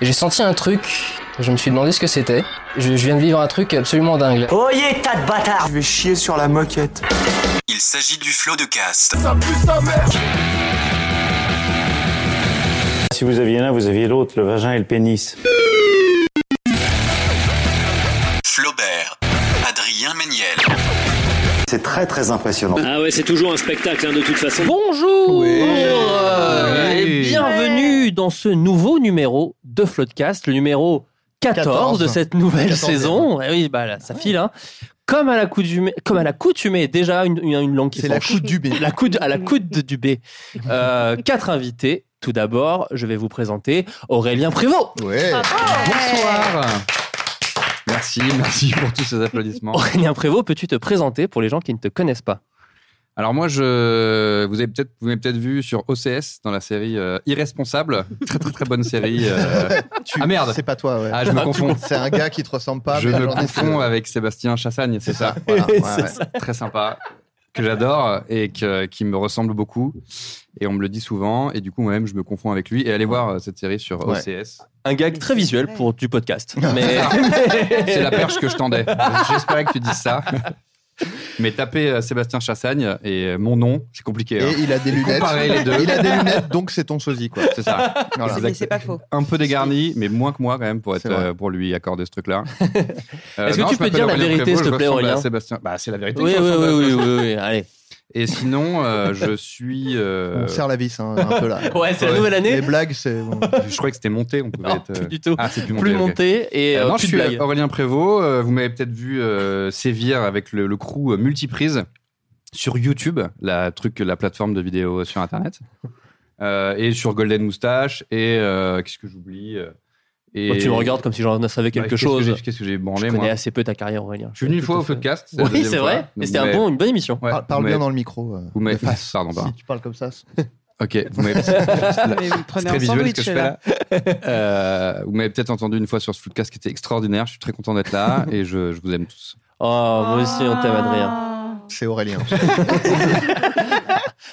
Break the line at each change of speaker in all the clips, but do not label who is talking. J'ai senti un truc, je me suis demandé ce que c'était. Je, je viens de vivre un truc absolument dingue.
Oyez, tas de bâtards
Je vais chier sur la moquette.
Il s'agit du flot de cast.
Si vous aviez l'un, vous aviez l'autre, le vagin et le pénis.
Flaubert. Adrien Méniel.
C'est très très impressionnant.
Ah ouais, c'est toujours un spectacle hein, de toute façon.
Bonjour
Oui.
euh,
Oui.
Et bienvenue dans ce nouveau numéro de Floodcast, le numéro 14,
14.
de cette nouvelle
14e.
saison. Eh oui, bah là, ça file. Hein. Comme à la coutumée, comme à la coutumée, déjà une, une, une langue qui
C'est la
fourche.
coupe du B.
La coude, à la coude du B. Euh, quatre invités. Tout d'abord, je vais vous présenter Aurélien Prévost.
Ouais.
Bonsoir. Merci, merci pour tous ces applaudissements.
Aurélien Prévost, peux-tu te présenter pour les gens qui ne te connaissent pas
Alors moi, je, vous avez peut-être, vous m'avez peut-être vu sur OCS dans la série euh, Irresponsable, très très très bonne série. euh,
Tu-
Ah, merde.
C'est pas toi, ouais.
Ah, je me confonds.
C'est un gars qui te ressemble pas.
Je
mais
me
j'en ai-
confonds avec Sébastien Chassagne, c'est ça. Voilà, ouais, ouais. Très sympa, que j'adore et que- qui me ressemble beaucoup. Et on me le dit souvent. Et du coup, moi-même, je me confonds avec lui. Et allez voir euh, cette série sur
Ouais.
OCS.
Un gag très visuel pour du podcast.
Ah,
Mais, mais-
C'est la perche que je tendais. J'espérais que tu dises ça. Mais taper euh, Sébastien Chassagne et euh, mon nom, c'est compliqué. hein.
Et il a des lunettes.
Comparer les deux.
Il a des lunettes, donc c'est ton sosie, quoi.
C'est ça.
Voilà.
Exact. Un peu dégarni, mais moins que moi quand même pour être
C'est vrai.
euh, pour lui accorder ce truc-là. Euh,
Est-ce que
non,
tu
je
peux
m'appelle
dire la
Aurélien
vérité,
Prévost,
s'il te
je
plaît,
ressemble à
Aurélien
Sébastien, bah c'est la vérité.
Oui,
que je
oui,
ressemble à
oui, oui,
Sébastien.
oui, oui, allez.
Et sinon, euh, je suis. euh,
On serre la vis, hein, un peu là.
Ouais, c'est la
Ouais.
nouvelle année.
Les blagues, c'est. bon.
Je croyais que c'était monté. On pouvait
Non,
être.
plus
euh,
du tout.
Ah, c'est plus monté.
Plus
ok.
monté et
Euh,
euh,
non, je
plus de
suis
blagues.
Aurélien Prévost. euh, vous m'avez peut-être vu euh, sévir avec le, le crew euh, Multiprise sur YouTube, la truc, la plateforme de vidéos sur Internet, Euh, et sur Golden Moustache. Et euh, qu'est-ce que j'oublie euh, et...
Oh, tu me regardes comme si j'en savais
Ouais,
quelque
qu'est-ce que
chose.
j'ai- Qu'est-ce que j'ai
Je
branlé
connais
moi
assez peu ta carrière, Aurélien.
Je suis venu une
Tout
fois
à
au
fait.
podcast. la
Oui,
deuxième
c'est
fois.
vrai.
Donc,
Et c'était un
mais-
bon, une bonne émission.
Ouais,
Parle, parle
vous
bien
m'avez-
dans le micro. euh,
vous m'avez-
de face.
Pardon, pardon.
Si tu parles comme ça. c'est-
Ok, vous m'avez-
prenez
très
un
visuel ce
sandwich,
que je fais là. Euh, vous m'avez peut-être entendu une fois sur ce podcast qui était extraordinaire. Je suis très content d'être là et je, je vous aime tous.
Oh, moi aussi, on t'aime, Adrien.
C'est Aurélien.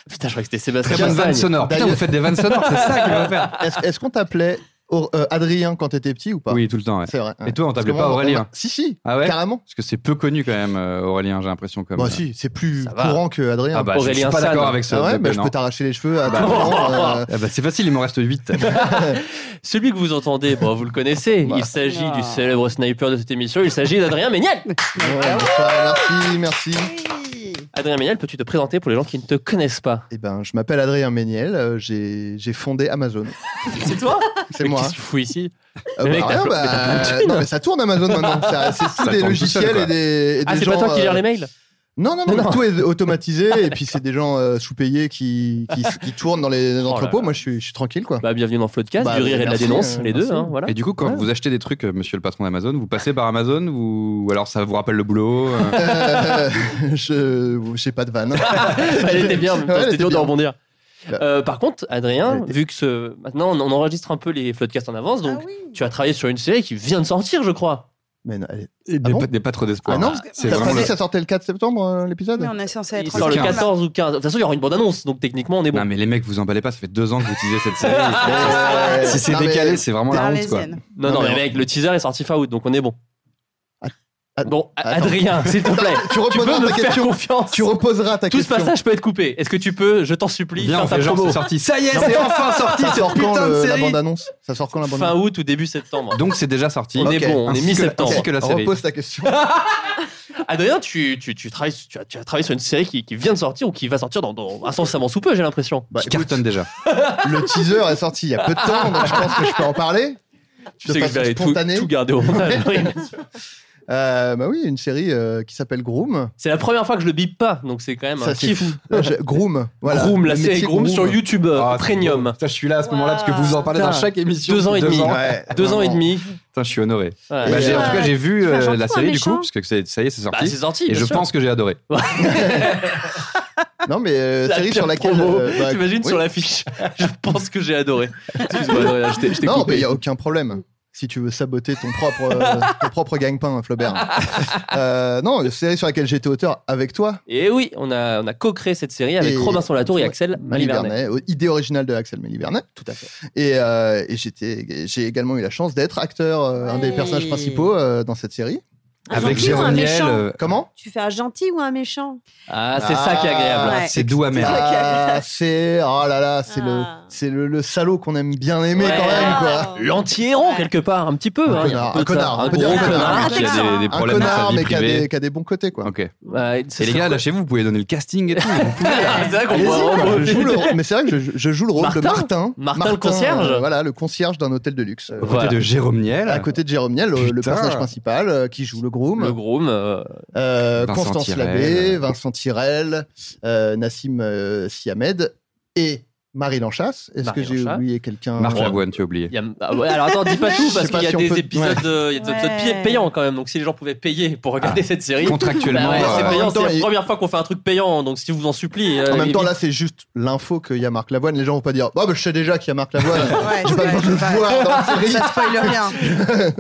Putain, je croyais que c'était
Très
Sébastien
bonne vanne
Chassagne.
sonore. Putain,
D'ailleurs-
vous faites des vannes sonores, c'est ça qu'il va faire.
Est-ce est-ce qu'on t'appelait Aur- euh, Adrien quand t'étais petit ou pas
Oui, tout le temps. ouais.
Bah. C'est vrai. ouais.
Et toi, on
Parce
t'appelait
que
pas
moi, on-
Aurélien
Si, si.
Ah ouais
Carrément.
Parce que c'est peu connu quand même, euh, Aurélien, j'ai l'impression. Comme, euh,
Bah, si, c'est plus
Ça va. Ah
courant que Adrien.
Ah bah, je
Aurélien
suis pas
San.
d'accord avec ce.
Ah ouais, bah,
appel,
je
non.
peux t'arracher les cheveux. à
Bah,
tout moment, euh,
Ah bah, c'est facile, il m'en reste 8.
Celui que vous entendez, bon, vous le connaissez. Il s'agit
Ah.
du célèbre sniper de cette émission. Il s'agit d'Adrien Méniel.
ouais, bonsoir, Merci, merci.
Adrien Méniel, peux-tu te présenter pour les gens qui ne te connaissent pas
Eh ben, je m'appelle Adrien Méniel, euh, j'ai j'ai fondé Amazon.
C'est toi
C'est
Mais
moi.
Qu'est-ce que tu fous ici
Euh,
Mais
bah,
mec, t'as
rien,
flo-
bah,
mais t'as plein de thunes.
non, mais ça tourne Amazon maintenant. Ça- C'est tous
tourne
des
tout
logiciels
seul, quoi.
et des, et
Ah,
des
c'est
gens.
pas toi qui gère
euh,
les mails
Non, non,
Non,
non, mais
non.
tout est automatisé et puis c'est des gens euh, sous-payés qui, qui, qui tournent dans les
Oh
entrepôts.
là
Moi, je suis, je suis tranquille, quoi.
Bah, bienvenue dans Floodcast,
Bah,
du rire et de la
merci,
dénonce,
euh,
les deux,
merci.
hein, voilà.
Et du coup, quand
Ouais.
vous achetez des trucs, euh, monsieur le patron d'Amazon, vous passez par Amazon ou, ou alors ça vous rappelle le boulot euh,
Euh, je j'ai pas de vanne.
Elle était bien,
Ouais, elle
c'était
était
dur de
bien.
rebondir.
Bah.
Euh, par contre, Adrien,
Elle était-
vu que ce... maintenant on on enregistre un peu les podcasts en avance, donc tu as travaillé sur une série qui vient de sortir, je crois.
Mais non, elle est-
Des
bon
pa- Des pas trop d'espoir.
Ah non
C'est
T'as pas
vraiment
dit
le-
que ça sortait le 4 septembre, euh, l'épisode
Mais on est censé
Il
être
sort le
15.
14 ou 15. De toute façon, il y aura une bande-annonce, donc techniquement on est bon.
Non, mais les mecs, vous emballez pas, ça fait deux ans que vous utilisez cette série.
Ouais.
si c'est
Non, mais-
décalé, c'est vraiment la honte, quoi.
arlésienne.
Non, non,
Non,
mais
mais
mec, le teaser est sorti fin août, donc on est bon. Bon, A-
Attends.
Adrien, s'il te plaît.
Tu
Tu peux
reposeras
me
ta
faire
question.
confiance.
Tu reposeras ta
Tout ce
question.
passage peut être coupé. Est-ce que tu peux, je t'en supplie,
Viens, on
faire ta
fait genre
promo
c'est sorti. Ça y est, c'est enfin sorti
ça
cette
sort quand
putain de
le- la
série.
bande annonce Ça sort quand la bande
Fin
annonce
août ou début septembre.
Donc c'est déjà sorti.
on
ok.
est bon, on est
Ainsi que-
mi-septembre.
ainsi que la série.
Repose ta question.
Adrien, tu, tu, tu, travailles, tu, as, tu as travaillé sur une série qui, qui vient de sortir ou qui va sortir dans, dans incessamment sous peu, j'ai l'impression.
Bah,
Qui
écoute,
cartonne déjà.
le teaser est sorti il y a peu de temps, donc je pense que je peux en parler.
Tu
de
sais que je
façon
vais tout,
spontanée.
tout garder au montage. oui.
Euh, bah oui, une série euh, qui s'appelle Groom.
C'est la première fois que je le bip pas, donc c'est quand même un
Ça c'est
kiff.
fou. Là, je- Groom, voilà.
Groom, la
Le
série
métier
Groom, sur YouTube euh,
Ah, c'est beau.
Premium.
Putain, je suis là à ce moment-là parce que vous en parlez dans
Putain.
chaque émission.
Deux ans et demi. Ah,
Ouais,
Deux ans et
vraiment.
demi.
Putain, je suis honoré.
Voilà.
Bah,
Et,
j'ai- en
euh,
tout cas, j'ai vu
tu fais un
euh,
gentil
la
ou un
série du coup
méchant
parce que c'est- ça y est, c'est
Bah,
sorti.
c'est sorti.
et
bien
je
sûr.
pense que j'ai adoré.
Non mais euh,
La
série
pire
sur laquelle
promo.
euh, bah,
T'imagines
oui.
sur l'affiche Je pense que j'ai adoré. Excuse-moi, Adrien, je t'ai- je t'ai
Non,
coupé.
mais il y a aucun problème. Si tu veux saboter ton propre, euh, ton propre gagne-pain, Flaubert. Euh, non, une série sur laquelle j'étais auteur avec toi,
Et oui, on a, on a co-créé cette série avec
Et-
Robinson Latour et
Ouais,
Axel Malivernet.
Malivernet, euh, idée originale de Axel Malivernet. Tout à fait. Et, euh, et j'étais, j'ai également eu la chance d'être acteur, euh, un des
Ouais.
personnages principaux euh, dans cette série.
Un
Avec
gentil ou un
Jérôme Niel,
méchant
euh,
Comment
Tu fais un gentil ou un méchant
Ah, c'est ça qui est agréable.
Ouais.
c'est doux amer.
Ah, c'est oh là là, c'est le,
Ah.
c'est le, le salaud qu'on aime bien aimer
Ouais.
quand même quoi.
Ah.
L'anti-héros,
Ouais.
quelque part, un petit peu.
Un
hein, il y a
connard, un
peu de ça.
connard,
Un
on peut
gros
dire un
connard.
connard.
qui a des, des
Un
problèmes dans sa
connard
vie
mais qui a, des,
privée.
qui a des bons côtés quoi.
Ok.
Ouais, c'est-
Et les gars, lâchez-vous, vous pouvez donner le casting et tout. hein.
Ah, c'est vrai qu'on
Allez-y,
pourrait en
quoi. Je
profiter.
joue le- mais c'est vrai que je, je joue le rôle de
Martin
Martin. euh,
Martin le concierge
voilà, le concierge d'un hôtel de luxe. euh,
Aux
Voilà.
côtés de Jérôme Niel.
À côté de Jérôme Niel, le- le
Putain.
personnage principal euh, qui joue le groom.
Le groom, euh,
Euh,
Vincent euh,
Constance
Tirel.
Labbé, Vincent Tirel, euh, Nassim euh, Siamed et Marie Lanchas. Est-ce
Marie
que j'ai
Lanchas.
oublié quelqu'un
Marc
Ouais.
Lavoine, tu as oublié.
il y a- ah ouais, alors attends, dis pas tout
Je sais
parce
pas
qu'il y a
si on
des
peut-
épisodes, euh, il y a des
Ouais.
épisodes pi- payants quand même. Donc si les gens pouvaient payer pour regarder cette série,
Contractuellement,
bah ouais,
euh,
c'est
Ah.
payant.
En même temps,
C'est la
il-
première fois qu'on fait un truc payant. Donc si je vous en supplie, euh,
En même temps,
évite-
là, c'est juste l'info qu'il y a Marc Lavoine. Les gens vont pas dire, bah, bah, je sais déjà qu'il y a Marc Lavoine.
Ouais,
J'ai pas
ouais,
besoin de le
ouais.
voir dans la série.
Ça spoil rien.
Ouais,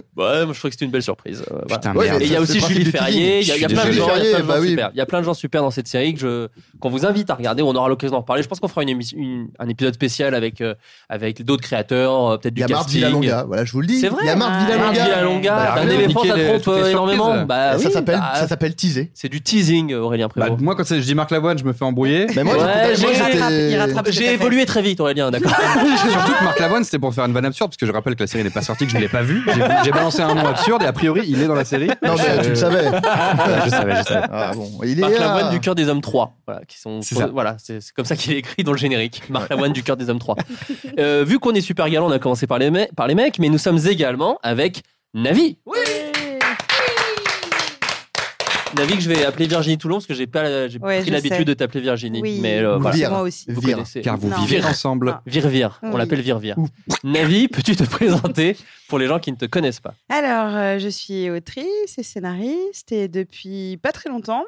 moi, je trouvais que c'était une belle surprise. euh, voilà.
Putain,
Ouais,
merde.
Et il y
Ça,
a
c'est
aussi
le principe
Julie
du teasing.
Ferrier, il y a- il y a
Je suis
plein de gens
désolé.
il y a plein de gens
Bah oui.
super. Il y a plein de gens super dans cette série que je qu'on vous invite à regarder, on aura l'occasion d'en reparler. Je pense qu'on fera une, émission- une- un épisode spécial avec euh, avec d'autres créateurs, euh, peut-être
Il y
du
a Marc
casting.
Villalonga. Voilà, je vous le dis.
C'est vrai.
Il y a Marc
Ah,
Marc
Villalonga.
Villalonga,
Bah,
un
oui,
éléphant,
nickel,
ça
euh,
trompe
toutes les
euh, énormément.
surprises.
Bah,
ça
oui,
s'appelle,
bah,
ça s'appelle teaser.
c'est du teasing, euh, Aurélien
Bah,
Prévost.
moi, quand c'est- je dis Marc Lavoine, je me fais embrouiller.
Mais moi,
Ouais,
j'étais- Eh, moi,
j'ai-
j'étais-
Il rattrape- il rattrape.
J'ai évolué très vite, Aurélien, d'accord.
Surtout que Marc Lavoine, c'était pour faire une vanne absurde, parce que je rappelle que la série n'est pas sortie, que je ne l'ai pas vue. J'ai- J'ai balancé un nom absurde et a priori, il est dans la série.
Non, mais euh, tu le savais.
Ouais, je savais, je savais.
Ah, bon, il est
Marc
là.
Lavoine du cœur des hommes 3. Voilà, qui sont,
C'est ça.
voilà, c'est c'est comme ça qu'il est écrit dans le générique. Marc Lavoine du cœur des hommes 3. Euh, vu qu'on est super galant, on a commencé par les, me- par les mecs, mais nous sommes également avec Navi. Navi que je vais appeler Virginie Toulon parce que j'ai pas la- j'ai
Ouais,
pris
je
l'habitude
sais.
de t'appeler Virginie.
Oui.
Mais euh, voilà.
Vire.
Moi aussi.
Vous
Vire.
connaissez.
Car vous
Non.
vivez
Vire.
ensemble.
Ah.
Vire, vire. On
Oui.
l'appelle Vire, vire.
Ouh.
Navi, peux-tu te présenter pour les gens qui ne te connaissent pas
Alors, euh, je suis autrice et scénariste et depuis pas très longtemps,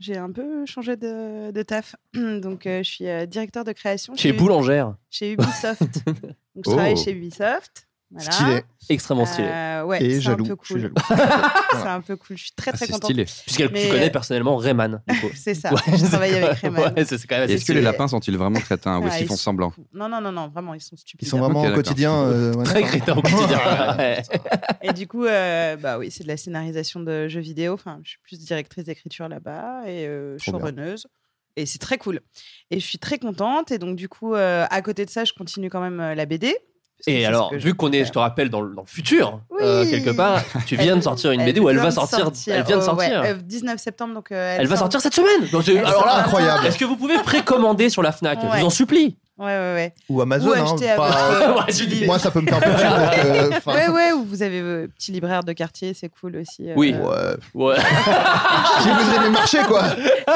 j'ai un peu changé de, de taf. Donc, euh, je suis euh, directeur de création
Chez
chez,
Boulangère.
chez Ubisoft. Donc, je
Oh.
travaille chez Ubisoft. Voilà.
Stylé.
Extrêmement stylé.
Euh, ouais,
Et
c'est un
jaloux.
peu
Je suis
cool.
jaloux.
C'est un peu cool. Je suis très
Ah,
très
C'est
contente.
stylé.
Puisqu'elle tu
mais-
connais personnellement Rayman. du coup.
C'est ça.
Ouais,
je travaille avec Rayman.
Ouais, c'est c'est quand même assez
Est-ce que
stylé.
les lapins sont-ils vraiment crétins Ou
Ah,
est-ce qu'ils
ils
font
sont-
semblant
Non, non, non, non, vraiment, ils sont stupides.
Ils sont vraiment
Ok,
au
d'accord.
quotidien. euh, ouais,
Très
d'accord.
crétin au quotidien. Ouais.
Et du coup, euh, bah oui, c'est de la scénarisation de jeux vidéo. Enfin, je suis plus directrice d'écriture là-bas et euh,
Trop bien.
showrunneuse. Et c'est très cool. Et je suis très contente. Et donc, du coup, euh, à côté de ça, je continue quand même euh, la BD. parce que c'est
Et
ce
alors,
que je
vu qu'on est,
préfère.
je te rappelle, dans le, dans le futur,
Oui.
euh, quelque part, tu viens de sortir une BD où elle
vient
va
de
sortir. Elle vient de
Oh, ouais,
sortir.
euh, 19 septembre, donc. euh,
Elle va
sort-
sortir cette semaine. Donc, c'est-
Elle
Alors
sort
là,
maintenant.
incroyable.
est-ce que vous pouvez précommander sur la Fnac Je
Ouais.
vous en supplie.
Ouais, ouais, ouais.
Ou Amazon.
Ou
hein,
acheter à
pas-
votre-
Ouais, tu dis-
Moi, ça peut me faire plaisir. donc, euh, enfin,
Ouais, ouais, ou vous avez euh, petit libraire de quartier, c'est cool aussi. euh,
Oui.
ouais.
Ouais.
Si vous aimez marcher, quoi.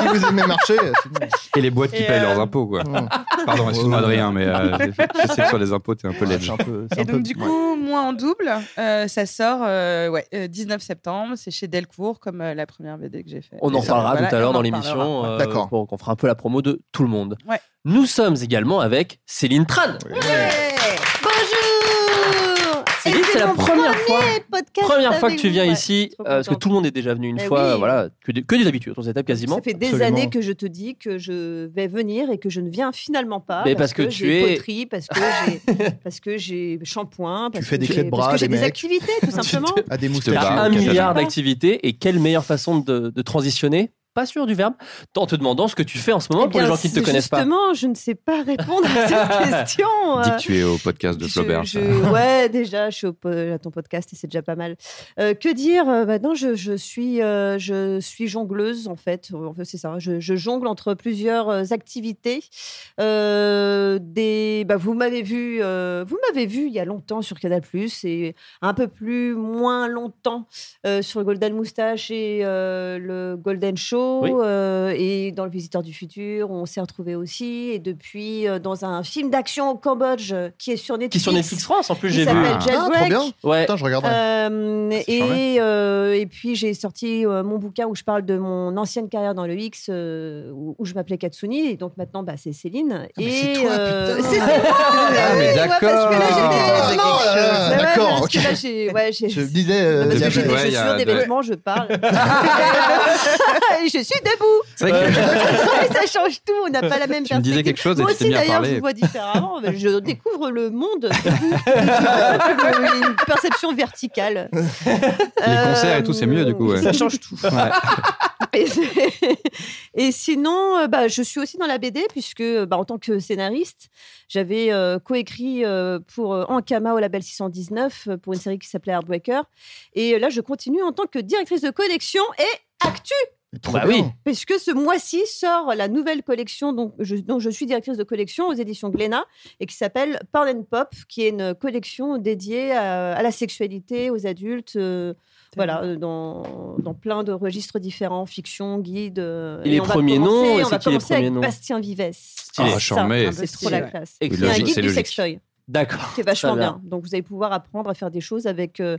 Si vous aimez marcher, c'est bon.
Et les boîtes qui
Et,
payent
euh,
leurs impôts, quoi.
Mmh.
Pardon, excuse-moi,
Ouais.
Adrien, mais euh, je je sais que sur les impôts, t'es un peu
Ouais,
laid.
c'est un peu- Euh, c'est
Et
un peu-
donc, du coup, moi en double, euh, ça sort euh, ouais, euh, 19 septembre. C'est chez Delcourt, comme euh, la première BD que j'ai faite.
On en
Et ça,
reparlera
Voilà,
tout à
et on
l'heure
en
dans
reparlera.
l'émission. euh,
D'accord.
pour qu'on fera un peu la promo de tout le monde.
Ouais.
Nous sommes également avec Céline Tran.
Ouais.
Ouais.
Céline, c'est c'est la
mon
première fois.
podcast
Première fois que
avec
tu
vous,
viens
ouais.
ici,
Trop
euh, parce que
contente.
tout le monde est déjà venu une
Eh
fois,
oui.
voilà, que des, que des habitudes, on s'étape quasiment.
Ça fait des
Absolument.
années que je te dis que je vais venir et que je ne viens finalement pas.
Mais parce que tu
j'ai
es-
poterie, parce que j'ai parce que j'ai shampoing, parce
fais
que
des
j'ai-
clés de bras
parce que
à
j'ai
des
des
mecs.
activités tout simplement.
Ah,
À des
Il y
moustaches.
a un
au Canada.
milliard d'activités et quelle meilleure façon de, de transitionner, pas sûr du verbe, en te demandant ce que tu fais en ce moment
Eh
pour les
bien,
gens qui ne te
c'est
connaissent pas.
Justement, je ne sais pas répondre à cette question.
Dis
Euh,
que tu es au podcast de
je-
Flaubert.
je-
ça.
ouais, déjà, je suis au po- à ton podcast et c'est déjà pas mal. Euh, que dire Euh, bah, Non, je, je suis, euh, je suis jongleuse en fait. En fait, c'est ça. Je, je jongle entre plusieurs euh, activités. Euh, des, bah, vous m'avez vu, euh, vous m'avez vu il y a longtemps sur Canal et un peu plus moins longtemps euh, sur le Golden Moustache et euh, le Golden Show
Oui.
euh, et dans le Visiteur du futur, on s'est retrouvés aussi et depuis euh, dans un film d'action au Cambodge euh, qui est sur
Qui
Netflix.
sur Netflix France en plus,
Il
j'ai vu.
s'appelle
Ah,
Jailbreak.
trop bien.
Ouais.
Putain, je regarderai.
Euh,
charmé.
et, euh, et puis j'ai sorti euh, mon bouquin où je parle de mon ancienne carrière dans le X euh, où, où je m'appelais Katsuni et donc maintenant bah, c'est Céline.
mais
et
c'est toi,
euh,
putain.
c'est moi.
Ah, mais
Ouais,
d'accord.
Parce que là j'ai des
Ah,
vêtements.
ah,
Bah ouais,
D'accord,
parce
ok.
que là, j'ai- ouais, j'ai-
Je me disais. euh,
parce que j'ai des
Ouais, il y
chaussures,
a
des
de-
vêtements, je parle. Et je suis debout.
C'est vrai que
Et ça change tout. On n'a pas la même
tu me
perspective.
disais quelque chose et
Moi
tu t'es
aussi,
mis à
d'ailleurs, je
parler.
vous vois différemment. mais Je découvre le monde. Une perception verticale.
Les concerts et tout, c'est mieux, du coup, ouais.
Ça change tout.
Ouais.
Et, c'est- et sinon, euh, bah, je suis aussi dans la BD, puisque bah, en tant que scénariste, j'avais euh, coécrit euh, pour euh, Ankama au label 619 euh, pour une série qui s'appelait Heartbreaker. Et euh, là, je continue en tant que directrice de collection et actu
trop
Bah
bien.
oui.
parce que ce mois-ci sort la nouvelle collection dont je, dont je suis directrice de collection aux éditions Glénat et qui s'appelle Porn and Pop, qui est une collection dédiée à, à la sexualité, aux adultes, euh, voilà, euh, dans, dans plein de registres différents, fiction, guide. euh,
Et les
on va
premiers
commencer-
noms, et
On
c'est
va
qui les
commencer
premiers
avec
noms
Bastien Vives.
Ah,
Ça,
charmé.
C'est trop la classe.
Et
Oui,
Il y a un
logique,
guide
c'est
du
logique.
sextoy
D'accord.
qui est vachement
Très
bien. Donc vous allez pouvoir apprendre à faire des choses avec euh,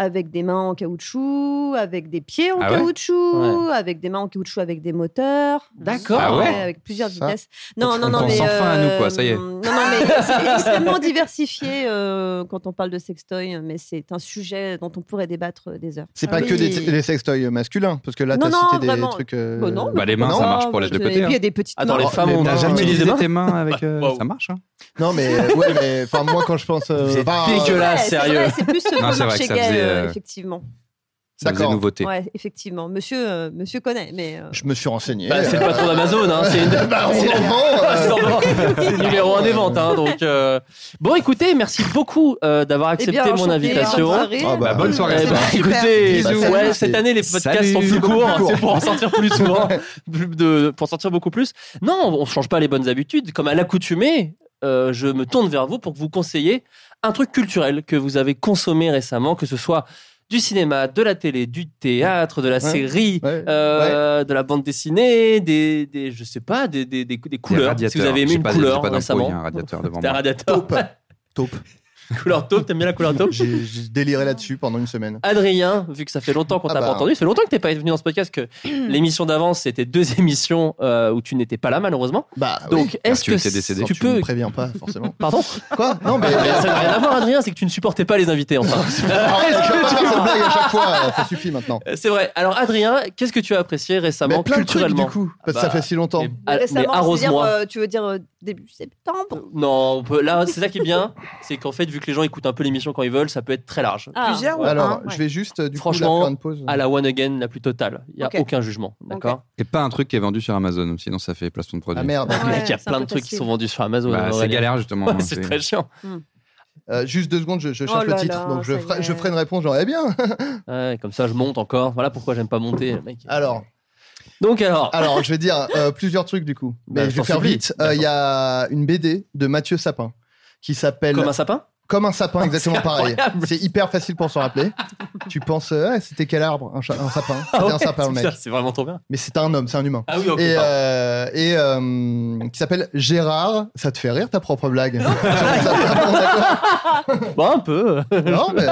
avec des mains en caoutchouc, avec des pieds en
Ah ouais
caoutchouc, avec des mains en caoutchouc avec des moteurs.
D'accord.
Ah ouais
avec plusieurs
Ça.
vitesses. Non non
On
non
pense
mais euh,
enfin à nous, quoi, ça y est.
Non non mais c'est extrêmement diversifié euh, quand on parle de sextoy, mais c'est un sujet dont on pourrait débattre euh, des heures.
C'est pas
Ah Oui. Oh,
que des, des sextoys masculins, parce que là,
Non,
t'as
non,
cité des
vraiment.
trucs. euh,
Bon, non,
Bah, les mains,
non,
ça marche pour les deux
Et
côtés.
puis il y a
hein.
des petites
Attends,
mains.
les femmes
mais
ont
t'as
ont
jamais
utilisé
Utiliser
des mains
tes mains avec. euh,
Wow.
Ça marche, hein
Non, mais ouais, mais enfin moi quand je pense. euh,
Vous êtes
bah,
dégueulasse.
Ouais,
Là,
c'est
sérieux.
vrai, c'est plus euh,
Non,
le
c'est vrai que
marché
ça
gay,
faisait,
euh,
euh,
effectivement.
Ça faisait
D'accord.
nouveauté.
Ouais, effectivement. Monsieur, euh, monsieur connaît, mais. euh,
Je me suis renseigné.
Bah, C'est le
euh,
patron d'Amazon, hein, c'est une.
bah, on
c'est-
en vend, euh,
C'est en- c'est le numéro 1 des ventes. hein, donc, euh, Bon, écoutez, merci beaucoup euh, d'avoir
Eh
accepté
bien,
mon
enchantée,
invitation.
bonne soirée.
Ah bah,
bonne soirée.
Eh ben,
Bah,
écoutez, bah,
Bisous.
ouais,
Salut.
cette année les podcasts
Salut.
sont plus
Beaucoup
courts,
plus
hein,
courts.
c'est pour en sortir plus souvent, plus de- pour sortir beaucoup plus. Non, on change pas les bonnes habitudes. Comme à l'accoutumée, euh, je me tourne vers vous pour que vous conseilliez un truc culturel que vous avez consommé récemment, que ce soit du cinéma, de la télé, du théâtre, de la série,
ouais,
euh, de la bande dessinée, des, des je sais pas, des, des, des, des couleurs.
Des
Si vous avez aimé
J'ai
une
pas- j'ai
couleur
pas d'impro,
récemment,
Il y a un radiateur devant
T'as un
moi.
radiateur.
Taupe.
couleur taupe, t'aimes bien la couleur taupe
J'ai j'ai déliré là-dessus pendant une semaine.
Adrien, vu que ça fait longtemps qu'on
Ah
t'a pas
bah.
entendu, ça fait longtemps que t'es pas venu dans ce podcast, que l'émission d'avant, c'était deux émissions euh, où tu n'étais pas là, malheureusement.
Bah oui.
Donc,
Parce
est-ce
que
que
t'es décédé.
tu
tu me
peux.
préviens pas forcément.
Pardon
Quoi Non mais.
Ça n'a rien à voir, Adrien, c'est que tu ne supportais pas les invités, enfin.
Arrête, je vais pas faire cette blague à chaque fois. euh, Ça suffit maintenant.
Euh, c'est vrai. Alors, Adrien, qu'est-ce que tu as apprécié récemment
Mais plein de trucs
culturellement
du coup, parce que
Ah
ça
bah,
fait si longtemps.
mais-
Mais
ah,
récemment,
mais
c'est-à-dire,
arrose-moi.
euh, tu veux dire euh, début septembre
Non, on peut- là, c'est ça qui est bien, c'est qu'en fait, vu que les gens écoutent un peu l'émission quand ils veulent, ça peut être très large.
Ah.
Plusieurs ou
Alors,
un
je vais juste euh, du coup là,
Franchement,
faire une pause.
À la one again la plus totale. Il n'y a
Ok.
aucun jugement, d'accord
Et pas un truc qui est vendu sur Amazon, sinon ça fait placement de produit.
Ah merde.
Ouais.
Mec, Il y a
c'est un
plein
peu
de trucs qui
facile.
sont vendus sur Amazon.
Bah, C'est
Aurélien.
galère justement.
Ouais,
hein,
c'est très chiant.
Euh, juste deux secondes, je, je
Oh
cherche le
là
titre,
là,
donc je
ça y
ferai,
est.
je ferai une réponse genre eh bien.
Ouais, comme ça, je monte encore. Voilà pourquoi j'aime pas monter, le mec.
Alors,
Donc alors,
alors je vais dire euh, plusieurs trucs du coup, mais
Bah,
je
t'en
vais faire
supplie.
vite. Euh, Il y a une BD de Mathieu Sapin qui s'appelle
comme un sapin
Comme un sapin, exactement pareil.
incroyable.
C'est hyper facile pour s'en rappeler. tu penses, euh, Ah, c'était quel arbre un, cha- un sapin. C'était
Ah
un
ouais,
sapin, le
c'est
mec.
ça, C'est vraiment trop bien.
Mais c'est un homme, c'est un humain.
Ah oui, ok.
Et,
pardon.
euh, et euh, qui s'appelle Gérard. Ça te fait rire ta propre blague Sur le sapin, d'accord.
Bah, un peu.
Non, mais-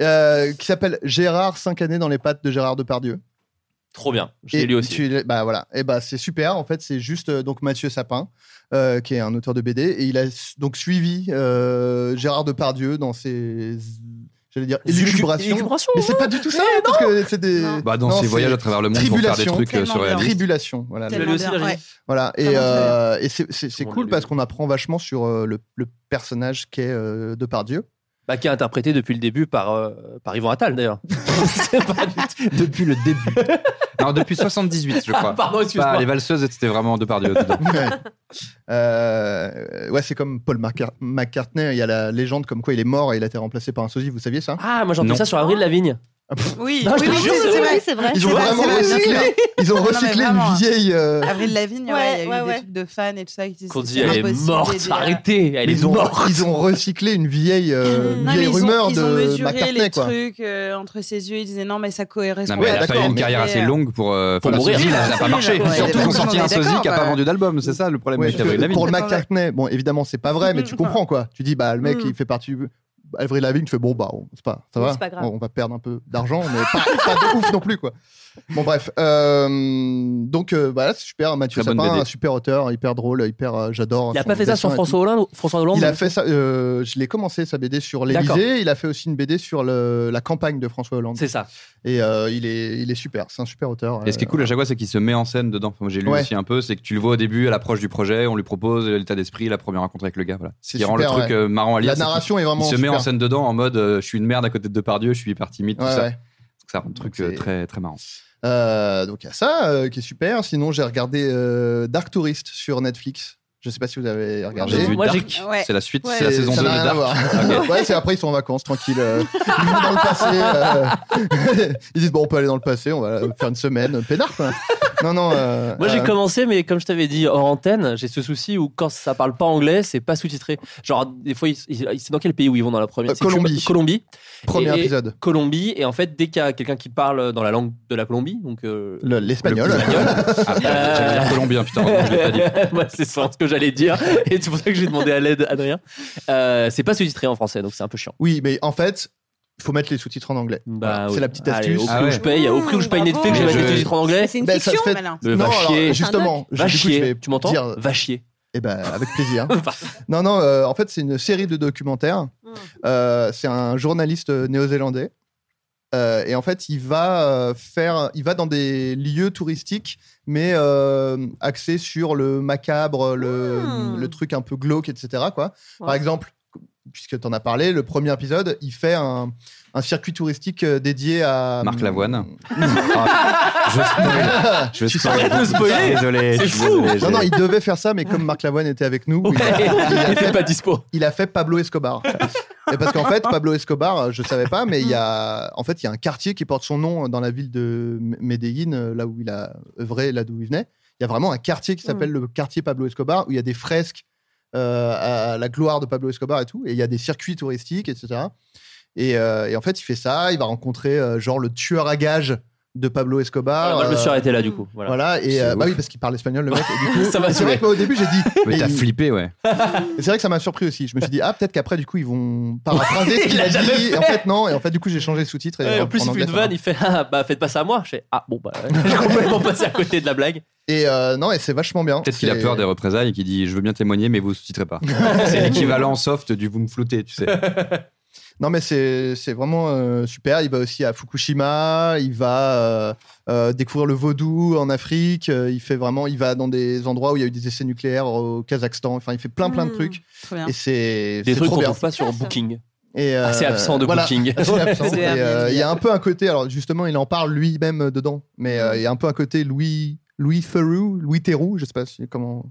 Euh, qui s'appelle Gérard 5 années dans les pattes de Gérard Depardieu.
trop bien. Je
Et
l'ai lu aussi.
tu l'as- bah voilà. Et bah c'est super. En fait, c'est juste euh, donc Mathieu Sapin, euh, qui est un auteur de BD, et il a s- donc suivi euh, Gérard Depardieu dans ses j'allais dire,
Zucu-
élucubration.
élucubration,
Mais c'est
ouais.
pas du tout ça,
Eh
parce que c'est des.
Bah, dans ses
c'est
voyages à travers le monde pour faire des
tribulation.
trucs, euh, Tellement surréalistes. bien.
Tribulation, voilà.
Tu l'as lu aussi, Ah Virginie
Voilà, et,
Vraiment très
euh, et c'est- c'est c'est
Comment
cool
on l'a
parce qu'on apprend vachement sur euh, le, le personnage qu'est euh, Depardieu.
Bah, qui est interprété depuis le début par, euh, par Yvan Attal d'ailleurs. C'est pas du tout- depuis le début.
Non, depuis 78, je crois.
Ah, pardon, excuse-moi.
Pas les valseuses, c'était vraiment de par Dieu.
ouais, Euh, ouais, c'est comme Paul Macar- McCartney, il y a la légende comme quoi il est mort et il a été remplacé par un sosie, vous saviez ça
Ah, moi j'entends
Non.
ça sur Avril Lavigne.
Oui,
Non, je
oui,
te
oui,
jure,
oui,
c'est
oui,
vrai.
oui, c'est vrai.
Ils ont
C'est vrai,
vraiment
c'est vrai,
recyclé-
c'est vrai.
ils ont
Non, mais
recyclé une
vraiment.
vieille, euh,
Avril Lavigne, ouais,
Ouais,
il y a eu
ouais, ouais.
des trucs de fans et tout ça qui disaient
Qu'on dit,
c'est
elle est
impossible,
morte,
et des-
arrêtez, elle est
ils, ont,
morte.
ils ont recyclé une vieille, euh,
Non, mais
vieille
ils ont-
rumeur
ils ont
de
mesuré
McCartney,
les
quoi.
trucs euh, entre ses yeux. Ils disaient non, mais ça correspond
Non, mais
Ouais,
elle a pas eu
d'accord,
une
mais-
carrière assez longue pour. euh,
Pour
enfin, la
mourir.
sosie, là, ça n'a pas
Oui,
marché.
d'accord, ouais.
Surtout
Tout
ils ont
le
sorti
monde
un
est d'accord,
sosie qui n'a pas
ouais.
vendu d'album, c'est ça le problème
Ouais,
avec
parce que
Avril Lavigne.
pour le McCartney, bon, évidemment, c'est pas vrai, Eh, mais
Mm.
tu comprends quoi. Tu dis, bah, le mec,
Mm.
il fait partie. Avril Lavigne, tu fais bon, bah, on- c'est pas, ça
Oui,
va,
c'est pas grave.
on on va perdre un peu d'argent, mais pas, pas de ouf non plus, quoi. Bon, bref. euh, donc, euh, voilà, c'est super. Mathieu
Très bonne
Sapin,
BD.
un super auteur, hyper drôle, hyper. euh, J'adore.
Il a
son
pas fait ça
dessin
sur
et
François Hollande, François Hollande
il a fait ça, euh, je l'ai commencé sa BD sur
D'accord.
l'Elysée. Il a fait aussi une BD sur le- la campagne de François Hollande.
C'est ça.
Et euh, il, est, il est super, c'est un super auteur.
Et ce qui est cool à chaque fois, c'est qu'il se met en scène dedans. Enfin, moi, J'ai lu
Ouais.
aussi un peu, c'est que tu le vois au début, à l'approche du projet, on lui propose l'état d'esprit, la première rencontre avec le gars. Voilà. Ce
C'est
qui rend le
super,
truc
ouais.
euh, marrant à lire.
La
c'est qu'il-
narration est
Il
vraiment.
se met en
super.
scène dedans en mode euh, je suis une merde à côté de Depardieu, je suis hyper timide, tout
Ouais,
ça.
ouais.
Ça rend le truc
Donc,
euh,
c'est-
très, très marrant.
Euh, donc il y a ça euh, qui est super. Sinon, j'ai regardé euh, Dark Tourist sur Netflix. Je sais pas si vous avez regardé.
J'ai vu
Moi, j'ai-
Dark,
Ouais.
c'est la suite,
Ouais.
c'est la
Et
saison
ça
2 de
n'a rien à
Dark.
voir. ouais, c'est après ils sont en vacances, euh, tranquille. ils vont dans le euh, passé. euh, ils disent bon, on peut aller dans le passé, on va euh, faire une semaine, pénard quoi. Non, non. euh,
Moi, j'ai
euh,
commencé, mais comme je t'avais dit hors antenne, j'ai ce souci où quand ça parle pas anglais, c'est pas sous-titré. Genre, des fois, ils- ils- c'est dans quel pays où ils vont dans la première
Euh,
c'est Cuba-
Colombie.
Colombie.
Premier
Et-
épisode.
Colombie. Et en fait, dès qu'il y a quelqu'un qui parle dans la langue de la Colombie, donc. euh,
Le- L'espagnol.
Ah, bah, j'allais dire colombien, putain, je l'ai pas dit.
Moi, c'est ça ce que j'allais dire. Et c'est pour ça que j'ai demandé à l'aide, Adrien. Euh, c'est pas sous-titré en français, donc c'est un peu chiant.
Oui, mais en fait, il faut mettre les sous-titres en anglais.
Bah,
C'est
oui.
la petite
Allez, au
astuce.
prix
Ah
où
ouais.
je paye, au prix où je paye
Mmh,
Netflix, je
bravo.
vais mettre les
Je-
sous-titres en anglais. Bah,
C'est une
Ben, ça
fiction,
se fait-
malin.
Mais va
alors,
chier.
justement, je,
Va
du coup, je vais
chier. Tu m'entends
dire-
Va chier.
Eh ben, avec plaisir. non, non, euh, en fait, c'est une série de documentaires. Euh, c'est un journaliste néo-zélandais. Euh, et en fait, il va euh, faire, il va dans des lieux touristiques, mais euh, axés sur le macabre, le,
Hmm.
le truc un peu glauque, etc. Quoi. Par
Ouais.
exemple, puisque tu en as parlé, le premier épisode, il fait un, un circuit touristique euh, dédié à
Marc Lavoine. Ah, je spoil. Je
Tu
spoil.
arrêtes de spoiler.
Désolé.
C'est
je suis
fou.
désolé,
Non, non,
j'ai-
il devait faire ça, mais comme Marc Lavoine était avec nous, il a- il a
Il
fait
était pas dispo.
il a fait Pablo Escobar. Et parce qu'en fait, Pablo Escobar, je savais pas, mais il y a, en fait, il y a un quartier qui porte son nom dans la ville de M- Medellín, euh, là où il a œuvré, là d'où il venait. Il y a vraiment un quartier qui s'appelle le quartier Pablo Escobar, où il y a des fresques euh, à la gloire de Pablo Escobar et tout. Et il y a des circuits touristiques, etc. Et, euh, et en fait, il fait ça, il va rencontrer euh, genre le tueur à gages de Pablo Escobar.
Moi, Ah, je me suis
euh,
arrêté là, du coup. Voilà.
Voilà, et
C'est
Ah
euh, bah
ouf.
oui, parce qu'il parle espagnol, le mec. et du coup,
Ça m'a
c'est vrai
saoulé.
que moi, au début, j'ai dit.
Mais t'as
il-
flippé, ouais.
et C'est vrai que ça m'a surpris aussi. Je me suis dit, ah, peut-être qu'après, du coup, ils vont paraphraser ce
Il
qu'il
l'a
a
jamais
dit. Et en
fait.
fait, non. Et en fait, du coup, j'ai changé de sous-titre. Et
Ouais, en plus, il fait
anglais,
une
ça
vanne, il fait Ah, bah faites pas ça à moi. Je fais Ah, bon, bah, j'ai complètement passé à côté de la blague.
va. Et euh, non, et c'est vachement bien.
Peut-être qu'il a
C'est-
peur des représailles et qu'il dit Je veux bien témoigner, mais vous sous-titrez pas. C'est l'équivalent soft du vous me floutez, tu sais.
Non, mais c'est c'est vraiment euh, super. Il va aussi à Fukushima. Il va euh, euh, découvrir le vaudou en Afrique. Euh, Il fait vraiment. Il va dans des endroits où il y a eu des essais nucléaires au Kazakhstan. Enfin, il fait plein, plein de
Mm.
trucs.
Trop Mmh, bien.
Et c'est
Des
c'est
trucs
trop
qu'on
bien.
trouve pas sur
classe, ça.
Booking.
Et, euh,
Assez absent de
voilà.
Booking.
Assez absent.
De
Et, euh,
Airbnb.
il y a un peu un côté, alors justement, il en parle lui-même dedans, mais euh, il y a un peu un côté Louis, Louis Theroux, Louis Theroux, je sais pas si- comment,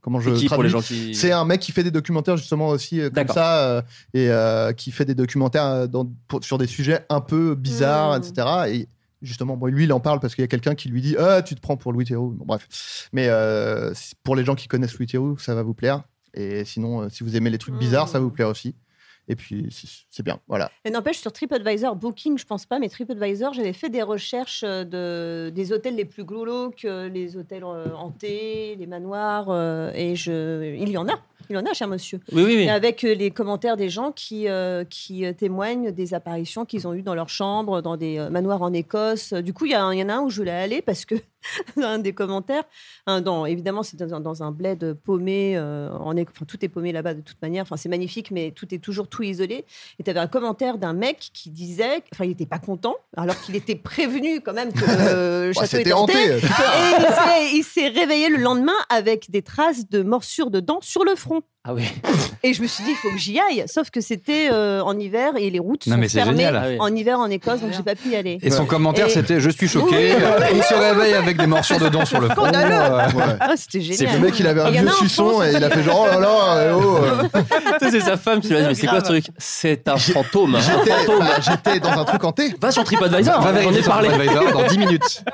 comment je
C'est qui pour les
traduis.
gens qui.
C'est un mec qui fait des documentaires justement aussi euh, comme
D'accord.
ça euh, et euh, qui fait des documentaires euh, dans- pour- sur des sujets un peu bizarres,
Mm.
etc. Et justement, bon, lui, il en parle parce qu'il y a quelqu'un qui lui dit Ah, tu te prends pour Louis Theroux. Bon, bref. Mais euh, c'est- pour les gens qui connaissent Louis Theroux, ça va vous plaire. Et sinon, euh, si vous aimez les trucs
Mm.
bizarres, ça va vous plaire aussi. Et puis, c'est- c'est bien. Voilà.
Mais n'empêche, sur TripAdvisor, Booking, je pense pas, mais TripAdvisor, j'avais fait des recherches euh, de, des hôtels les plus glauques, euh, les hôtels euh, hantés, les manoirs, euh, et je, il y en a, il y en a, cher monsieur.
Oui, oui, oui.
Et avec euh, les commentaires des gens qui, euh, qui euh, témoignent des apparitions qu'ils ont eues dans leur chambre, dans des euh, manoirs en Écosse. Du coup, il y, a un- il y en a un où je voulais aller parce que
dans un des commentaires. Hein, dans- évidemment, c'est dans, un- dans un bled paumé. euh, en, Éc- enfin, tout est paumé là-bas de toute manière. Enfin, c'est magnifique, mais tout est toujours tout isolé. Et tu avais un commentaire d'un mec qui disait, enfin, il n'était pas content, alors qu'il était prévenu quand même que euh, le
Bah,
château
c'était
était hanté.
hanté.
Et il s'est- il s'est réveillé le lendemain avec des traces de morsures de dents sur le front.
Ah oui.
Et je me suis dit, il faut que j'y aille. Sauf que c'était euh, en hiver et les routes
Non,
sont
mais c'est
fermées
génial. Ah oui.
en hiver en Écosse, donc j'ai pas pu y aller.
Et son commentaire,
Et-
c'était Je suis choqué.
Oui, oui, oui.
Il se réveille avec des morsures de dents sur le front.
Scandaleux.
Euh,
Ah, c'était génial.
C'est le mec, il avait un
Et y en
vieux
a en
suçon
France,
et il a fait genre oh là là, eh oh.
Tu sais, c'est sa femme qui lui a dit Mais c'est quoi ce truc C'est un fantôme. Un
J'étais-
fantôme.
bah, J'étais dans un truc hanté.
Va sur TripAdvisor,
Va
on
vérifier
est
sur
parlé.
TripAdvisor dans 10 minutes.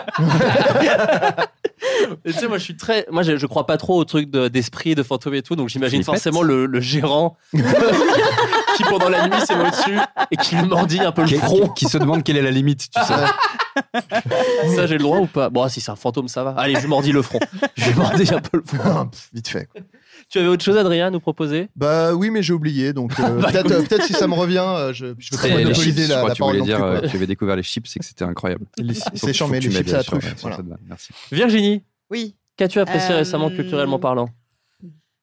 Et Tu sais, moi je suis très. Moi je, je crois pas trop au truc de- d'esprit, de fantôme et tout, donc j'imagine
Flippette.
forcément le, le gérant qui pendant la nuit s'est au-dessus et qui lui mordit un peu le
Qui,
front.
qui se demande quelle est la limite, tu sais.
Ça j'ai le droit ou pas Bon, ah, si c'est un fantôme, ça va. Allez, je lui mordis le front. Je lui mordis un peu le front.
Ah, pff, Vite fait.
Tu avais autre chose, Adrien, à nous proposer
Bah oui, mais j'ai oublié, donc euh, peut-être euh, peut-être si ça me revient, euh, je, je vais pas
Et les chips,
monopoliser
je
la,
crois
la
que tu voulais
parole non plus.
dire euh,
quoi.
que tu avais découvert les chips et que c'était incroyable.
Les-
Faut-
C'est
faut
charmé,
que tu
les
mets
chips
bien
à la
sûr,
truffe.
ouais,
voilà.
ça te va, Merci.
Virginie,
Oui.
qu'as-tu apprécié
Euh,
récemment culturellement parlant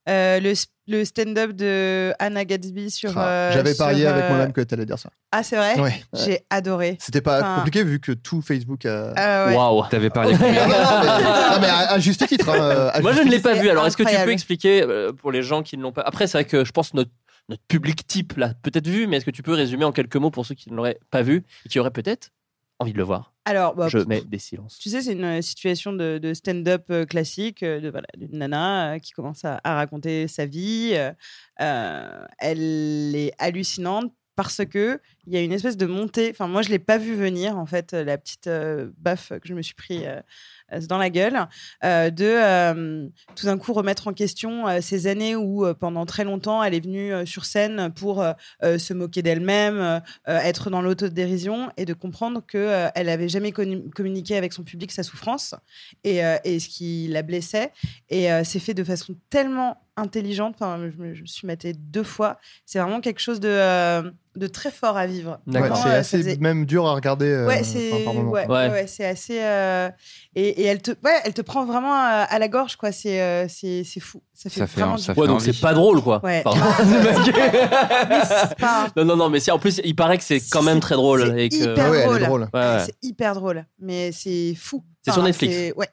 Euh, le, s- le stand-up de Anna Gadsby sur.
Ah,
euh,
J'avais
sur,
parié avec
euh,
moi-même que t'allais dire ça.
Ah, c'est vrai
Ouais.
J'ai adoré.
C'était pas
Enfin-
compliqué vu que tout Facebook a.
Ah ouais.
Waouh
T'avais parlé.
Non, non, mais, non, mais à, à juste titre. hein, euh, à
Moi, je
juste
ne l'ai
titre.
pas vu. Alors, est-ce que tu peux
Incroyable.
expliquer euh, pour les gens qui ne l'ont pas Après, c'est vrai que je pense que notre notre public type l'a peut-être vu, mais est-ce que tu peux résumer en quelques mots pour ceux qui ne l'auraient pas vu et qui auraient peut-être envie de le voir
Alors, bah,
Je
pff,
mets des silences.
Tu sais, c'est une euh, situation de, de stand-up euh, classique, euh, de, voilà, d'une nana euh, qui commence à, à raconter sa vie. euh, euh, elle est hallucinante parce que il y a une espèce de montée. Enfin, moi, je l'ai pas vu venir en fait euh, la petite euh, baffe que je me suis pris euh, euh, dans la gueule euh, de euh, tout d'un coup remettre en question euh, ces années où euh, pendant très longtemps elle est venue euh, sur scène pour euh, euh, se moquer d'elle-même, euh, euh, être dans l'autodérision et de comprendre que euh, elle avait jamais connu- communiqué avec son public sa souffrance et, euh, et ce qui la blessait. Et euh, c'est fait de façon tellement intelligente. Enfin, je me je me suis matée deux fois. C'est vraiment quelque chose de, euh, de très fort à vivre.
Ouais,
D'accord.
Vraiment,
c'est
euh, ça
assez
faisait-
même dur à regarder. euh,
Ouais, c'est
enfin, par moment.
ouais,
Ouais.
ouais, ouais, c'est assez. euh, et, et elle te, ouais, elle te prend vraiment euh, à, à la gorge, quoi. C'est, euh, c'est, c'est fou. Ça fait,
Ça fait
vraiment.
un- ça
du-
fait
Ouais, donc
envie.
c'est pas drôle, quoi.
Ouais.
Pardon.
Mais c'est pas-
non, non, non, mais si, en plus, il paraît que c'est quand même très drôle.
C'est
et que-
hyper
Ah ouais, elle est
drôle.
drôle.
Ouais, ouais.
C'est hyper drôle, mais c'est fou.
C'est sur Netflix. Ah.
c'est- Ouais.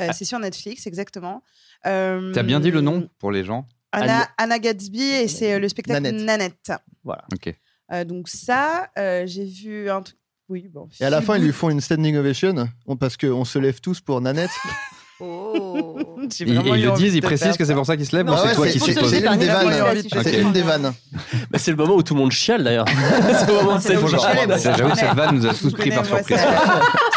Euh, C'est sur Netflix, exactement. Euh,
T'as bien dit le nom pour les gens.
Anna, Anna Gadsby, et c'est euh, le spectacle
Nanette.
Nanette.
Ok.
Euh, donc, ça, euh, j'ai vu un truc. Oui, bon.
Et à la
Feel
fin, ils lui
Good.
font une standing ovation on- parce qu'on se lève tous pour Nanette.
Oh.
J'ai
Et- et
vraiment eu
Ils le
envie
disent,
de
ils
faire
précisent
ça.
que c'est pour ça qu'ils se lèvent. ou
Ah ouais,
C'est toi
c'est-
qui
c'est-
supposes.
c'est l'une des
Nanette,
vannes.
si,
C'est
je
l'une
comprends.
des vannes.
Bah, c'est le moment où tout le monde chiale, d'ailleurs. c'est le moment de
C'est le moment où
s'effondrer.
on chiale.
C'est- J'avoue que cette vanne nous a tous pris par
Donnez-moi
surprise.
ça.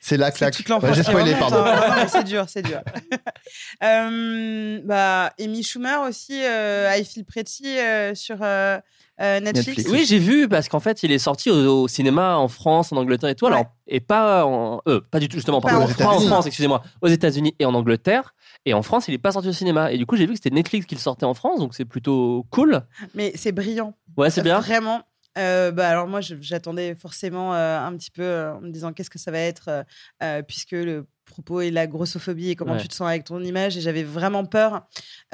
C'est la
C'est
claque.
toute l'enfance
Ouais, J'ai
qui
spoilé,
remonte,
pardon.
hein. Non, mais c'est dur, c'est dur. Euh, bah, Amy Schumer aussi, euh, I Feel Pretty euh, sur euh, euh, Netflix.
Netflix.
Oui, j'ai vu parce qu'en fait, il est sorti au, au cinéma en France, en Angleterre et tout. Alors,
Ouais.
et pas en. euh, pas du tout, justement,
Pas
pardon.
aux
Pas en
États-Unis.
France, excusez-moi. Aux États-Unis et en Angleterre. Et en France, il est pas sorti au cinéma. Et du coup, j'ai vu que c'était Netflix qui le sortait en France, donc c'est plutôt cool.
Mais c'est brillant.
Ouais, Ah, c'est bien.
Vraiment. Euh, bah, alors moi, je- j'attendais forcément euh, un petit peu euh, en me disant qu'est-ce que ça va être, euh, euh, puisque le propos est la grossophobie et comment
Ouais.
tu te sens avec ton image. Et j'avais vraiment peur,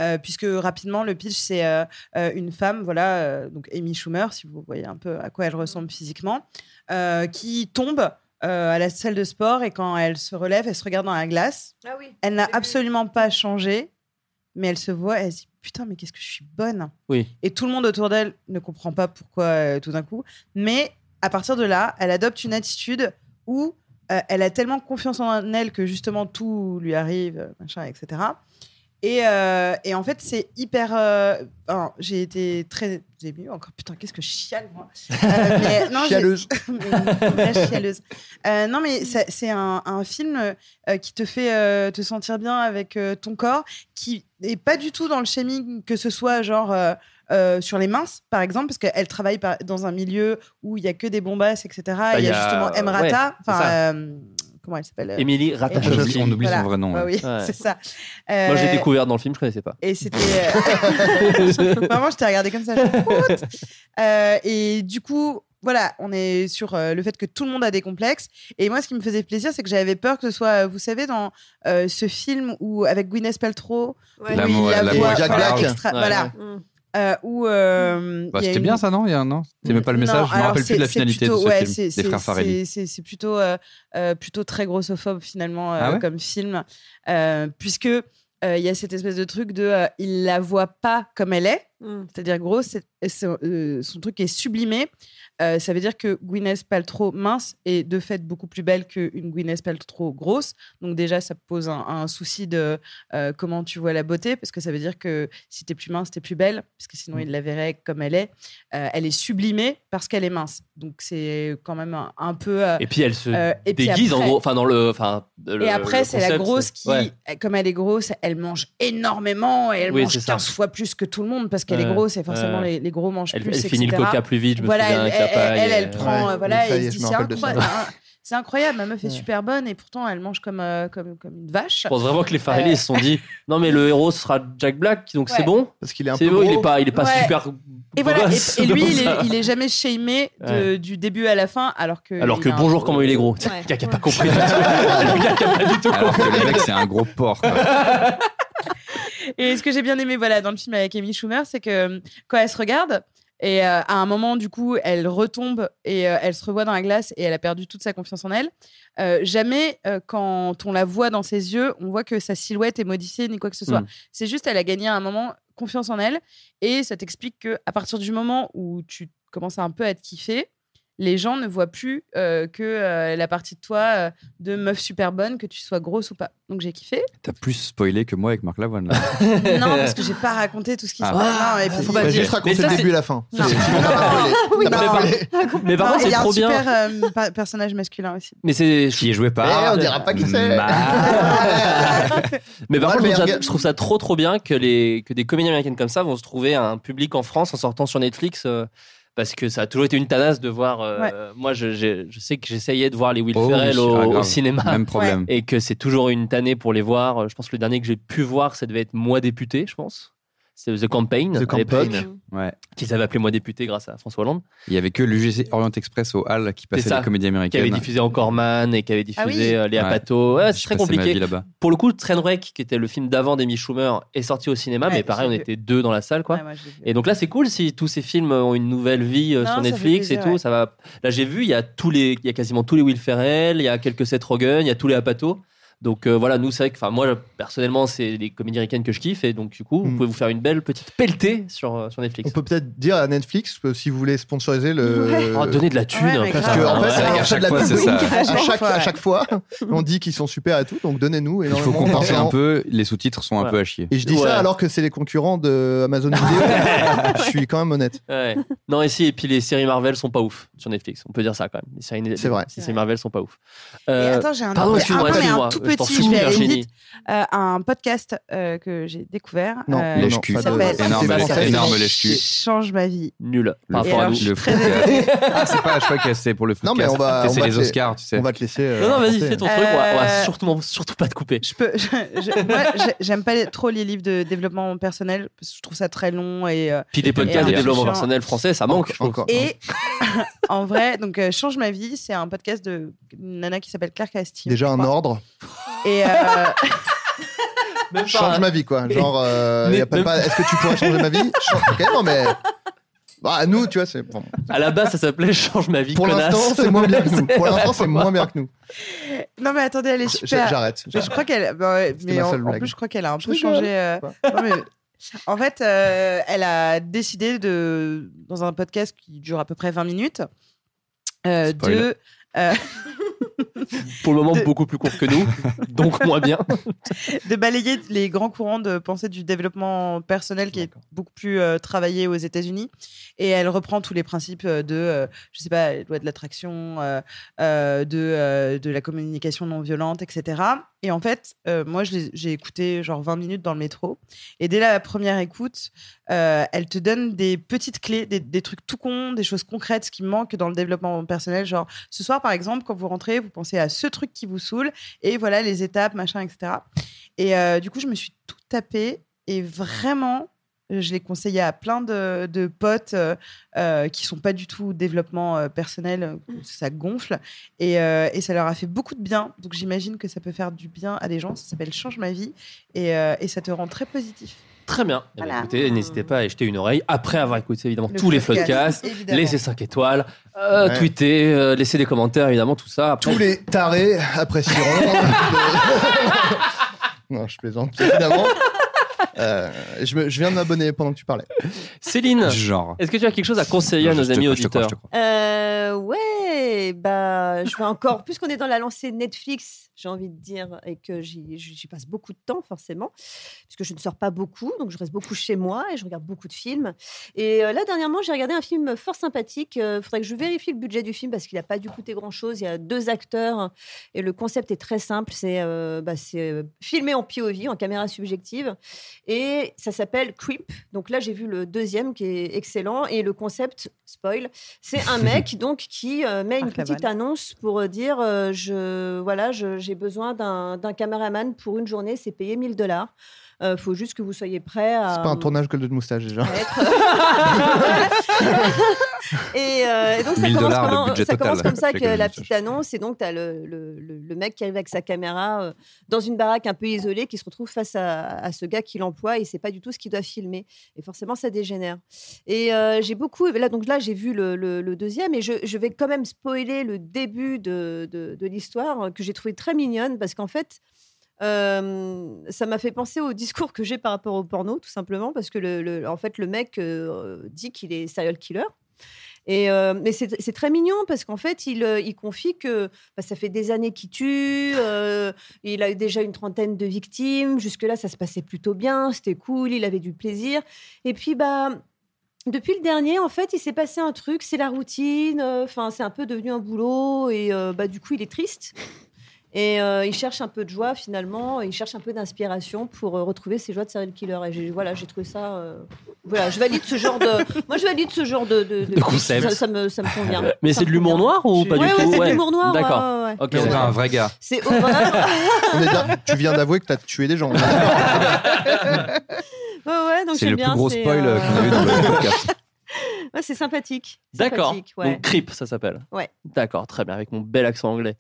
euh, puisque rapidement, le pitch, c'est euh, euh, une femme, voilà, euh, donc Amy Schumer, si vous voyez un peu à quoi elle ressemble physiquement, euh, qui tombe euh, à la salle de sport et quand elle se relève, elle se regarde dans la glace.
Ah oui.
Elle n'a absolument pas changé, mais elle se voit, elle se dit putain, mais qu'est-ce que je suis bonne.
Oui.
Et tout le monde autour d'elle ne comprend pas pourquoi euh, tout d'un coup. Mais à partir de là, elle adopte une attitude où euh, elle a tellement confiance en elle que justement tout lui arrive, euh, machin, etc. Et, euh, et en fait, c'est hyper. euh, alors, j'ai été très émue. Encore putain, qu'est-ce que je chiale moi. Euh, mais- non, j'ai-
Chialeuse.
mais une vraie chialeuse. Euh, non, mais ça- c'est un, un film euh, qui te fait euh, te sentir bien avec euh, ton corps, qui n'est pas du tout dans le shaming, que ce soit genre euh, euh, sur les minces, par exemple, parce qu'elle travaille par- dans un milieu où il n'y a que des bombasses, etc. Et Il y,
Bah, y
a
a-
justement Emrata,
ouais, c'est
enfin,
ça.
euh, comment elle s'appelle euh,
Émilie
On
Ratajkowski.
oublie- on oublie son
Voilà.
vrai nom.
Ouais,
ouais.
oui,
Ouais.
c'est ça.
Moi, je l'ai
Euh,
découvert dans le film, je connaissais pas.
et c'était. euh, Vraiment, je t'ai regardé comme ça. genre, What Euh, et du coup, voilà, on est sur euh, le fait que tout le monde a des complexes. Et moi, ce qui me faisait plaisir, c'est que j'avais peur que ce soit, euh, vous savez, dans euh, ce film où avec Gwyneth Paltrow,
Ouais.
où il
L'amour-
la
l'amour
voit,
est
voilà,
large.
extra-
Ouais,
voilà. Euh, où euh,
Bah,
il y a
C'était
une-
bien ça, non Il y a un an C'était même pas le
Non,
message, je me
alors
rappelle plus
c'est-
de la
c'est
finalité
plutôt-
de ce
ouais,
film,
c'est-
des
c'est-
frères Farelli.
c'est- C'est c'est plutôt, euh, euh, plutôt très grossophobe finalement euh,
Ah ouais
comme film, euh, puisque euh, il y a cette espèce de truc de euh, il la voit pas comme elle est,
Mm.
c'est-à-dire gros, c'est- c'est, euh, son truc est sublimé. Euh, ça veut dire que Gwyneth Paltrow mince est de fait beaucoup plus belle qu'une Gwyneth Paltrow grosse. Donc déjà, ça pose un, un souci de euh, comment tu vois la beauté, parce que ça veut dire que si t'es plus mince, t'es plus belle, parce que sinon
Mm.
il
Mmh.
la verrait comme elle est. Euh, elle est sublimée parce qu'elle est mince. Donc c'est quand même un, un peu. euh,
Et puis elle se
euh, et puis
déguise en
après-
gros, enfin dans le, enfin. le-
et après,
le
c'est la
concept,
grosse qui,
ouais.
comme elle est grosse, elle mange énormément et elle
Oui,
mange
c'est ça.
15 fois plus que tout le monde parce qu'elle
Ouais,
est grosse et forcément
ouais.
les, les gros mangent
Elle-
plus.
elle finit le
etc.
coca plus vite, je me
voilà,
souviens,
elle,
avec la
elle- elle-
paille,
elle, elle
euh,
prend,
ouais.
euh, voilà,
Oui, ça
elle
y est,
se
je
dit,
me
c'est
rappelle de ça.
incroyable. C'est incroyable, ma meuf est super bonne et pourtant elle mange comme, euh, comme, comme une vache.
Je pense vraiment que les Farelli
Euh,
ils se sont dit non mais le héros sera Jack Black donc c'est
Ouais.
bon.
Parce qu'il est un
C'est
peu
bon, il
gros.
est pas, il est pas
Ouais.
super.
Et voilà, et,
boss,
et lui,
comme
il est,
ça.
il est jamais shamé de- du début à la fin, alors que.
Alors
il
que
a un-
bonjour comment il est gros.
Ouais.
Le gars qui a pas compris. du tout. Le gars qui a pas du tout
Alors que
compris.
le mec, c'est un gros porc. quoi.
Et ce que j'ai bien aimé voilà, dans le film avec Amy Schumer, c'est que euh, quand elle se regarde, et euh, à un moment, du coup, elle retombe et euh, elle se revoit dans la glace et elle a perdu toute sa confiance en elle. Euh, jamais, euh, quand on la voit dans ses yeux, on voit que sa silhouette est modifiée ni quoi que ce soit.
Mm.
C'est juste, elle a gagné à un moment confiance en elle. Et ça t'explique que à partir du moment où tu commences un peu à te kiffer, les gens ne voient plus euh, que euh, la partie de toi euh, de meuf super bonne, que tu sois grosse ou pas. Donc j'ai kiffé.
T'as plus spoilé que moi avec Marc Lavoine. là.
Non, parce que j'ai pas raconté tout ce qui se
Ah.
passe. Non, et
Il
puis-
faut pas juste raconter
Mais ça,
le début
c'est-
et la fin.
Non.
C'est-
Non,
t'as pas
non,
spoilé.
Oui,
T'as
non,
pas
mais
spoilé.
Mais par
Non,
contre
il y
c'est
a un
trop
super
bien.
euh, pa- personnage masculin aussi.
Mais c'est.
Qui est joué
Eh,
par.
on dira pas qui c'est.
Mais par
Ouais,
contre, je
mais
trouve, ça,
regarde-
je trouve ça trop trop bien que, les, que des comédies américaines comme ça vont se trouver un public en France en sortant sur Netflix. euh, parce que ça a toujours été une tanasse de voir. euh, Moi, je, j'ai- je sais que j'essayais de voir les Will
Oh,
Ferrell
oui,
au,
ah,
au
grave.
cinéma.
Même problème.
Et que c'est toujours une tannée pour les voir. Je pense que le dernier que j'ai pu voir, ça devait être Moi député, je pense. C'est The Campaign.
The
à l'époque,
Campaign.
Mm.
Ouais.
Qui s'avait appelé Moi député grâce à François Hollande.
Il y avait que l'UGC Orient Express au Hall qui
C'est
passait
ça.
les comédies
Qui avait
américaines.
diffusé Encore Man et qui avait diffusé
Ah oui.
euh, Léa
Ouais.
Pato. Ouais, c'est
J'ai
très
passé ma
compliqué.
vie là-bas.
Pour le coup, Trainwreck, qui était le film d'avant d'Amy Schumer, est sorti au cinéma,
Ouais,
mais pareil,
j'ai
on
vu.
était deux dans la salle, quoi.
Ouais, moi, je l'ai vu.
Et donc là, c'est cool si tous ces films ont une nouvelle vie euh,
Non,
sur
ça fait
Netflix et
plaisir,
tout.
ouais.
Ça va. Là, j'ai vu, il y a tous les, il y a quasiment tous les Will Ferrell, il y a quelques Seth Rogen, il y a tous les Apato. Donc euh, voilà, nous c'est vrai que, enfin moi personnellement, c'est les comédies américaines que je kiffe et donc du coup, vous
Mm.
pouvez vous faire une belle petite pelletée sur euh, sur
On
Netflix.
peut peut-être dire à Netflix que si vous voulez sponsoriser le. Ah,
Oh, donner de la thune.
Ouais, mais grave.
Parce que,
Putain,
en
ouais.
fait,
à
on
chaque
fait de la
fois,
pub
c'est ça.
à chaque,
fois,
à
ouais.
chaque fois, on dit qu'ils sont super et tout, donc donnez-nous
Il faut
énormément
compenser
d'argent.
un peu, les sous-titres sont un
Ouais.
peu à chier.
Et je dis
Ouais.
ça alors que c'est les concurrents de Amazon Vidéo. je suis quand même honnête.
Ouais. Non, et si, et puis les séries Marvel sont pas ouf sur Netflix. On peut dire ça quand même. Les séries, E
C'est vrai.
les séries Marvel sont pas ouf.
Et
Euh,
attends, j'ai un,
pardon,
un-
excuse-moi,
non, mais
excuse-moi,
un tout
je t'en
petit,
fous,
je vais aller
Virginie.
vite, euh, un podcast euh, que j'ai découvert.
Non,
euh,
non,
lèche
non,
cul.
pas
ça
de-
s'appelle-
Énorme
c'est
lèche-
français.
énorme
qui
lèche cul.
change ma vie.
nul
Le
par rapport à
alors,
nous.
je suis
le
très
podcast. Ah, c'est pas, je crois que c'est pour le
Non,
podcast.
mais on va-
C'est
on va
les
te-
Oscars, tu sais.
On va te laisser. euh,
Non, non, vas-y,
raconter.
fais ton truc. On va, on va
Euh,
surtout, surtout pas te couper.
Je peux, je- je- moi, j'ai- j'aime pas les- trop les livres de développement personnel parce que je trouve ça très long et euh,
Puis des
Et
podcasts de
un
développement
genre-
personnel français, ça manque. je trouve.
Encore.
et en vrai donc euh, change ma vie c'est un podcast de une nana qui s'appelle Claire Castille
Déjà
je
un
crois.
ordre.
et euh,
Même pas,
Change
hein.
ma vie, quoi. Genre, euh,
Mais-
y a pas-
mais-
pas- est-ce que tu pourrais changer ma vie Change- Ok, non, mais. Bah, à nous, tu vois, c'est. bon.
À la base, ça s'appelait Change ma vie.
Pour
connasse.
l'instant, c'est moins bien que nous. Pour l'instant, c'est moins bien que nous.
non mais attendez elle est
J-
super
J'arrête.
Mais je crois qu'elle. bah ouais,
C'était
mais
ma
en,
seule
en
blague.
plus, je crois qu'elle a un
Je
peu
rigole.
changé. euh,
Quoi
non, mais- en fait, euh, elle a décidé de, dans un podcast qui dure à peu près 20 minutes, euh,
Spoil.
de. euh,
Pour le moment,
De-
beaucoup plus court que nous, donc moins bien.
de balayer les grands courants de pensée du développement personnel qui est beaucoup plus euh, travaillé aux États-Unis. Et elle reprend tous les principes euh, de, euh, je sais pas, loi de l'attraction, euh, euh, de, euh, de la communication non violente, etc. Et en fait, euh, moi, je les- j'ai écouté genre 20 minutes dans le métro. Et dès la première écoute, euh, elle te donne des petites clés, des, des trucs tout cons, des choses concrètes, ce qui manque dans le développement personnel. Genre, ce soir, par exemple, quand vous rentrez, vous pensez à ce truc qui vous saoule, et voilà les étapes, machin, etc. Et euh, du coup, je me suis tout tapée et vraiment, Je l'ai conseillé à plein de, de potes euh, euh, qui sont pas du tout développement euh, personnel. Ça gonfle. Et, euh, et ça leur a fait beaucoup de bien. Donc j'imagine que ça peut faire du bien à des gens. Ça s'appelle Change ma vie. Et, euh, et ça te rend très positif.
Très bien.
ben,
Eh bien,
Voilà.
écoutez, n'hésitez pas à y jeter une oreille après avoir écouté évidemment
Le
tous les
podcast,
podcasts.
évidemment.
Laissez 5 étoiles, euh,
Ouais.
tweetez, euh, laissez des commentaires évidemment, tout ça. Après,
Tous les tarés apprécieront. non, je plaisante, évidemment. Euh, je, me- je viens de m'abonner pendant que tu parlais.
Céline,
Genre.
est-ce que tu as quelque chose à conseiller à
Non, je
nos
te
amis
crois, je te crois,
auditeurs
je te crois.
Euh, ouais, bah, je vais encore, puisqu'on est dans la lancée de Netflix, j'ai envie de dire, et que j'y j'y passe beaucoup de temps, forcément, puisque je ne sors pas beaucoup, donc je reste beaucoup chez moi et je regarde beaucoup de films. Et euh, là, dernièrement, j'ai regardé un film fort sympathique. Il faudrait que je vérifie le budget du film parce qu'il n'a pas dû coûter grand-chose. Il y a deux acteurs et le concept est très simple. C'est euh, bah, c'est, euh, filmé en POV, en caméra subjective. Et ça s'appelle Creep. Donc là, j'ai vu le deuxième qui est excellent. Et le concept, spoil, c'est un mec donc qui euh, met une
Marc
petite
Laval.
annonce pour euh, dire euh, je voilà je- j'ai besoin d'un d'un caméraman pour une journée. C'est payé 1000 dollars. Il faut juste que vous soyez prêt à.
C'est pas un tournage que de moustache déjà.
à être- et, euh, et donc ça
1000
commence,
dollars, le
comment-
budget
ça
total.
commence comme ça
Chez
que la
Colin
petite
Moustache.
annonce et donc tu as le, le- le- le mec qui arrive avec sa caméra euh, dans une baraque un peu isolée qui se retrouve face à, à ce gars qui l'emploie et c'est pas du tout ce qu'il doit filmer et forcément ça dégénère et euh, j'ai beaucoup là donc là j'ai vu le, le- le deuxième et je, je vais quand même spoiler le début de, de- de l'histoire euh, que j'ai trouvé très mignonne parce qu'en fait euh, ça m'a fait penser au discours que j'ai par rapport au porno, tout simplement, parce que le, le- en fait, le mec euh, dit qu'il est serial killer. Et euh, mais c'est c'est très mignon parce qu'en fait, il, euh, il confie que bah, ça fait des années qu'il tue, euh, il a eu déjà une trentaine de victimes, jusque-là, ça se passait plutôt bien, c'était cool, il avait du plaisir. Et puis, bah, depuis le dernier, en fait, il s'est passé un truc, c'est la routine, euh, enfin, c'est un peu devenu un boulot, et euh, bah, du coup, il est triste. Et euh, il cherche un peu de joie finalement, il cherche un peu d'inspiration pour euh, retrouver ses joies de serial killer. Et j'ai- voilà, j'ai trouvé ça. euh, voilà, je valide ce genre de. Moi, je valide ce genre de. De, de-
De concept.
Ça, ça me, ça me convient.
Mais
Ça
c'est de
me
l'humour
convient.
noir ou pas
Ouais,
du
ouais,
tout
c'est de l'humour noir. ouais,
D'accord.
ouais, ouais.
Ok,
Mais c'est
d'accord.
pas un vrai gars.
C'est horreur.
On est d'accord, tu viens d'avouer que t'as tué des gens. on est d'accord.
Ouais, ouais, donc
C'est
j'aime
le plus
bien,
gros
c'est,
spoil
euh,
euh, qu'on a eu dans le podcast.
ouais, c'est sympathique.
D'accord.
Sympathique, ouais.
Donc Creep, ça s'appelle.
Ouais.
D'accord, très bien, avec mon bel accent anglais.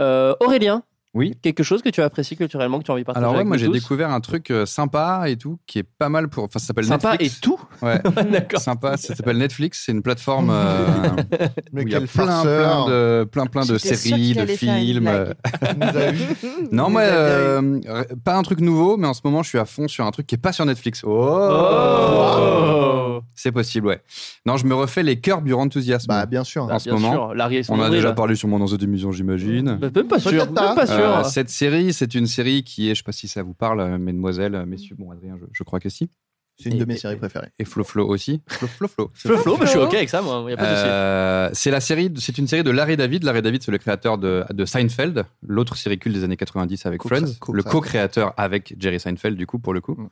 Euh, Aurélien,
Oui.
quelque chose que tu apprécies culturellement, que tu as envie de partager
Alors, ouais,
avec
moi,
nous
j'ai
tous
découvert un truc euh, sympa et tout, qui est pas mal pour. Enfin, ça s'appelle
Sympa
Netflix.
et tout.
Ouais.
D'accord.
Sympa, ça s'appelle Netflix. C'est une plateforme euh, où
Mais
il y a
quel
plein,
farceur.
plein de, plein, plein de
J'étais sûre
séries,
qu'il
de
allait faire une
films. euh,
blague.
Nous a eu.
Non,
Vous
moi,
avez bien
euh, r- pas un truc nouveau, mais en ce moment, je suis à fond sur un truc qui est pas sur Netflix. Oh,
Oh
C'est possible, ouais. Non, je me refais les cœurs du enthousiasme.
Bah, bien sûr.
en ce moment,
sûr, Larry et son
On a
nombril.
déjà parlé sûrement dans cette émission, j'imagine.
Bah, Même pas sûr,
Peut-être
même
pas.
pas
Euh,
hein. sûr.
cette série, c'est une série qui est, je sais pas si ça vous parle, euh, mesdemoiselles, euh, messieurs, bon Adrien, je, je crois que si,
C'est une de mes
Et-
séries préférées.
et Flo Flo aussi. Flo Flo Flo.
Flo, Flo, bah, je suis ok avec ça, moi. Y a pas de souci.
Euh, c'est la série, de- c'est une série de Larry David. Larry David, c'est le créateur de, de Seinfeld, l'autre série culte des années 90 avec
Co-
Friends,
co-
le
co-
co-créateur avec Jerry Seinfeld du coup pour le coup.
Mm.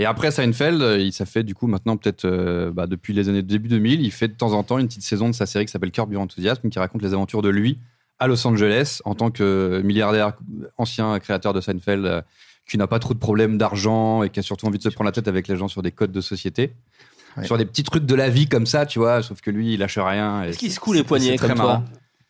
Et après Seinfeld, euh, il ça fait du coup maintenant peut-être euh, bah, depuis les années début 2000, il fait de temps en temps une petite saison de sa série qui s'appelle Curb Your Enthusiasm qui raconte les aventures de lui à Los Angeles en tant que milliardaire ancien créateur de Seinfeld. euh, qui n'a pas trop de problèmes d'argent et qui a surtout envie de se prendre la tête avec les gens sur des codes de société,
Ouais.
sur des petits trucs de la vie comme ça, tu vois, sauf que lui, il lâche rien. et
Est-ce qu'il se
c'est-
coule les
c'est-
poignets
c'est très
comme toi
marrant.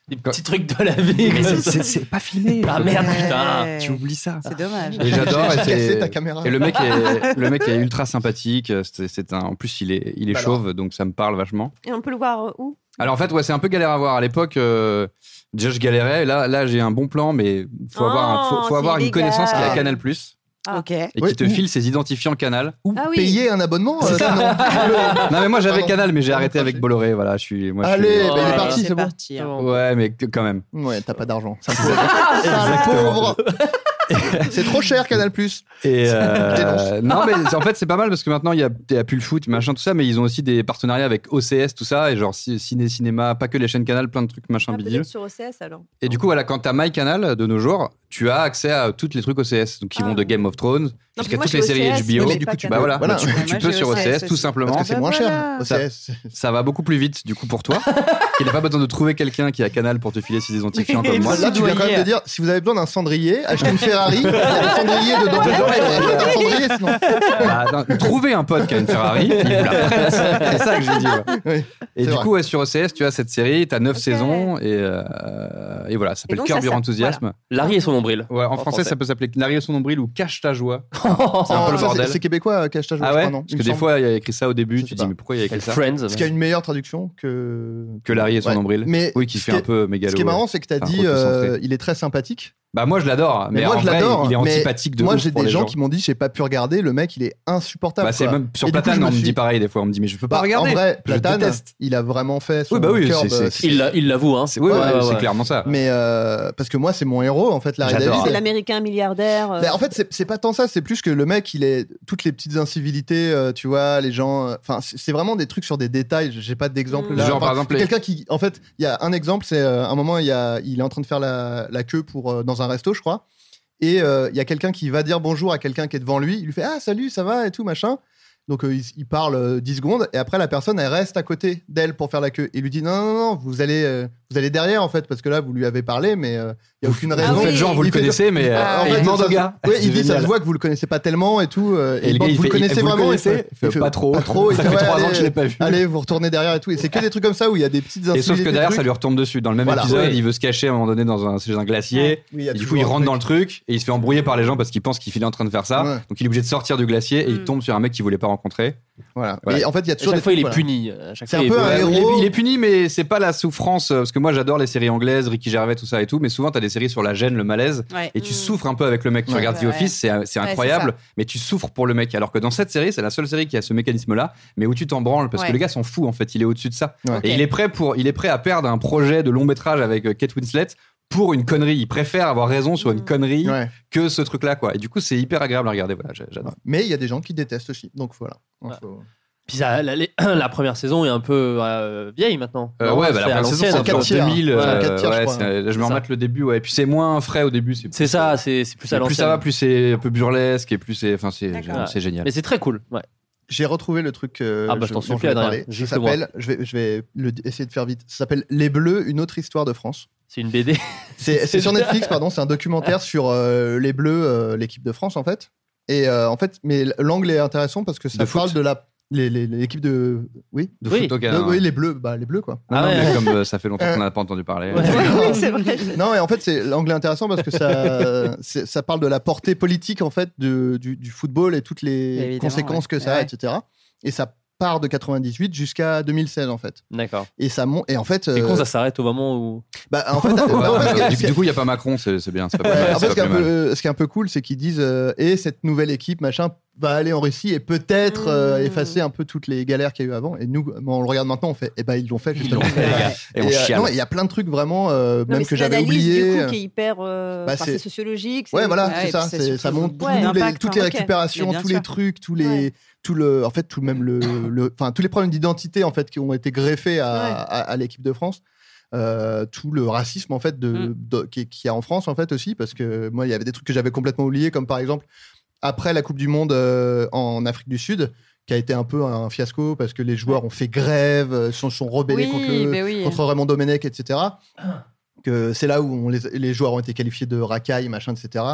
Des petits trucs de la vie.
Mais
comme
c'est-
ça.
c'est c'est pas filmé.
Ah merde, putain.
Ouais.
Tu oublies ça.
C'est dommage.
Et j'adore.
J'ai
et
cassé
c'est-
ta caméra.
Et le mec est, le mec est ultra sympathique. C'est c'est un, en plus, il est, il est
Bah
chauve, donc ça me parle vachement.
Et on peut le voir euh, où
Alors en fait, ouais, c'est un peu galère à voir. À l'époque, euh, déjà je galérais. Là, là j'ai un bon plan, mais faut
Oh,
avoir, un- faut, faut
c'est
avoir une
illégal.
connaissance qui a
Ah.
Canal Plus
Ah.
Ok.
et
Ouais.
qui te file ses identifiants Canal.
Ou Ah
Ah oui.
payer un abonnement. euh, sinon.
Non mais moi j'avais
Pardon.
Canal, mais j'ai
Pardon,
arrêté avec
j'ai-
Bolloré. Voilà, je suis. Moi, je suis-
Allez,
Oh
Ah,
bah, il
là
est
là.
parti, c'est bon.
parti. hein.
Ouais, mais que- quand même.
Ouais, t'as pas d'argent. Ça
Exactement.
pauvre. C'est trop cher, Canal Plus.
Et euh,
Dénonce.
non, mais en fait, c'est pas mal parce que maintenant, il y a, il y a plus le foot, machin, tout ça, mais ils ont aussi des partenariats avec OCS, tout ça, et genre ci- ciné, cinéma, pas que les chaînes Canal, plein de trucs, machin,
Ah,
bidule.
Peut-être sur OCS alors.
Et du coup, voilà, quand t'as My Canal de nos jours, tu as accès à toutes les trucs OCS, donc qui
Ah.
vont de Game of Thrones
parce
jusqu'à
que moi,
toutes les
j'ai
séries
OCS,
HBO.
mais
du
pas
coup, tu,
Canal.
bah voilà,
Voilà.
tu,
Ouais,
tu
moi,
peux
j'ai
sur
OCS
OCS, tout
aussi.
simplement.
Parce que c'est
Bah
moins
voilà.
cher. OCS.
Ça- Ça va beaucoup plus vite, du coup, pour toi. Il n'a pas besoin de trouver quelqu'un qui a Canal pour te filer ses identifiants
Et
comme moi.
Là, tu viens quand
Soudoyer.
même de dire si vous avez besoin d'un cendrier, achetez une
Ferrari, il y a un cendrier dedans. Il y a un cendrier, sinon.
Ah, attends, trouvez un pote qui a une Ferrari, il vous la prête. C'est ça que j'ai dit. ouais. et
c'est
du
vrai.
coup, ouais, sur OCS, tu as cette série, tu as 9 saisons, et, euh, et voilà, ça s'appelle
donc,
Curb
ça
Your
s'appelle-
Enthusiasm.
Larry et son nombril.
Ouais, en,
En
français,
français.
ça peut s'appeler Larry et son nombril ou Cache ta joie. Oh, c'est un peu
Non,
le
Ah, ça, C'est
bordel.
c'est québécois, euh, Cache ta joie,
Ah
je
ouais
crois, non
Parce
Il
que
me
des
semble.
fois, il y a écrit ça au début,
Je
tu
sais
dis,
pas.
mais pourquoi il y a écrit
Elle
ça
Friends.
Parce qu'il y a une meilleure traduction que.
Que Larry et son
Ouais.
nombril.
Mais
Oui, qui fait
ce
un
qui-
peu mégalo.
Ce qui est marrant,
ouais.
c'est que t'as
Enfin,
dit,
autocentré.
euh, il est très sympathique.
Bah, moi, je l'adore, mais,
Mais, moi,
en
je
vrai,
l'adore.
il est
mais
antipathique de
Moi,
ouf
j'ai
pour
des
les
gens,
gens
qui m'ont dit, j'ai pas pu regarder. Le mec, il est insupportable.
Bah, c'est
quoi.
même sur
Et du coup,
Platane,
je me
on me
suis-
dit pareil des fois, on me dit, mais je peux pas
Bah,
regarder.
En vrai,
je
Platane,
déteste.
il a vraiment fait son
Oui, bah oui,
curb,
c'est-
euh,
c'est-
Il l'a- il l'avoue, hein.
C'est oui,
Ouais,
oui,
ouais,
c'est
ouais.
clairement ça.
Mais euh, parce que moi, c'est mon héros, en fait, Larry
J'adore.
David.
C'est l'américain milliardaire. euh,
Bah, en fait, c'est c'est pas tant ça, c'est plus que le mec, il est toutes les petites incivilités, euh, tu vois, les gens. euh, Enfin, c'est c'est vraiment des trucs sur des détails. J'ai pas d'exemple
Mm.
là.
Mmh. Genre,
Enfin,
par exemple,
c'est
les-
quelqu'un qui, en fait, il y a un exemple, c'est euh, un moment, il, y a, il est en train de faire la, la queue pour euh, dans un resto, je crois, et euh, il y a quelqu'un qui va dire bonjour à quelqu'un qui est devant lui. Il lui fait ah salut, ça va et tout machin. Donc euh, il, il parle euh, 10 secondes et après la personne elle reste à côté d'elle pour faire la queue et lui dit non non non vous allez euh, vous allez derrière en fait parce que là vous lui avez parlé mais euh, il y a aucune
Vous
raison.
faites genre, vous le
Il fait-
connaissez, mais euh,
Ah, en
il
fait,
demande
ça
au
se-
gars.
Ouais,
C'est
il dit ça se
génial.
voit que vous le connaissez pas tellement et tout. euh,
Et le
quand
gars, il
vous
fait,
le connaissez
vous
vraiment.
le
il fait-
connaissez
il
Fait,
fait,
Pas trop.
Pas trop. il
Ça
fait,
fait
ouais,
trois ans que je
allez,
l'ai pas vu. Ah.
Allez, vous retournez derrière et tout. Et c'est que des trucs comme ça où il y a des petites
Et sauf que
incivilités,
derrière,
des
ça lui
trucs.
retombe dessus. Dans le même
Voilà.
épisode,
Ouais.
il veut se cacher à un moment donné dans un, chez un glacier.
Oui, il y a
Et du
toujours
coup, il
un
rentre
truc.
dans le truc et il se fait embrouiller par les gens parce qu'il pense qu'il est en train de faire ça.
Ouais.
Donc, il est obligé de sortir du glacier et il
Mm.
tombe sur un mec qu'il voulait pas rencontrer.
Voilà.
Ouais.
Et en fait, il y a
À
toujours
chaque
des
fois, il est
trucs, voilà.
puni. euh, À chaque
C'est
fois,
un
il est
peu
puni.
un
Ouais,
héros.
il, est, il est puni, mais c'est pas la souffrance. euh, Parce que moi, j'adore les séries anglaises, Ricky Gervais, tout ça et tout. Mais souvent, t'as des séries sur la gêne, le malaise.
Ouais.
Et tu
Mm.
souffres un peu avec le mec. Tu
Ouais.
regardes The
Ouais.
Office, c'est c'est
Ouais,
incroyable,
c'est
mais tu souffres pour le mec. Alors que dans cette série, c'est la seule série qui a ce mécanisme-là, mais où tu t'en branles parce que
Ouais.
le gars s'en fout en fait. Il est au-dessus de ça.
Ouais.
Et il est prêt pour, il est prêt à perdre un projet de long métrage avec euh, Kate Winslet pour une connerie. Il préfère avoir raison sur une connerie
Ouais.
que ce truc-là, quoi. Et du coup, c'est hyper agréable à regarder. Voilà, j'a- j'adore.
Mais il y a des gens qui détestent aussi. Donc voilà. Donc,
Ouais.
faut-
Puis ça, la, les- la première saison est un peu euh, vieille maintenant.
Euh,
Non,
ouais,
c'est
bah, la
à
première saison,
l'ancienne,
c'est
un peu.
quatre
encore
tiers.
2000.
Ouais,
euh,
quatre tiers, je
ouais,
crois. hein.
c'est- je, me
hein. ça.
remate le début, ouais. Et puis c'est moins frais au début. C'est
C'est ça, c'est c'est plus à
Et plus ça va,
l'ancienne.
plus c'est un peu burlesque et plus c'est, enfin, c'est,
D'accord.
c'est génial.
Mais c'est très cool. Ouais.
J'ai retrouvé le truc. euh,
Ah bah, je t'en
dont
supplie,
voulais
Adrien.
parler. Ça
Juste le voir.
s'appelle. Je vais, je vais le- essayer de faire vite. Ça s'appelle Les Bleus, une autre histoire de France.
C'est une BD.
C'est c'est sur Netflix, pardon. C'est un documentaire sur euh, les Bleus, euh, l'équipe de France, en fait. Et euh, en fait, mais l'angle est intéressant parce que ça
De foot.
parle de la les- les- l'équipe de oui
De
Oui.
foot au
De-
Ghana,
Oui,
hein.
les bleus, bah les bleus quoi.
Non,
Ah
non,
ouais.
mais comme euh, ça fait longtemps qu'on n'a pas entendu parler.
Ouais.
Oui, c'est vrai.
Non, et en fait, c'est l'anglais est intéressant parce que ça, c'est- ça parle de la portée politique en fait de- du, du football et toutes les
Évidemment,
conséquences
ouais.
que ça a,
Ouais.
etc. Et ça part de 98 jusqu'à 2016 en fait.
D'accord.
Et ça monte. Et en fait,
C'est
euh,
con, ça s'arrête au moment où.
bah, en fait, bah,
Ouais,
en fait,
ouais,
ce qui
du,
est-
du coup, il n'y a pas Macron, c'est, c'est bien. C'est pas plus
Ouais,
mal,
en
c'est
fait, ce qui, est
pas
un
plus mal.
peu, ce qui est un peu cool, c'est qu'ils disent euh, et cette nouvelle équipe, machin, va aller en Russie et peut-être euh,
Mmh.
effacer un peu toutes les galères qu'il y a eu avant. Et nous, bon, on le regarde maintenant, on fait eh ben ils l'ont fait justement.
Et on
Et, euh,
chiale.
non, il y a plein de trucs vraiment, euh,
Non, mais
même
c'est
que j'avais
l'analyse,
oublié.
Du coup, qui est hyper. euh,
Bah,
enfin,
c'est-
c'est sociologique. c'est-
Ouais, voilà,
Ouais,
c'est
et
ça.
puis c'est
c'est-
surtout
ça monte
beaucoup
tous les-
d'impact,
toutes les
hein, ok. Mais
récupérations,
bien
tous
sûr.
les trucs, tous les,
Ouais.
tout le, en fait, tout même le, le- enfin, tous les problèmes d'identité en fait qui ont été greffés euh, à,
Ouais.
à- à l'équipe de France. Euh, tout le racisme en fait de,
Mm.
de- qui, qui y a en France en fait aussi parce que moi il y avait des trucs que j'avais complètement oubliés comme par exemple après la Coupe du Monde euh, en Afrique du Sud qui a été un peu un fiasco parce que les joueurs ont fait grève, euh, se sont, sont rebellés
Oui,
contre, le-
mais oui.
contre Raymond Domenech, etc. Que c'est là où on les, les joueurs ont été qualifiés de racailles, machin, etc.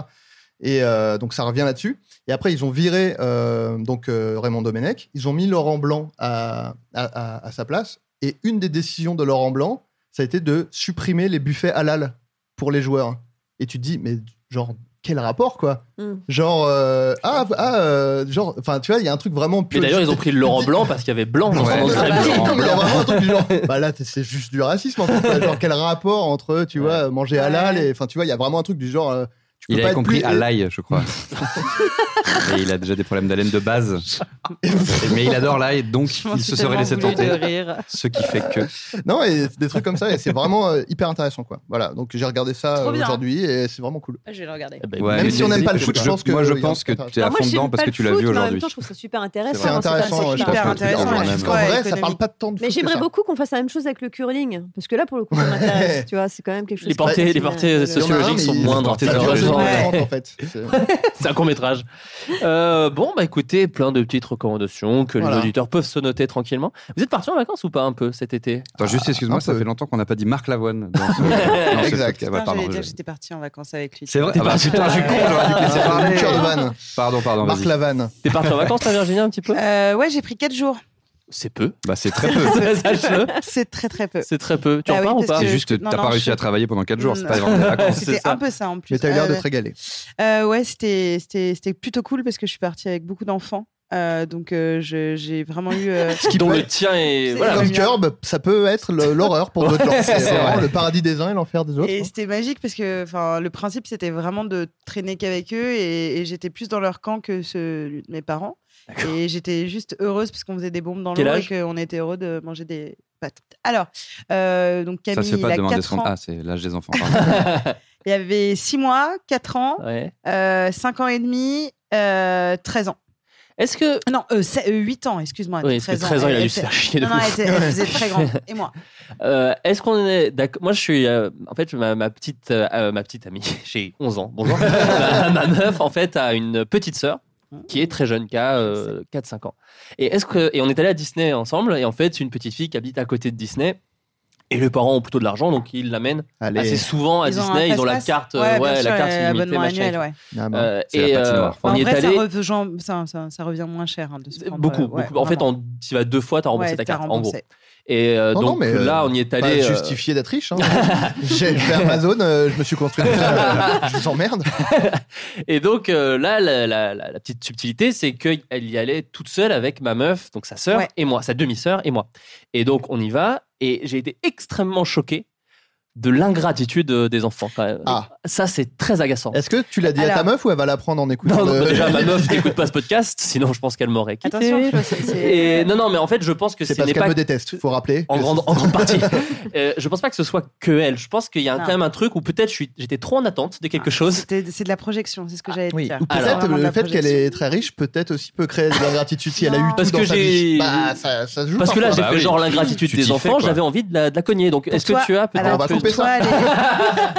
Et euh, donc ça revient là-dessus. Et après, ils ont viré euh, donc euh, Raymond Domenech. Ils ont mis Laurent Blanc à, à- à- à sa place. Et une des décisions de Laurent Blanc, ça a été de supprimer les buffets halal pour les joueurs. Et tu te dis, mais genre, quel rapport, quoi
Mm.
Genre, euh, ah, ah, euh, genre, enfin, tu vois, il y a un truc vraiment
Mais d'ailleurs, ils ont pris le Laurent Blanc parce qu'il y avait Blanc dans son
Ouais.
entrée.
Bah,
Laurent
Non, mais
Blanc.
alors, vraiment, un truc du genre, bah là, t'es- c'est juste du racisme. En fait, quoi. genre, quel rapport entre, tu vois, manger halal et, enfin, tu vois, il y a vraiment un truc du genre, euh, tu peux
Il
pas
avait
être
compris
plus-
à l'ail, je crois. et il a déjà des problèmes d'haleine de base.
bah,
Mais il adore l'ail, donc
Je m'en
il
suis
se serait
tellement
laissé
voulu
tenter.
de rire.
Ce qui fait que.
Non, et des trucs comme ça, et c'est vraiment euh, hyper intéressant, quoi. Voilà, donc j'ai regardé ça
Trop
euh,
bien.
aujourd'hui, et c'est vraiment cool.
Ah, Je vais le regarder.
Eh ben,
Ouais,
Même
mais
si on n'aime pas le foot, je pense que-
Moi, je
il y a
pense que
un peu
tu es à
Bah, moi,
fond
j'aime
dedans
pas
parce que
le
tu l'as
foot,
vu
mais En même
aujourd'hui.
temps, je trouve ça super
C'est
intéressant. hein,
intéressant,
cette
ouais, je
affiche-là.
pense,
hyper
un truc
intéressant,
dans le
ouais.
genre. Parce qu'en
Ouais,
vrai, ça
économique.
parle pas tant de foot.
Mais
que
j'aimerais
ça.
beaucoup qu'on fasse la même chose avec le curling, parce que là, pour le coup, ça m'intéresse. tu vois, c'est quand même quelque chose.
Les
qui m'intéresse,
portées, les
mais-
portées
euh,
Il y en a un,
sociologiques
mais
sont
il-
moindres.
Ça,
T'es
tu vois,
dans
c'est
une heure
Ouais.
trente, en fait. C'est-
C'est un court métrage. bon, bah écoutez, plein de petites recommandations que
Voilà.
les auditeurs peuvent se noter tranquillement. Vous êtes parti en vacances ou pas un peu cet été
Attends, juste excuse-moi,
un
ça
peu.
fait longtemps qu'on n'a pas dit Marc Lavoine. Dans ce... dans ce
Exact.
podcast. Ah bah,
Putain,
pardon,
j'allais dire,
je-
j'étais partie en vacances avec lui.
C'est vrai.
T'es
Ah bah,
parti-
putain, je suis con, j'aurais dû te
Ah,
laisser parler.
Cœur de vanne.
Pardon, pardon.
Marc
vas-y.
Lavanne.
T'es parti en vacances, la Virginie, un petit peu
Euh, ouais, j'ai pris 4 jours.
C'est peu.
Bah, c'est très peu.
Sache-le.
C'est très très peu.
C'est très peu. Tu
Bah
en
oui,
parles ou
parce
pas
C'est
que-
juste que
non,
t'as
non,
pas réussi
je-
à travailler pendant 4 jours. C'est pas
Non.
vraiment des vacances.
c'est
C'était
ça.
un peu ça en plus.
Mais t'as eu l'air de
Euh,
te régaler.
Euh, ouais, c'était, c'était, c'était plutôt cool parce que je suis partie avec beaucoup d'enfants. Euh, donc euh, je- j'ai vraiment eu. euh,
Ce qui dont le tien est.
C'est-
Voilà.
Comme
mais-
Curb, ça peut être le- l'horreur pour d'autres gens. C'est
C'est
vraiment
vrai.
le paradis des uns et l'enfer des autres. hein.
et c'était magique parce que enfin, le principe c'était vraiment de traîner qu'avec eux et, et j'étais plus dans leur camp que celui de mes parents. Et j'étais juste heureuse parce qu'on faisait des bombes dans
Quel
l'eau et
âge
qu'on était heureux de manger des pâtes. Alors, euh, donc
Ça
Camille,
se fait
il
pas
a
de demander
4
son.
ans.
Ah, c'est l'âge des enfants. pardon.
Il y avait 6 mois, 4 ans,
Ouais.
5 ans et demi, euh, 13 ans.
Est-ce que.
Non, euh, c'est- euh, 8 ans, excuse-moi.
Oui, parce que
13 ans,
13 ans, il a
elle
dû se
était-
faire chier de
Non, non,
ouf.
elle, était- elle faisait très grande. Et moi
Euh, Est-ce qu'on est d'accord Moi, je suis. euh, en fait, ma, ma petite, euh, euh, ma petite amie, j'ai 11 ans, bonjour. ma, ma meuf, en fait, a une petite sœur qui est très jeune, qui a euh, 4-5 ans. Et, est-ce que, et on est allé à Disney ensemble, et en fait, c'est une petite fille qui habite à côté de Disney. Et les parents ont plutôt de l'argent, donc ils l'amènent
Allez.
assez souvent à
Ils ont un
Disney. Ils ont la
passe-passe.
carte, euh,
Ouais, bien
ouais,
sûr,
la carte
et
illimitée,
abonnement
machin. et
annuel,
tout.
ouais.
Ah bon.
Euh,
bah, C'est la
et
patinoire.
euh, on
en
y est
vrai,
allé.
ça, rev- genre, ça, ça- ça revient moins cher. hein, de se prendre,
Beaucoup,
euh, ouais,
beaucoup. En fait,
vraiment.
en- tu vas deux fois, t'as remboursé
Ouais,
ta
t'as
carte, en gros.
remboursé.
Et euh,
Non, non,
donc
mais, euh,
là, on y est
Pas
allé. euh,
justifié d'être riche. hein. J'ai fait Amazon, euh, je me suis construit tout seul, euh, je vous emmerde.
Et donc euh, là, la, la- la- la petite subtilité, c'est qu'elle y allait toute seule avec ma meuf, donc sa sœur
Ouais.
et moi, sa demi-sœur et moi. Et donc on y va, et j'ai été extrêmement choqué de l'ingratitude euh, des enfants. quand même.
Ah.
Ça, c'est très agaçant.
Est-ce que tu l'as dit à ta
Alors-
meuf ou elle va l'apprendre en écoutant
Non, non,
le-
bah, déjà, ma meuf n'écoute pas ce podcast, sinon je pense qu'elle m'aurait quitté.
Attention, tu vois, c'est- c'est-
Et non, non, mais en fait, je pense que
C'est
ce
parce
n'est
qu'elle
pas
me déteste, faut rappeler.
en
que-
grande, en grande partie. Euh, je pense pas que ce soit que elle. Je pense qu'il y a
Non.
quand même un truc où peut-être je suis- j'étais trop en attente de quelque
Ah,
chose.
c'était- C'est de la projection, c'est ce que j'allais te
Oui.
dire.
Ou
C'est
peut-être
vraiment de
le
la
fait qu'elle
projection.
est très riche, peut-être aussi peut créer de l'ingratitude si elle a eu
Non.
tout
Parce
dans
que
sa
j'ai-
vie. Bah, ça, ça se joue
Parce que là, j'ai
parfois.
Bah
fait
oui.
genre l'ingratitude
Tu
des
t'y fais,
enfants,
quoi.
j'avais envie de la, de la cogner. Donc,
Pour
est-ce que
toi-
tu as peut-être.
alors, On va
que-
couper
Pour toi,
ça.
elle est-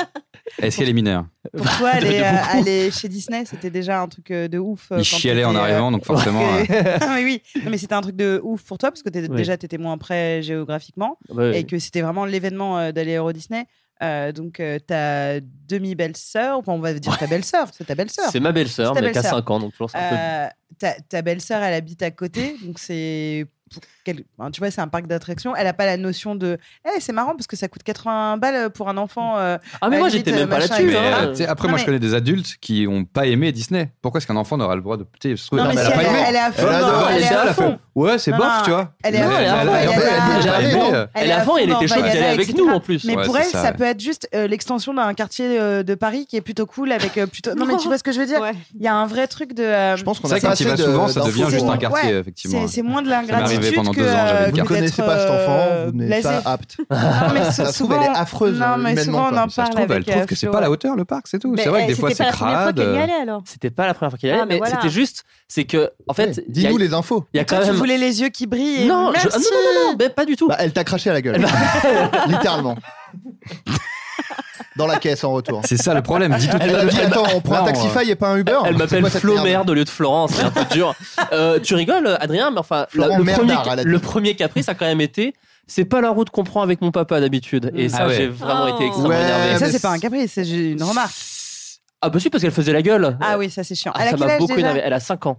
Est-ce qu'elle est mineure
pour toi, aller,
De
euh,
beaucoup.
aller chez Disney, c'était déjà un truc euh, de ouf. euh,
Il
quand
chialait en
t'étais, euh,
arrivant, donc forcément. euh,
Ah, mais oui, Non, mais c'était un truc de ouf pour toi parce que t'es-
Oui.
déjà t'étais moins près géographiquement
Ouais.
et que c'était vraiment l'événement euh, d'aller à Euro Disney. Euh, donc euh, ta demi-belle-sœur, enfin, on va dire ta belle-sœur, c'est ta belle-sœur.
C'est ma belle-sœur,
C'est ta
mais qui a
belle-sœur.
5 ans, donc toujours c'est un peu-
Euh, ta ta belle-sœur, elle habite à côté, donc c'est. pour quel- enfin, tu vois, c'est un parc d'attractions. Elle n'a pas la notion de. Eh, c'est marrant parce que ça coûte 80 balles pour un enfant. euh,
Ah, mais
à
moi,
la
j'étais
limite,
même pas
machin,
là-dessus.
Mais,
etc.
hein.
euh, tu sais, après,
Non,
moi,
mais-
je connais des adultes qui n'ont pas aimé Disney. Pourquoi est-ce qu'un enfant n'aura le droit de. Tu sais, je trouve-
Non, mais si
elle a pas
elle,
aimé.
est- elle est à fond,
Elle a
dans-
adoré,
elle est
c'est
à
là,
fond.
Ouais, c'est
Non,
bof,
non,
tu vois.
elle est à
Mais
fond,
elle a-
elle est
elle a-
à fond,
elle a-
elle est
elle a
à
aimé.
Elle
Elle est à
est à
fond, elle
fond
était
dans
chaude d'aller
Vaiana,
avec
etc.
nous en plus.
Mais
Ouais,
pour
c'est
elle,
ça,
ça,
ouais.
peut être juste euh, l'extension d'un quartier euh, de Paris qui est plutôt cool avec euh, plutôt. Non mais tu vois ce que je veux dire
Ouais.
Il y a un vrai truc de. euh,
Je pense qu'on
C'est
a
vrai que
pas
quand il
assez
va
de-
souvent, ça devient
d'infos
juste
pour-
un quartier,
C'est
effectivement.
c'est moins de
m'est arrivé
l'ingratitude
pendant
que.
deux ans, j'avais
euh, que
une
Vous ne
carte.
d'être,
connaissez pas cet enfant,
euh,
vous n'êtes
blasé.
pas apte.
Non, mais
Ça
sou-
se trouve, elle est
souvent-
affreuse,
Non,
euh,
mais
humainement,
souvent, on
quoi.
en
Ça se
parle
trouve, elle
avec
trouve
euh,
que c'est
Flo.
pas à la hauteur, le parc, c'est tout.
Mais,
C'est vrai
eh,
que des fois,
c'était pas
c'est
la première fois
crade.
qu'elle y allait alors.
C'était pas la première fois qu'il y
Ah,
allait,
mais
mais
voilà.
c'était juste, c'est que, en fait,
Ouais,
il y a-
Dis-nous les infos.
il y a quand
Toi, tu
même.
voulais les yeux qui brillent. et
Non, je- ah, non,
merci.
non, non, mais pas du tout.
Bah, elle t'a craché à la gueule. Littéralement. Dans la caisse en retour.
C'est ça le problème. Dis tout
Elle m'a dit Attends, on prend un
Non,
Taxify et pas un Uber
Elle
C'est
m'appelle
quoi cette
Flo
merde
Merde au lieu de Florence, c'est un peu dur. Euh, tu rigoles, Adrien, mais enfin, la-
Florent
le, premier,
Merdard, elle a dit.
le premier caprice a quand même été c'est pas la route qu'on prend avec mon papa d'habitude. Et
Mm.
ça,
Ah ouais.
j'ai vraiment été
Oh.
extrêmement
Ouais,
énervé.
Mais ça,
mais
c'est pas
c'est-
un caprice, c'est juste une remarque.
Ah, bah si, parce qu'elle faisait la gueule.
Ah oui, ça, c'est chiant.
Ah,
Elle a
ça
quel
m'a
âge
beaucoup
déjà
énervé. Elle a 5 ans.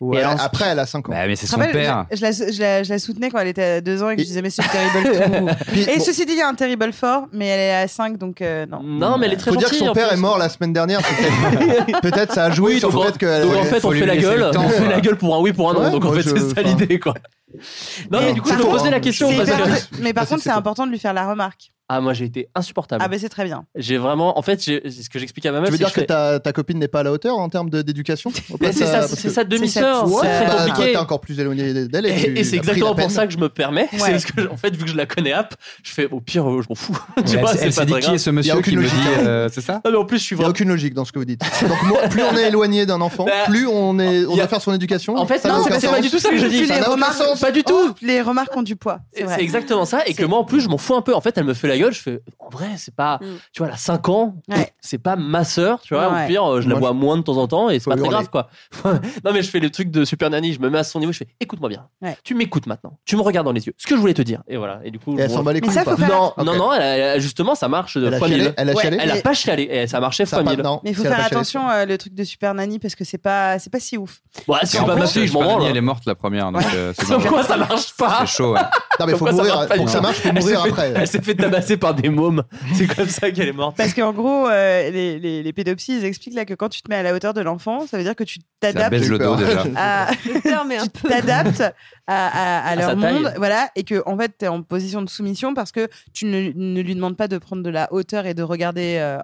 Ouais,
Et alors-
Après, elle a 5 ans.
Bah, mais c'est
Je
son
te rappelle,
père.
je, je la, je la- je la soutenais quand elle était à deux ans et que je
Et-
disais mais c'est terrible.
Puis,
et
bon,
ceci dit, il y a un terrible fort, mais elle est à 5 donc euh, non.
Non, mais elle est très
faut dire que
gentille.
son
en
père
plus.
est mort la semaine dernière. peut-être- Peut-être ça a joué
Oui,
sur
donc
le
en-
fait qu'elle.
donc en fait, on
lui
fait la
laisser le
gueule,
temps,
on fait
voilà.
la gueule pour un oui, pour un non.
Ouais,
donc en
moi,
fait,
je-
c'est ça
enfin-
l'idée, quoi. Non, mais du coup, je
par
me
contre,
posais la question
C'est
parce
hyper
que
inté- Mais par
Parce que
contre,
c'est
c'est important de lui faire la remarque.
ah, moi, j'ai été insupportable.
Ah ben c'est très bien.
J'ai vraiment, en fait, j'ai- c'est ce que j'expliquais à ma meuf.
Tu veux
c'est
dire que ta, ta copine n'est pas à la hauteur en termes de- d'éducation
Mais c'est ça,
Parce
c'est
que-
ça, demi-sœur.
c'est
C'est
Ouais, bah,
très
toi,
compliqué.
t'es encore plus éloigné d'elle.
Et,
tu
et c'est
as pris
exactement
la peine.
pour ça que je me permets. C'est
Ouais.
parce que, en fait, vu que je la connais app, je fais au pire, euh, je m'en fous. tu
Elle
vois,
elle
c'est
s'est
pas
dit
très
qui est
grave.
ce monsieur
aucune
qui me
logique.
dit. euh, C'est ça
Non, mais en plus, je suis
Il n'y a
vraiment.
aucune logique dans ce que vous dites. Donc, moi, plus on est éloigné d'un enfant,
Bah,
plus on, est, on
y a-
doit faire son éducation.
En fait,
Ça
non,
n'a
c'est
aucun
pas- c'est pas
sens.
du tout ça que je dis.
Tu
Ça
les
n'a aucun
remarques
sens.
Pas du
Oh,
tout.
les remarques ont du poids. C'est
C'est
vrai.
exactement ça. Et que
C'est-
moi, en plus, je m'en fous un peu. En fait, elle me fait la gueule. Je fais, oh, vrai, c'est pas. Tu vois, elle a 5 ans, pff, c'est pas ma sœur, tu vois.
Ouais.
Au pire, euh, je la
Moi,
vois moins de temps en temps et c'est
Faut
pas très
hurler.
grave, quoi. non, mais je fais le truc de Super Nanny, je me mets à son niveau, je fais écoute-moi bien. Tu m'écoutes maintenant, tu me regardes dans les yeux, ce que je voulais te dire. Et voilà. Et du coup,
Et elle
je-
s'en bat les Mais couilles ça, ou pas faut faire-
Non,
Ok.
non, non, elle a- elle a- justement, ça marche de
Elle a
fois
chialé,
1000.
elle a Ouais. chialé
Elle a
Mais-
pas chialé, et ça marchait fois 1000.
Mais il faut faire attention euh, le truc de Super Nanny parce que c'est pas c'est pas si ouf.
Ouais,
Et
c'est
en
pas
plus,
ma fille, je m'en
Spadani,
branle.
Elle est morte la première. Donc, euh, c'est
Comme
bon.
quoi ça marche pas
C'est chaud, ouais.
Non, mais
Comme
faut
quoi, ça
mourir,
marche pas
pour que
du
ça
tout.
marche, faut
Elle
mourir
s'est fait-
après.
Elle s'est fait tabasser par des mômes. C'est comme ça qu'elle est morte.
Parce qu'en gros, euh, les, les, les pédopsies, ils expliquent là que quand tu te mets à la hauteur de l'enfant, ça veut dire que tu t'adaptes.
baisse le dos, déjà.
à- tu t'adaptes à, à- à
À
leur
sa taille.
monde, voilà, et que en fait, t'es en position de soumission parce que tu ne, ne lui demandes pas de prendre de la hauteur et de regarder, euh,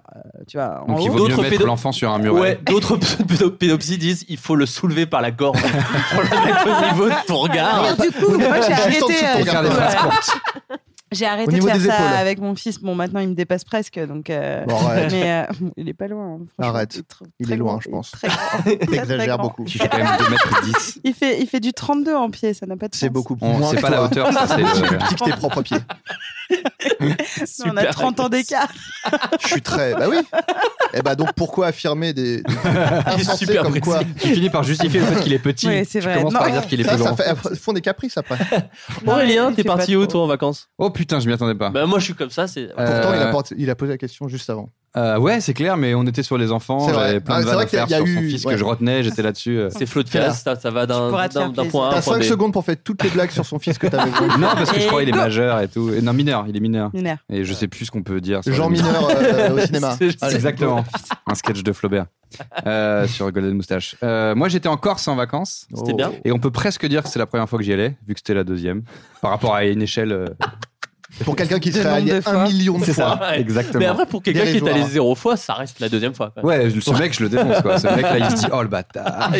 tu vois, en
Donc il
haut.
vaut mieux
D'autres
mettre
pédo-
l'enfant sur un muret.
Ouais, d'autres pédo- pédopsies disent il faut le soulever par la gorge pour le mettre au niveau de ton
Ah.
regard.
Alors, du coup, moi, j'ai arrêté, euh, du coup, euh, J'ai
Au
arrêté de
niveau
faire
des
ça
épaules.
avec mon fils. Bon, maintenant, il me dépasse presque, donc. euh,
Bon, arrête.
mais euh, il est pas loin. hein, franchement.
Arrête. Il est loin, je pense.
Très, très
T'exagères
grand.
beaucoup.
Tu fais quand même 2 mètres 10.
Il fait, il fait du 32 en pied, ça n'a pas de sens.
C'est beaucoup
On-
moins
c'est
que
pas la
toi.
hauteur, ça, c'est
Tu
le-
plus petit que tes propres pieds.
Non, on a
Super
30 ans d'écart.
Je suis très. Bah oui. Et bah donc pourquoi affirmer des. des trucs insensés
super
comme
précis.
quoi.
Tu finis par justifier le fait qu'il est petit. Oui, c'est Tu vrai. commences par Non. dire qu'il est
Ça,
plus
ça
grand.
fait- après, ils font des caprices après.
Aurélien, t'es parti où toi en vacances
Oh putain, je m'y attendais pas.
Bah moi je suis comme ça, c'est.
Pourtant, il a,
Euh,
porté- il a posé la question juste avant.
Euh, ouais, c'est clair, mais on était sur les enfants.
C'est vrai.
J'avais plein
Ah,
de
c'est
vannes
vrai
à
qu'il y a-
faire
il y a
sur son
eu-
fils
ouais.
que je retenais. J'étais là-dessus. euh.
C'est Flo de Casse, ça, ça va d'un
pourras te
d'un-
faire
d'un
plaisir.
point A à un
T'as
point
5
B.
secondes pour faire toutes les blagues sur son fils que t'avais voulu.
Non, parce que je crois qu'il est
go.
majeur et tout. Et non, mineur, il est mineur.
Mineur.
Et je sais plus ce qu'on peut dire. sur
Jean
les mineurs.
Mineur euh, au cinéma.
C'est-
Allez.
Exactement. Un sketch de Flaubert euh, sur Golden Moustache. Euh, moi, j'étais en Corse en vacances.
C'était bien.
Et on peut presque dire que c'est la première fois que j'y allais, vu que c'était la deuxième, par rapport à une échelle. euh,
Pour quelqu'un qui
De
serait
nombre
allié
de
un
fois.
million de
C'est ça,
fois.
exactement.
Mais après, pour quelqu'un qui est allé
Dérisoire.
zéro
hein.
fois, ça reste la deuxième fois. quand même. Ah,
Ouais, ce mec, je le défonce quoi. Ce mec là, il se dit oh le bâtard.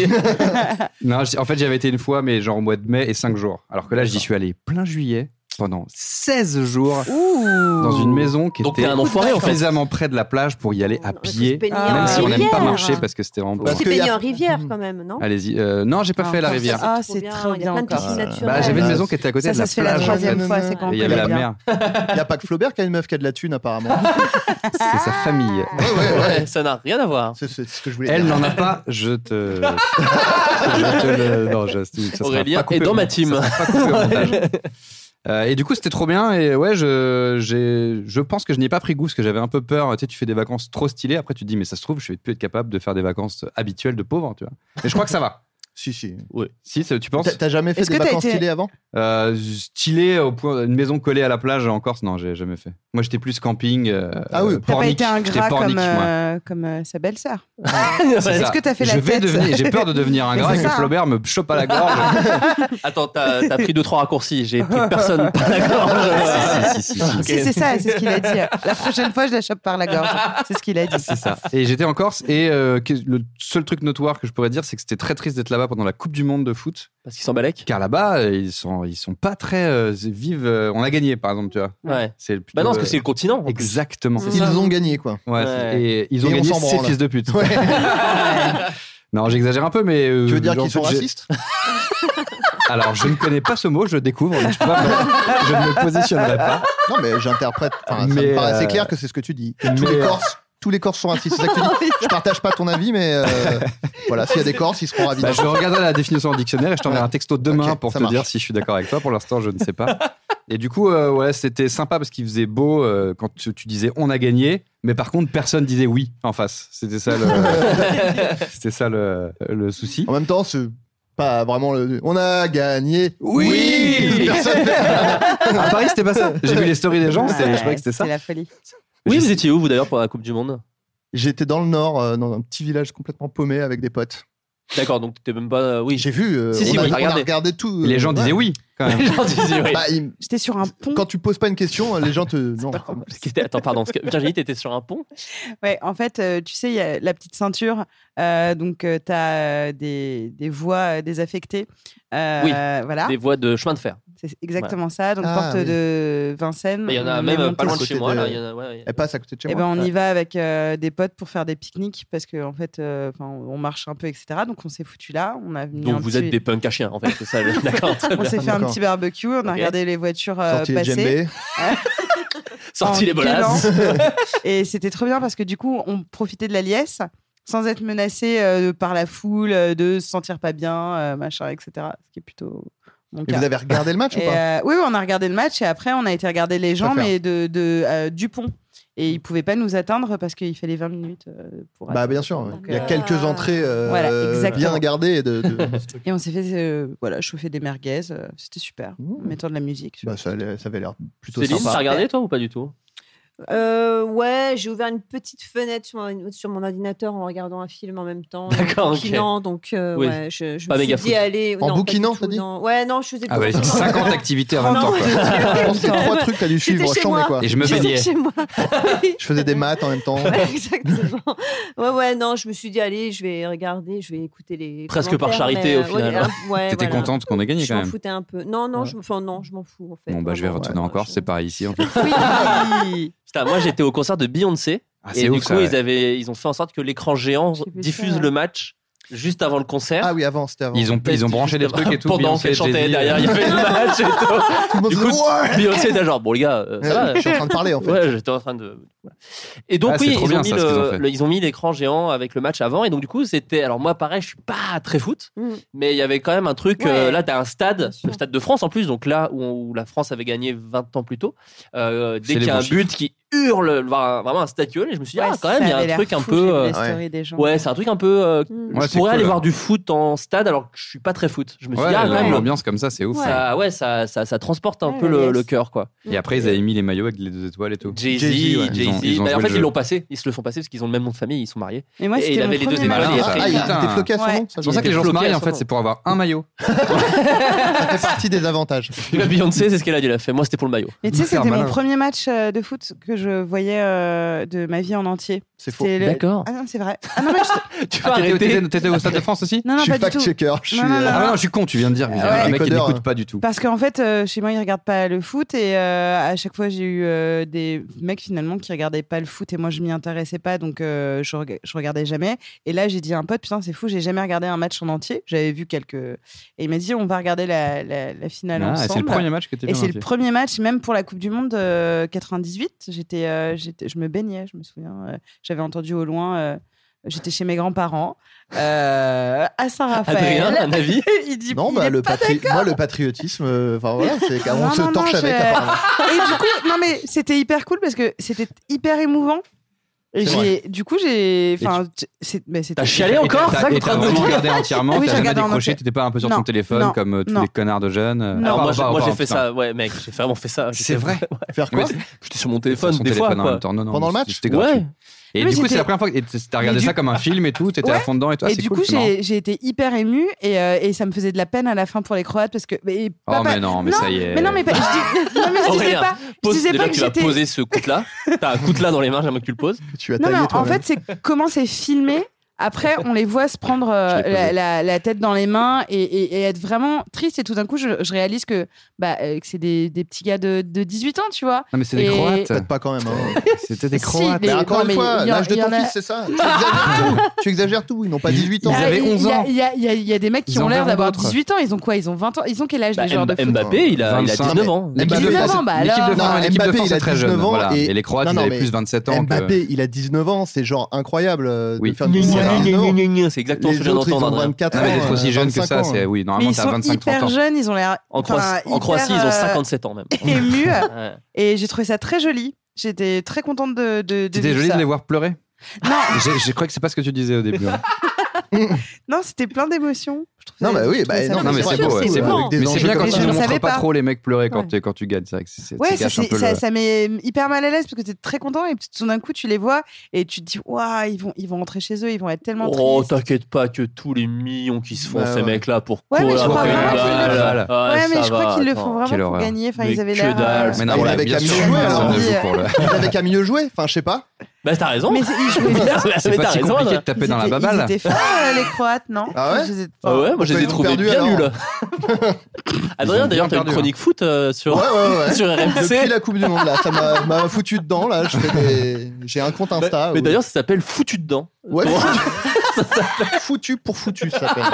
non, je- en fait, j'avais été une fois, mais genre au mois de mai et 5 jours. Alors que là, j'y suis allé plein juillet pendant 16 jours dans une maison qui
Donc,
était
t'es un enfoiré, en fait. Oh,
suffisamment près de la plage pour y aller à pied,
baigner
même
en
si on n'aime pas
rivière.
marcher parce que c'était
Bah,
vraiment. pas
Tu t'es
loin.
baigné en rivière quand même, non
Allez-y. Euh, non, j'ai pas fait la rivière.
Ah, c'est trop bien. Il y a plein de
encore.
piscines
Voilà.
naturelles.
Bah, j'avais une maison qui était à
Ah,
côté
Ah, Ça, ça
de la
se fait la
plage. en
troisième
fait.
fois, c'est quand
Et il y
on
avait
connaît
la
bien.
mer.
Il n'y a pas que Flaubert qui a une meuf qui a de la thune, apparemment.
C'est
Ah
sa famille.
Ouais, Ça n'a rien à voir.
C'est ce que je voulais
Elle n'en a pas. Je te. je te le- Non, je... ça sera
Aurélien
pas coupé
est dans
au-
ma team.
ça sera pas coupé au montage. Euh, et du coup, c'était trop bien. Et ouais, je, j'ai- je pense que je n'y ai pas pris goût parce que j'avais un peu peur. Tu sais, tu fais des vacances trop stylées. Après, tu te dis, mais ça se trouve, je vais plus être capable de faire des vacances habituelles de pauvre. Tu vois. Mais je crois que ça va.
Si, si.
Si, ça- tu penses
T'as- T'as jamais fait
Est-ce
des
que t'as
vacances
été-
stylées avant
euh, stylé au point une maison collée à la plage en Corse non j'ai jamais fait moi j'étais plus camping euh,
Ah oui.
euh,
T'as pas
pornic.
été un
J'étais
gras
pornic,
comme,
moi.
euh, comme euh, sa belle-sœur.
C'est
Est-ce
ça.
que t'as fait la
Je vais
tête
devenir- J'ai peur de devenir un
Mais
gras
c'est
et que
ça.
Flaubert me chope à la gorge.
Attends, t'as t'as pris deux trois raccourcis. J'ai pris personne par la gorge.
si, si, si, si.
Ok.
Ah, Si, c'est ça, c'est ce qu'il a dit. La prochaine fois, je la chope par la gorge. C'est ce qu'il a dit.
C'est ça. Et j'étais en Corse et euh, que- le seul truc notoire que je pourrais dire, c'est que c'était très triste d'être là-bas pendant la Coupe du Monde de foot.
Parce qu'ils s'emballent.
Car là-bas, euh, ils sont, ils sont pas très euh, vives. euh, On a gagné, par exemple, tu vois.
Ouais.
C'est le-
Bah non, parce
euh,
que c'est le continent.
Exactement.
Ils ont gagné, quoi.
Ouais, c'est- Et ils ont
Et on
gagné
s'en
ces
branle.
fils de pute.
Ouais.
Non, j'exagère un peu, mais. euh,
Tu veux dire qu'ils sont racistes
Alors, je ne connais pas ce mot, je découvre, donc je, peux pas me- je ne me positionnerai pas.
Non, mais j'interprète. Enfin, ça
Mais,
me paraît assez
euh,
clair que c'est ce que tu dis. Que Tous
mais,
les
euh,
Corses. Tous les Corses sont racistes. C'est ça que tu dis. Je partage pas ton avis, mais euh, voilà, s'il y a des Corses, ils seront ravis.
Bah, je regarderai la définition en dictionnaire et je t'enverrai un texto demain
Ok,
pour
ça
te
marche.
dire si je suis d'accord avec toi. Pour l'instant, je ne sais pas. Et du coup, euh, ouais, c'était sympa parce qu'il faisait beau euh, quand tu, tu disais on a gagné, mais par contre, personne disait oui en face. C'était ça le, c'était ça le, le souci.
En même temps, c'est pas vraiment le. On a gagné. Personne fait ça.
À Paris, c'était pas ça. J'ai vu les stories des gens, c'était- je croyais que c'était ça.
C'est la folie.
Oui, vous étiez où vous d'ailleurs pour la Coupe du Monde
J'étais dans le Nord, euh, dans un petit village complètement paumé avec des potes.
D'accord, donc t'es même pas. Oui,
J'ai vu. euh,
Si, si,
on, a,
oui,
on a
regardez.
regardé tout.
Les
euh,
gens
ouais.
disaient oui quand même.
Les gens disaient oui.
Bah, ils-
J'étais sur un pont.
Quand tu poses pas une question, les gens te. Non.
Parce que t'es- Attends, pardon. parce que- Virginie, t'étais sur un pont
Ouais, en fait, euh, tu sais, il y a la petite ceinture. euh, donc, euh, t'as euh, des, des voies euh, désaffectées. Euh,
Oui.
Voilà.
Des voies de chemin de fer.
C'est exactement ça. Donc,
Ah,
porte
oui.
de Vincennes.
Mais Bah, il y en a
on est
même
monté
pas loin
à
de chez
côté
moi.
de-
là, il y en a- ouais, ouais.
Elle passe à côté de chez
Eh
moi.
ben, on
Ouais.
y va avec euh, des potes pour faire des pique-niques parce que en fait, euh, 'fin, on marche un peu, etc. Donc on s'est foutu là. On a mis
Donc
un
vous
petit-
êtes des punks à chiens en fait, c'est ça. le- D'accord, très
On
bien.
s'est fait un
D'accord.
petit barbecue. On a
euh,
Ok.
regardé les voitures euh,
Sorti les
passer.
djembés.
Sorti les bolasses.
gueulant. et c'était trop bien parce que du coup, on profitait de la liesse sans être menacé euh, par la foule, euh, de se sentir pas bien, euh, machin, etc. Ce qui est plutôt. mon
Et
cas.
vous avez regardé le match ou
Et,
pas
euh, Oui, oui, on a regardé le match et après, on a été regarder les gens,
faire.
mais de, de euh, Dupont. Et ils pouvaient pas nous atteindre parce qu'il fallait 20 minutes euh, pour.
Bah
aller.
bien sûr, ouais.
Donc,
il y a
euh,
quelques entrées euh,
voilà, exactement.
bien gardées. De, de-
Et on s'est fait euh, voilà, chauffer des merguez. euh, C'était super. En mettant de la musique.
Mmh. Bah, ça, allait- ça avait l'air plutôt
Céline,
sympa.
t'as regardé toi ou pas du tout
Euh, ouais, j'ai ouvert une petite fenêtre sur mon, sur mon ordinateur en regardant un film en même temps.
D'accord,
En
ok.
bouquinant, donc euh,
Oui.
ouais, je, je
Pas
me
méga
suis dit
foot.
aller.
En
non, pas du
bouquinant,
tout,
t'as dit
non. Ouais, non, je faisais
Ah ouais,
tout.
50 activités à 20
Non,
ans.
je-
Quoi.
Je pense que trois trucs, t'as dû
J'étais
suivre,
chez
chambé
moi.
quoi.
Et je me
J'étais
baignais.
chez moi.
Je faisais des maths en même temps.
Ouais, exactement. Ouais, ouais, non, je me suis dit, allez, je vais regarder, je vais écouter les.
Presque par
commentaires,
charité,
mais,
au
euh,
final.
ouais, ouais,
T'étais
voilà.
contente qu'on ait gagné
Je
quand
m'en
même.
foutais un peu. Non, non, je, enfin, non, je m'en fous en fait.
Bon, bah, je vais
Vraiment,
retourner
ouais,
encore,
je-
c'est pareil ici. en fait.
ah Oui.
Putain, moi j'étais au concert de Beyoncé
Ah,
et
c'est
du
ouf
coup
ça. ouais.
ils avaient ils ont fait en sorte que l'écran géant
J'ai vu ça,
diffuse
ouais.
le match juste avant le concert.
Ah oui, avant, c'était avant.
Ils ont, ils ont branché des trucs et tout.
pendant
Beyoncé,
qu'elle chantait
Jay-Z, euh.
derrière il y avait le match et tout.
Tout le monde
Du
faisait,
coup,
Ouais
Beyoncé était genre bon les gars euh, ça va,
Je suis en train de parler en fait.
Ouais, j'étais en train de. voilà. Et donc
Ah,
oui,
c'est
ils
trop
ont,
bien,
mis
ça, ce qu'ils ont
le,
fait.
le- ils ont mis l'écran géant avec le match avant, et donc du coup c'était. Alors moi pareil, je suis pas très foot,
Mm.
mais il y avait quand même un truc.
Ouais.
euh, là, t'as un
Bien
stade,
sûr.
le stade de France en plus, donc là où, où la France avait gagné 20 ans plus tôt. euh, dès
C'est les
qu'il y a
bons
un but qui hurle, voir- vraiment un stade qui hurle, et je me suis dit
Ouais,
ah quand même il y
ça
a
avait l'air
un truc un
fou,
peu.
j'ai vu
euh,
les stories des gens.
ouais, c'est un truc un peu. euh,
Mm.
Ouais,
je
c'est
pourrais
cool.
aller voir du foot en stade alors que je suis pas très foot. Je me suis
Ouais,
dit ah quand même. le-
l'ambiance comme ça, c'est ouf. ça.
Ça, ouais, ça, ça, ça transporte un
Ouais,
peu
la
le,
liesse.
le cœur, quoi.
Et après, ils avaient mis les maillots avec les deux étoiles et tout.
Jay-Z,
Jay-Z, ouais.
Jay-Z.
Ils ont- ils ont
Bah, en
joué
fait,
le
ils
jeu.
l'ont passé. Ils se le font passer parce qu'ils ont le même nom de famille, ils sont mariés.
Et moi,
Et il
c'était mon
avait les deux
premier
étoiles.
match.
Malin, ça.
Après,
Ah, ils
Putain.
étaient floqués à son
Ouais.
nom, ça,
C'est pour ça que les gens se marient, en fait, c'est pour avoir un maillot.
ça fait partie des avantages.
La Beyoncé, c'est ce qu'elle a dû la faire. Moi, c'était pour le maillot.
Mais tu sais,
Faire
c'était mon
malin.
premier match euh, de foot que je voyais euh, de ma vie en entier.
C'est faux.
C'était le-
D'accord.
Ah non, c'est vrai. Ah non, mais je-
Tu vas
Ah, t'étais-
arrêter.
T'étais t'étais au Stade de France aussi
non,
Je
non,
suis
pas du tout.
fact-checker. je suis,
Non, non,
euh,
non.
Ah, bah non, je suis con, tu viens de dire. mais
Ouais.
Le mec, il
Décodeur.
n'écoute pas du tout.
Parce qu'en fait, euh, chez moi, ils regardent pas le foot et euh, à chaque fois, j'ai eu euh, des mecs finalement qui regardaient pas le foot et moi, je m'y intéressais pas, donc euh, je, reg- je regardais jamais. Et là, j'ai dit à un pote, putain, c'est fou, j'ai jamais regardé un match en entier. J'avais vu quelques. Et il m'a dit, on va regarder la, la- la finale
Ah,
ensemble.
C'est le premier match que t'es
Et
bien
c'est le
marqué.
premier match, même pour la Coupe du Monde euh, 98. J'étais, euh, j'étais- je me baignais, je me souviens. euh, J'avais entendu au loin. euh, J'étais chez mes grands-parents euh, à
Adrien,
Saint-Raphaël.
un avis
Il dit,
Non,
il
bah,
est
le
pas
patri- moi, le patriotisme, euh, enfin voilà, c'est
Non,
qu'on se
non, non,
torche avec,
je-
apparemment.
Et du coup, non mais c'était hyper cool parce que c'était hyper émouvant. Et
C'est
j'ai, du coup, j'ai, enfin, tu- c'est, mais c'était.
T'as chialé encore
Et
C'est ça
t'as-
que
et
t'es en
t'as
train de me
vraiment
dire
regardé entièrement,
Oui, j'ai
t'as jamais
regardé en
décroché,
entier.
t'étais pas un peu sur
Non.
ton
Non.
téléphone comme euh, tous
Non.
les connards de jeunes. euh,
Non.
Alors,
ah,
moi,
bah,
j'ai-
bah,
moi,
bah,
j'ai fait
putain.
ça. Ouais, mec, j'ai vraiment fait ça.
C'est vrai.
Faire
Mais
quoi
c'est-
J'étais sur mon téléphone
Son
des fois,
téléphone en
quoi.
même temps. Non, non,
Pendant le
mais
match
c'était gratuit.
Ouais.
Et
Mais
du coup, c'est
j'étais-
la première fois que t'as- t'as
Mais
regardé
du-
ça comme un film et tout, t'étais
Ouais.
à fond dedans et tout. ah,
et
c'est
du
cool,
coup,
c'est marrant.
j'ai, j'ai été hyper émue et, euh, et ça me faisait de la peine à la fin pour les Croates parce que. et
Oh,
pas- pas-
mais non, mais ça y est.
Mais non, mais pas- je dis, non, mais je disais
Aurélien,
pas, je
Pose,
disais
déjà,
pas que
tu vas
j'étais.
poser ce coude-là. T'as un coude-là dans les mains, j'aimerais que tu le poses.
Tu as
Non,
taillé
mais en
toi
fait, c'est comment c'est filmé. Après, on les voit se prendre euh,
Je l'ai posé.
la, la- la tête dans les mains et, et- et être vraiment triste. Et tout d'un coup, je, je réalise que, bah, euh, que c'est des, des petits gars de, de 18 ans, tu vois.
Non, mais c'est des
Et-
Croates.
Peut-être pas quand même. hein.
C'était des
Si,
Croates. Bah,
Mais
Et-
encore
non,
une
mais
fois,
il y en-
l'âge de
il y
ton
en a-
fils, c'est ça. Tu exagères tout. Tu exagères tout. Ils n'ont pas 18 ans.
Ils avaient
Ah, il y a-
11 ans.
Il y a, il y a- il y a des mecs qui
Ils en
ont l'air
verront
d'avoir
d'autres.
18 ans. Ils ont quoi Ils ont 20 ans. Ils ont quel âge
Bah,
les joueurs de
Mb-
foot
Mbappé, il a il a
25.
19 ans.
Mais-
L'équipe de
19
France-
ans, bah
l'équipe de
alors.
France-
Non,
l'équipe de
Mbappé,
France
il a
est très jeune.
19 ans
voilà.
et-
Et les Croates,
Non,
ils
non,
avaient
mais
plus 27 ans. que-
Mbappé, il a 19 ans. C'est genre incroyable euh, de
Oui.
faire 19 ans.
C'est exactement
Les
ce que je viens
autres, ils ont
d'entendre. Adrien.
24
Non,
ans.
mais d'être aussi
euh,
jeune que
25
ça,
ans,
c'est.
hein.
Oui,
Mais
normalement,
ils
t'as
sont
25-30
hyper
ans.
jeunes. Ils ont l'air
En Croatie,
enfin,
en Croatie, ils
hyper,
ont
euh,
57 ans même.
émus.
Ouais.
Et j'ai trouvé ça très joli. J'étais très contente de. de, de
C'était
vivre
joli
ça.
de les voir pleurer.
Non,
J'ai- Je crois que c'est pas ce que tu disais au début. hein.
non, c'était plein d'émotions. Je trouve
Non,
ça-
bah oui,
je trouve
bah
ça
non,
Non, mais
c'est
c'est
sûr,
beau, ouais,
c'est
c'est
beau.
beau.
Avec des
Mais c'est bien
enjeux
quand
comme
ils
ça.
Je
montrent
savais
pas
pas.
trop les mecs pleurer quand
Ouais.
tu- quand tu gagnes. C'est vrai que c'est- c'est-
Ouais,
ça
ça,
gâche un
c'est-
peu
ça,
le-
ça met hyper mal à l'aise parce que t'es très content et puis tout d'un coup tu les vois et tu te dis waouh ils vont ils vont rentrer chez eux ils vont être tellement
Oh,
tristes.
t'inquiète pas que tous les millions qui se font,
Bah
ces
ouais.
mecs-là, pour
Ouais, mais
courir
je
après
crois
une
vraiment qu'ils le
balle.
font.
Ah,
ouais mais
ça
je crois
va,
qu'ils le
attends.
font vraiment
Quelle
pour
horreur.
gagner. Enfin
Mais
ils avaient
que
l'air.
dalle,
euh,
Mais
Ah,
non,
il
ouais,
avait
bien
qu'à
sûr,
mieux jouer,
personne
alors.
ne joue pour le.
Ils avaient qu'à mieux jouer. Enfin, je sais pas.
Bah, t'as raison.
Mais c'est- ils jouaient bien.
Mais
C'est pas
t'as
si compliqué
raison,
de
Adrien.
taper dans la
Ils étaient- Ils
baballe.
étaient forts, les Croates, non
Ah ouais
Je les ai-
Ah ouais, moi je les ai
Ils ont
trouvés
perdu,
bien
alors.
nuls. Adrien,
ont bien
d'ailleurs, t'as une
perdu,
chronique
hein.
foot euh,
Ouais,
sur
ouais, ouais.
sur
Depuis
RMC.
la Coupe du Monde, là, ça m'a- m'a foutu dedans. Là, je fais des- j'ai un compte Insta.
Mais
où-
d'ailleurs, ça s'appelle Foutu dedans.
ouais,
Ton-
foutu. foutu pour foutu, ça s'appelle.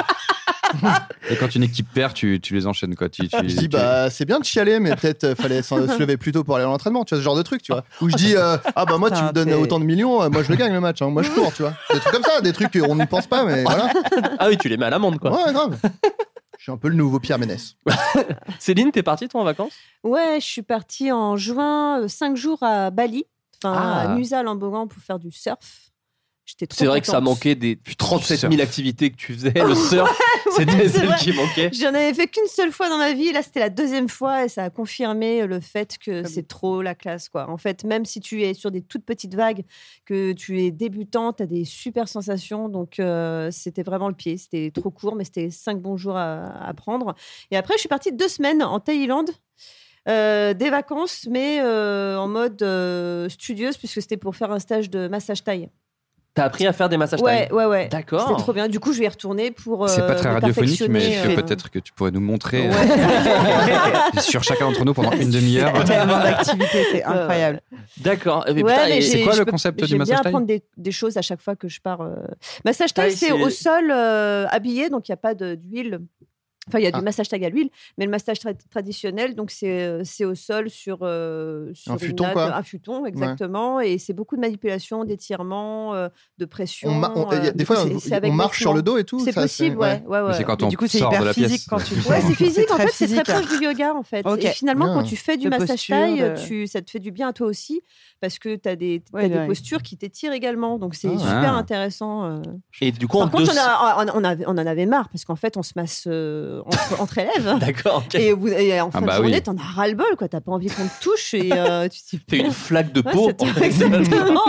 Et quand une équipe perd, tu, tu les enchaînes quoi. Tu, tu-
Je
tu-
dis, bah, c'est bien de chialer, mais peut-être euh, fallait s'en- se lever plus tôt pour aller à l'entraînement, tu vois, ce genre de truc, tu vois. Où je dis, euh, ah bah moi, tu me
Putain,
donnes
t'es-
autant de millions, euh, moi je le gagne le match, hein, moi je cours, tu vois. Des trucs comme ça, des trucs qu'on n'y pense pas, mais voilà.
Ah oui, tu les mets à l'amende quoi.
Ouais, grave. Je suis un peu le nouveau Pierre Ménès.
Céline, t'es partie toi en vacances
Ouais, je suis partie en juin, euh, cinq jours à Bali, enfin
Ah.
à Nusa Lambogan pour faire du surf. J'étais trop
C'est vrai que ça
contente.
manquait des 37 000
surf.
activités que tu faisais. Le surf,
c'est
c'était celle
vrai.
qui manquait.
J'en avais fait qu'une seule fois dans ma vie. Là, c'était la deuxième fois et ça a confirmé le fait
Ah
que c'est trop la classe, quoi. En fait, même si tu es sur des toutes petites vagues, que tu es débutant, tu as des super sensations. Donc, euh, c'était vraiment le pied. C'était trop court, mais c'était cinq bons jours à, à prendre. Et après, je suis partie deux semaines en Thaïlande. euh, des vacances, mais euh, en mode euh, studieuse, puisque c'était pour faire un stage de massage thaï.
T'as appris à faire des massages
Ouais,
thaï.
ouais, ouais.
D'accord.
C'était trop bien. Du coup, je vais y retourner pour.
C'est pas
euh,
très
me
radiophonique, mais
perfectionner,
que
euh,
peut-être que tu pourrais nous montrer
Ouais.
euh, sur chacun d'entre nous pendant une
Il y
demi-heure.
a
euh,
tellement d'activités, c'est incroyable.
D'accord. Eh, mais
Ouais,
putain,
mais
et-
j'ai-
c'est quoi
je
le
peux-
concept du
j'aime
massage
bien
thaï
apprendre des, des choses à chaque fois que je pars. euh. Massage thaï,
Thaï,
c'est
c'est-
au sol, euh, habillé, donc il n'y a pas de- d'huile. Enfin, il y a
Ah.
du massage thaï à l'huile, mais le massage tra- traditionnel, donc c'est euh, c'est au sol sur, euh, sur
Un futon,
natte-
quoi.
un futon, exactement. Et c'est beaucoup de manipulation, d'étirements, euh, de pression.
On ma- on- il y a-
euh,
des
du
fois,
coup,
on-
c'est- c'est avec
on
des
marche sur le
mouvements.
dos et tout.
C'est
ça,
possible, ouais. ouais, ouais.
Mais C'est quand
Mais
on
du coup, c'est
sort de
hyper
la
physique
pièce.
quand tu
Ouais, c'est physique. En
très
fait, c'est très
physique.
proche du yoga, en fait.
Ok.
Et finalement,
Bien.
quand tu fais du
De
massage
posture,
thaï,
de-
tu, ça te fait du bien à toi aussi, parce que tu as des, t'as
euh, Ouais,
des
ouais.
postures qui t'étirent également. Donc, c'est
Ah.
super
Ah.
intéressant. euh.
Et du coup,
Par
en
contre,
deux-
on, a- on, on avait- on en avait marre, parce qu'en fait, on se masse euh, entre, entre élèves.
D'accord, ok.
Et, au bout- et en fin
bah
de journée,
oui.
t'en as ras-le-bol, quoi. T'as pas envie qu'on te touche et euh, tu te dis.
T'es une flaque de
Ouais,
peau.
c'est- exactement.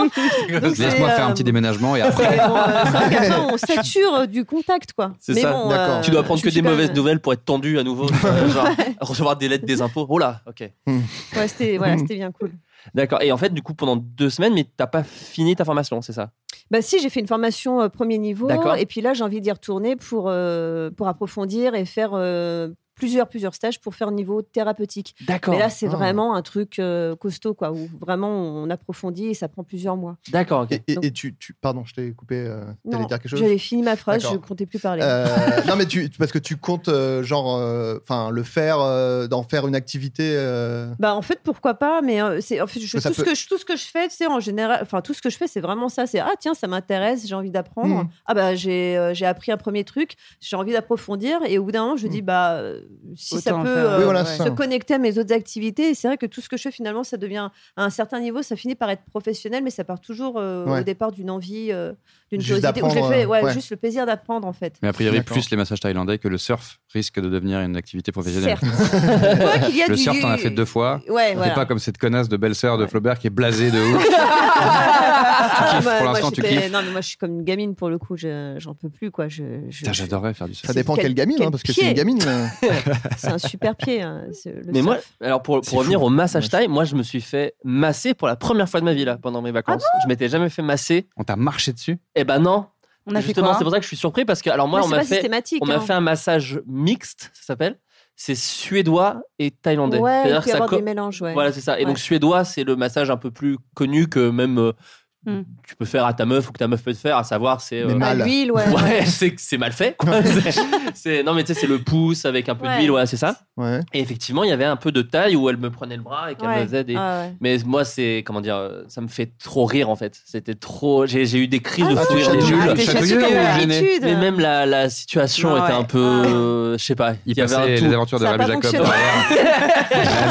Donc, c'est,
Laisse-moi faire un
euh,
petit déménagement et après.
c'est bon, euh, c'est vrai qu'après, on sature euh, du contact, quoi.
C'est
Mais
ça,
bon,
d'accord.
euh,
Tu dois prendre
je
que
suis
des
quand
mauvaises
même-
nouvelles pour être tendu à nouveau. euh, genre, recevoir des lettres des impôts. Oh là, ok.
Ouais, c'était, voilà, c'était bien cool.
D'accord. Et en fait, du coup, pendant deux semaines, mais t'as pas fini ta formation, c'est ça
Bah si, j'ai fait une formation euh, premier niveau
D'accord.
et puis là j'ai envie d'y retourner pour euh, pour approfondir et faire euh, plusieurs plusieurs stages pour faire niveau thérapeutique.
D'accord.
Mais là c'est
Ah.
vraiment un truc euh, costaud quoi où vraiment on approfondit et ça prend plusieurs mois.
D'accord, ok.
Et, et-
Donc-
et tu, tu- Pardon, je t'ai coupé. euh, T'allais
Non,
dire quelque chose
j'avais fini ma phrase, je
D'accord.
comptais plus parler.
Euh, non mais tu tu- parce que tu comptes euh, genre euh, enfin le faire euh, d'en faire une activité euh,
Bah en fait pourquoi pas mais euh, c'est en fait je,
Mais ça
tout ce
peut-
que je, tout ce que je fais tu sais en général enfin tout ce que je fais c'est vraiment ça c'est ah tiens ça m'intéresse j'ai envie d'apprendre
Mm.
ah bah j'ai euh, j'ai appris un premier truc j'ai envie d'approfondir et au bout d'un moment je dis bah euh, si ça
Autant en
peut
faire.
euh,
Oui, voilà,
ouais.
c'est ça.
se connecter à mes autres activités et c'est vrai que tout ce que je fais finalement ça devient à un certain niveau ça finit par être professionnel mais ça part toujours euh,
Ouais.
au départ d'une envie euh, d'une
Juste
curiosité où je l'ai
d'apprendre,
fait ouais,
ouais.
juste le plaisir d'apprendre en fait
Mais a priori,
D'accord.
plus les massages thaïlandais que le surf risque de devenir une activité professionnelle.
certes Quoi qu'il y a
Le
du-
surf, t'en as fait deux fois.
ouais
T'es
voilà
pas comme cette connasse de belle-sœur de Flaubert qui est blasée de ouf.
Ah,
kiffes,
bah,
pour
moi,
l'instant, tu
j'étais-
kiffes.
Non, mais moi, je suis comme une gamine pour le coup. je- J'en peux plus, quoi. Je, je-
Putain, J'adorerais faire du surf.
ça dépend
quel-
quelle gamine
quel
hein, parce que c'est
pied.
une gamine euh.
C'est un super pied. hein, ce- le
Mais moi,
surf.
alors pour, pour
C'est
revenir
fou.
au massage
Ouais.
thaï, moi je me suis fait masser pour la première fois de ma vie là pendant mes vacances.
Ah
je m'étais jamais fait masser.
On t'a marché dessus
Eh ben non.
On a fait
Justement,
quoi
c'est pour ça que je suis surpris parce que alors moi
Mais
on
c'est
m'a
pas
fait
systématique.
on m'a
hein.
fait un massage mixte, ça s'appelle. C'est suédois et thaïlandais.
Ouais, il
C'est-à-dire
peut y
ça
avoir
co-
des mélanges. Ouais.
Voilà, c'est ça. Et
Ouais.
donc suédois, c'est le massage un peu plus connu que même euh,
Hmm.
tu peux faire à ta meuf ou que ta meuf peut te faire, à savoir c'est
Mais
euh,
À
mal.
Ah, l'huile, ouais.
Ouais, c'est que c'est mal fait. quoi. C'est- c'est- non, mais tu sais, c'est le pouce avec un peu
Ouais.
d'huile, ouais, c'est ça.
ouais.
Et effectivement, il y avait un peu de taille où elle me prenait le bras et qu'elle
Ouais.
me faisait des.
Ah, ouais.
Mais moi, c'est comment dire, euh, ça me fait trop rire en fait. C'était trop. J'ai j'ai eu des crises
Ah
de
non,
fou rire
t'es
des
chatouilleux,
nuls.
t'es
chatouilleux
comme
ou
à
Ah, gêné
l'habitude.
Mais même la, la situation
Ah
était
ouais.
un peu, euh,
Ah.
je sais pas. Il y avait un
passait les
tout.
aventures de
Ça a
Rabbi
pas
Jacob
fonctionné.
derrière. Ouais,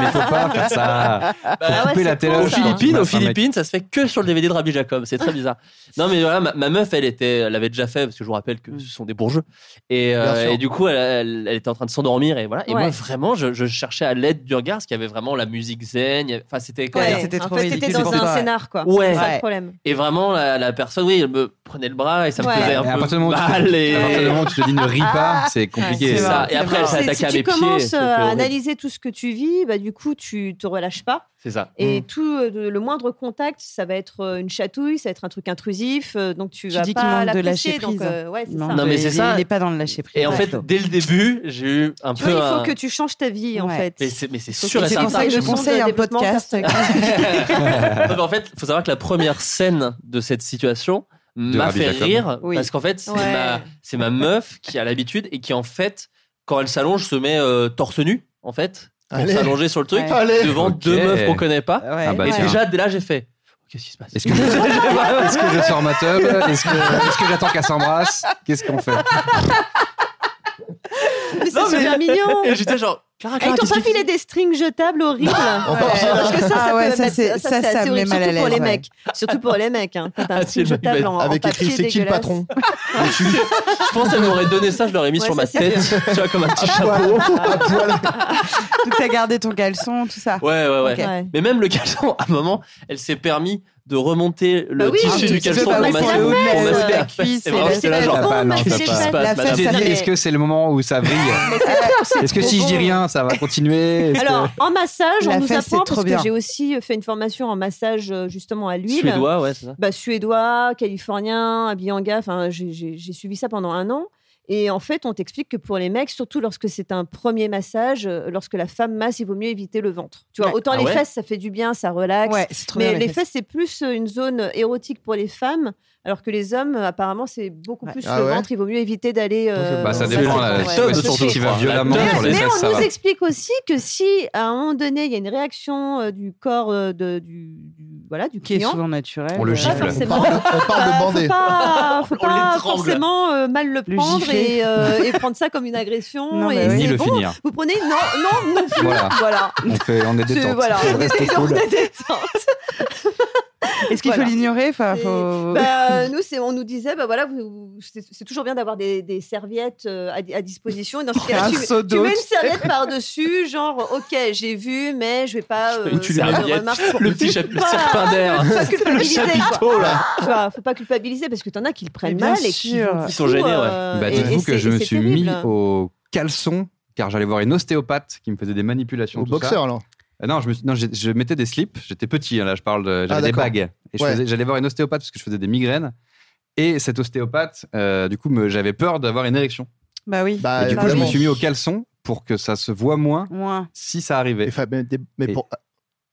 mais faut pas faire ça.
Ah ouais,
couper la
c'est
télé
con,
aux
Aux
ça.
Philippines, aux
Mince, un mec.
Philippines, ça se fait que sur le DVD de Rabbi Jacob. C'est très bizarre. Non, mais voilà, ma, ma meuf, elle était, elle avait déjà fait parce que je vous rappelle que ce sont des bourgeois. Et, euh,
Bien sûr.
et du coup, elle, elle- elle était en train de s'endormir et voilà. Et
Ouais.
moi, vraiment, je, je cherchais à l'aide du regard, parce qu'il y avait vraiment la musique zen. il y avait- Enfin, c'était quand
Ouais,
même-
c'était
en
trop
fait,
ridicule,
t'étais dans
c'est pour
un
ça.
scénar, quoi.
Ouais.
C'est ça
Ouais.
le problème.
Et vraiment, la, la personne, oui, elle me prenait le bras et ça me
Ouais.
faisait
Et
un
à
peu
partir du moment où tu
mal. et-
À partir du moment où tu te dis ne ris pas, c'est compliqué.
C'est
C'est
ça.
marrant,
Et après, elle
marrant.
s'est
C'est-
attaquée
Si
à
tu
mes pieds.
commences
c'était
à
horrible.
analyser tout ce que tu vis, bah, du coup, tu te relâches pas.
C'est ça.
Et tout euh, de- le moindre contact, ça va être euh, une chatouille, ça va être un truc intrusif, euh, donc tu,
Tu
vas
dis qu'il
pas
manque de
l'apprécier.
lâcher
Donc
prise.
euh, ouais, c'est
Il
ça.
manque
Non, mais
de-
c'est
il-
ça.
Il est pas dans le lâcher prise.
Et en fait,
Flo.
dès le début, j'ai eu un
Tu
peu.
vois, il
un-
faut que tu changes ta vie en
Ouais.
fait.
Mais c'est mais c'est
Faut
sûr
que
et
c'est
tu
certain.
pour ça que je
leçons de
conseille un
développement
podcast.
personnel.
Non, mais en fait, faut savoir que la première scène de cette situation
De
m'a
Ravi
fait
Jacob.
rire
Oui.
parce qu'en fait, c'est
Ouais.
ma, c'est ma meuf qui a l'habitude et qui, en fait, quand elle s'allonge, se met euh, torse nu, en fait, pour
Allez.
s'allonger sur le truc,
Ouais.
Allez.
devant
Ok.
deux meufs qu'on connaît pas.
Ouais.
Ah bah
et
tiens.
déjà, dès là, j'ai fait Qu'est-ce qui se passe
Est-ce que, est-ce que je sors ma teub Est-ce que, est-ce que j'attends qu'elle s'embrasse Qu'est-ce qu'on fait
Mais c'est
Non, mais-
super mignon.
Et j'étais genre Clara,
Et
Clara,
t'ont
qu'est-ce
pas
qui-
filé des strings jetables horribles Parce que ça, ça,
Ah
peut
ouais,
mettre-
ça, c'est- ça,
c'est
ça
assez
me met
horrible,
mal à
surtout pour
l'aise,
les
ouais.
mecs. Surtout pour les mecs. Hein. Quand t'as un
Ah,
string
c'est le-
jetable en, en
Avec
papier
écrit c'est qui le
dégueulasse.
patron
Je pense qu'elle m'aurait donné ça, je l'aurais mis
Ouais,
sur
ça,
ma
c'est
tête, tu vois, comme un petit
Ah
chapeau.
À poil.
Donc t'as gardé ton caleçon, tout ça.
Ouais, ouais, ouais.
Ok.
Ouais.
Mais même le caleçon, à un moment, elle s'est permis de remonter le
Bah oui,
tissu
ah,
du
tu sais,
caleçon
bah
pour
oui,
masquer
pour le haut de
pour
la-
masquer
la
la
cuisse,
fesse. C'est
et
vraiment,
la-
j'étais là,
c'est
genre, ah bah,
la-
pas, non,
mais
t'as
c'est
pas.
juste
pas-
La
la
fête,
fête, ça
ça
dit,
fait-
Est-ce que c'est le moment où ça brille Est-ce que si je dis rien, ça va continuer Est-ce que-
Alors, en massage,
La
on nous
fesse,
apprend,
c'est
parce
trop
que
bien.
j'ai aussi fait une formation en massage euh, justement à l'huile.
Suédois, ouais, c'est ça.
bah, suédois, californien, habillé en gars. Enfin, j'ai- j'ai j'ai suivi ça pendant un an. Et en fait, on t'explique que pour les mecs, surtout lorsque c'est un premier massage, euh, lorsque la femme masse, il vaut mieux éviter le ventre. Tu vois,
Ouais.
autant
Ah
les
ouais
fesses, ça fait du bien, ça relaxe.
Ouais, c'est trop
Mais
bien,
les fesses, c'est plus euh, une zone érotique pour les femmes, alors que les hommes, euh, apparemment, c'est beaucoup
Ouais.
plus
Ah
le
ouais
ventre. Il vaut mieux éviter d'aller. euh,
Bah, ça
ça,
dépend.
c'est
là,
bon,
si-
ouais.
teub,
si-
surtout,
si tu
je
vas
crois.
violemment
La
sur les
Mais
fesses, ça
on nous
va.
explique aussi que si à un moment donné il y a une réaction euh, du corps euh, de- du, du- voilà du
Qui est
client,
souvent naturel.
On le
Euh,
pas
gifle.
On
forcément
parle, on
Ah,
parle de
faut
bandé.
pas, faut
On
pas
l'étrangle.
forcément euh, mal le
Le
prendre
gifler.
et, euh, et prendre ça comme une agression.
Non, mais
et
oui.
Ni
c'est
le
bon,
finir.
Vous prenez non, non, non plus.
Voilà.
Voilà.
On, fait, on est
C'est-
détente.
voilà,
On
on
reste
est, on
cool.
est détente.
Est-ce qu'il
Voilà.
faut l'ignorer Enfin,
C'est-
faut...
Bah, nous, c'est- on nous disait, bah voilà, vous- vous- c'est c'est toujours bien d'avoir des, des serviettes euh, à, di- à disposition. Et Dans ce cas-là,
Un
tu,
seau
tu mets
d'eau,
une
tu sais.
serviette par-dessus, genre, ok, j'ai vu, mais je vais pas. euh,
Ou tu lui
faire
mets
de
une miette.
remarques.
Le petit chap- le
Voilà.
serpent d'air.
Faut pas culpabiliser,
Le
quoi.
chapiteau, là.
Tu vois, faut pas culpabiliser parce que t'en as qui le prennent
Mais bien
mal et qui
sûr.
vont
Ils sont
beaucoup,
gênés, ouais.
euh,
Bah,
et- et
dites-vous que
c'est-
je me
c'est
suis
terrible.
mis au caleçon car j'allais voir une ostéopathe qui me faisait des manipulations.
Au
tout ça.
boxeur, alors.
Ah Non, je, me suis- non, j'ai- je mettais des slips. J'étais petit, hein, là, je parle. de- J'avais
Ah,
des
d'accord.
bagues. Et je
Ouais.
faisais- j'allais voir une ostéopathe parce que je faisais des migraines. Et cette ostéopathe, euh, du coup, me- j'avais peur d'avoir une érection.
bah oui.
Bah,
et du coup, je
évidemment.
me suis mis au caleçon pour que ça se voit moins
Moins.
si ça arrivait.
Et fa- Mais, des- mais
Et-
pour-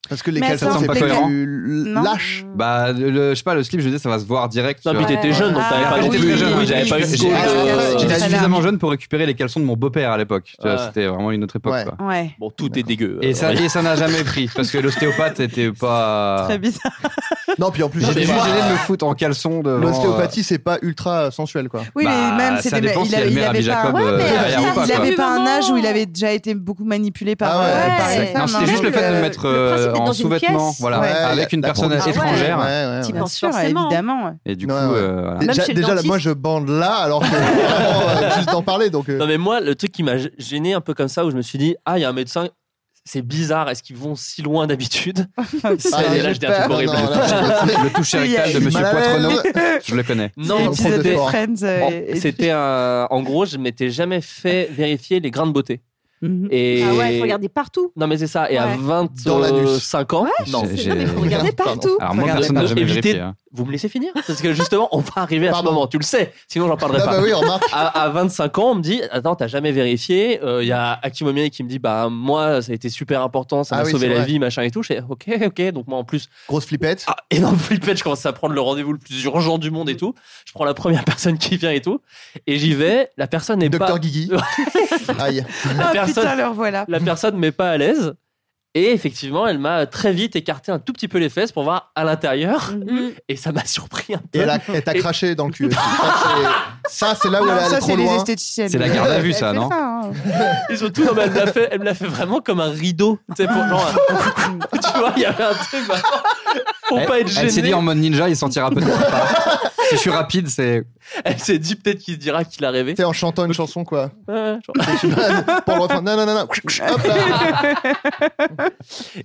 Parce que les
Mais
caleçons,
attends,
c'est
pas
plus
cohérent.
Non.
lâche.
Bah, le- le- je sais pas, le slip, je disais, ça va se voir direct.
Non,
tu
mais
vois.
t'étais
ouais.
jeune, donc t'avais
Ah,
pas
J'étais
non
oui,
très
plus-
jeune,
oui,
hein,
j'avais
j'ai-
pas eu ce
j'ai-
goal
Ah,
de-
J'étais
Très
suffisamment
large.
jeune pour récupérer les caleçons de mon beau-père à l'époque. Tu vois,
Ouais.
C'était vraiment une autre époque.
Ouais.
quoi.
Ouais.
Bon, tout est dégueu.
Et
euh,
ça,
on va dire.
et ça n'a jamais pris parce que l'ostéopathe était pas.
Très bizarre.
Non, puis en plus,
Non,
j'ai
J'étais
mais
dit-
juste
moi- euh,
gêné de me foutre en caleçon devant.
l'ostéopathie, c'est pas ultra sensuel, quoi.
Oui,
Bah,
mais même,
ça
c'est des
dépend
il
si elle
avait, il
met Rabbi
avait pas,
Jacob,
Ouais,
euh,
mais
derrière
il
ou pas,
il
quoi.
avait
Du
pas un
moment-
âge où il avait déjà été beaucoup manipulé par.
Ah ouais,
euh, par
exact.
les
Non,
femmes,
c'était
hein.
juste le fait de me mettre
le
euh,
principe d'être
en
dans une
sous-vêtements,
pièce.
voilà,
Ouais, la-
avec une
la
personne
prostitution,
étrangère.
ouais, ouais,
Type-
ouais.
Bien
Pense
sûr,
forcément.
évidemment.
Et du coup,
Ouais, ouais.
euh, voilà.
Même
Déjà,
chez le
déjà, là, moi
dentiste.
je bande là, alors que vraiment, euh, juste d'en parler. Donc, euh,
Non, mais moi, le truc qui m'a gêné un peu comme ça, où je me suis dit, ah, il y a un médecin, c'est bizarre, est-ce qu'ils vont si loin d'habitude
ah,
Et
ouais,
là,
j'ai
je dis un truc
peur.
horrible.
Non, non, là, j'ai-
le toucher rectal de
j'ai
Monsieur
mal à
Poitrenaud,
l'aise.
je le connais.
Non,
C'est
L'épisode
de
de
c'était.
fort.
Friends. euh, et-
C'était un. En gros, je m'étais jamais fait vérifier les grains de beauté.
Mhm.
Et...
Ah ouais, il faut regarder partout.
Non, mais c'est ça. Et à
Ouais.
25 ans, non.
J'ai-
C'est- Non, mais il faut
j'ai-
regarder
Pardon.
partout.
Alors moi,
Regardez
personne
pas.
n'a jamais
Évitez-
vérifié. hein.
Vous me laissez finir Parce que justement, on va arriver à ce
Pardon.
moment. Tu le sais. Sinon, j'en parlerai
Ah,
pas.
bah oui, remarque.
à, à 25 ans, on me dit Attends, t'as jamais vérifié. Il y a Akimomier qui me dit Bah, moi, ça a été super important, ça
Ah
m'a
oui,
sauvé
c'est
la
vrai.
vie, machin et tout. Je fais Ok, ok. Donc, moi, en plus,
Grosse flippette.
ah, énorme flippette, je commence à prendre le rendez-vous le plus urgent du monde et tout. Je prends la première personne qui vient et tout. Et j'y vais. La personne n'est pas.
Docteur Guigui. Aïe.
La
Ah
personne-
putain, le revoilà.
la personne m'est pas à l'aise. Et effectivement, elle m'a très vite écarté un tout petit peu les fesses pour voir à l'intérieur.
Mhm.
Et ça m'a surpris un peu.
Et elle a- elle t'a
Et-
craché dans le cul. aussi. Ça, c'est- Ça, c'est là où elle
Non,
est
ça,
allée trop
c'est les
loin.
esthéticiennes.
C'est la garde à vue, ça,
Elle fait
non
hein.
Et surtout, non, mais elle me l'a fait, elle me l'a fait vraiment comme un rideau. Tu sais, pour genre, un- tu vois, il y avait un truc vraiment pour
Elle,
pas être gêné.
elle s'est dit en mode ninja, il sentira peut-être pas. Si je suis rapide, c'est.
peut-être qu'il se dira qu'il a rêvé.
T'es en chantant une chanson, quoi.
Ouais, genre.
Pour le refrain. Non, non, non, non. Hop là.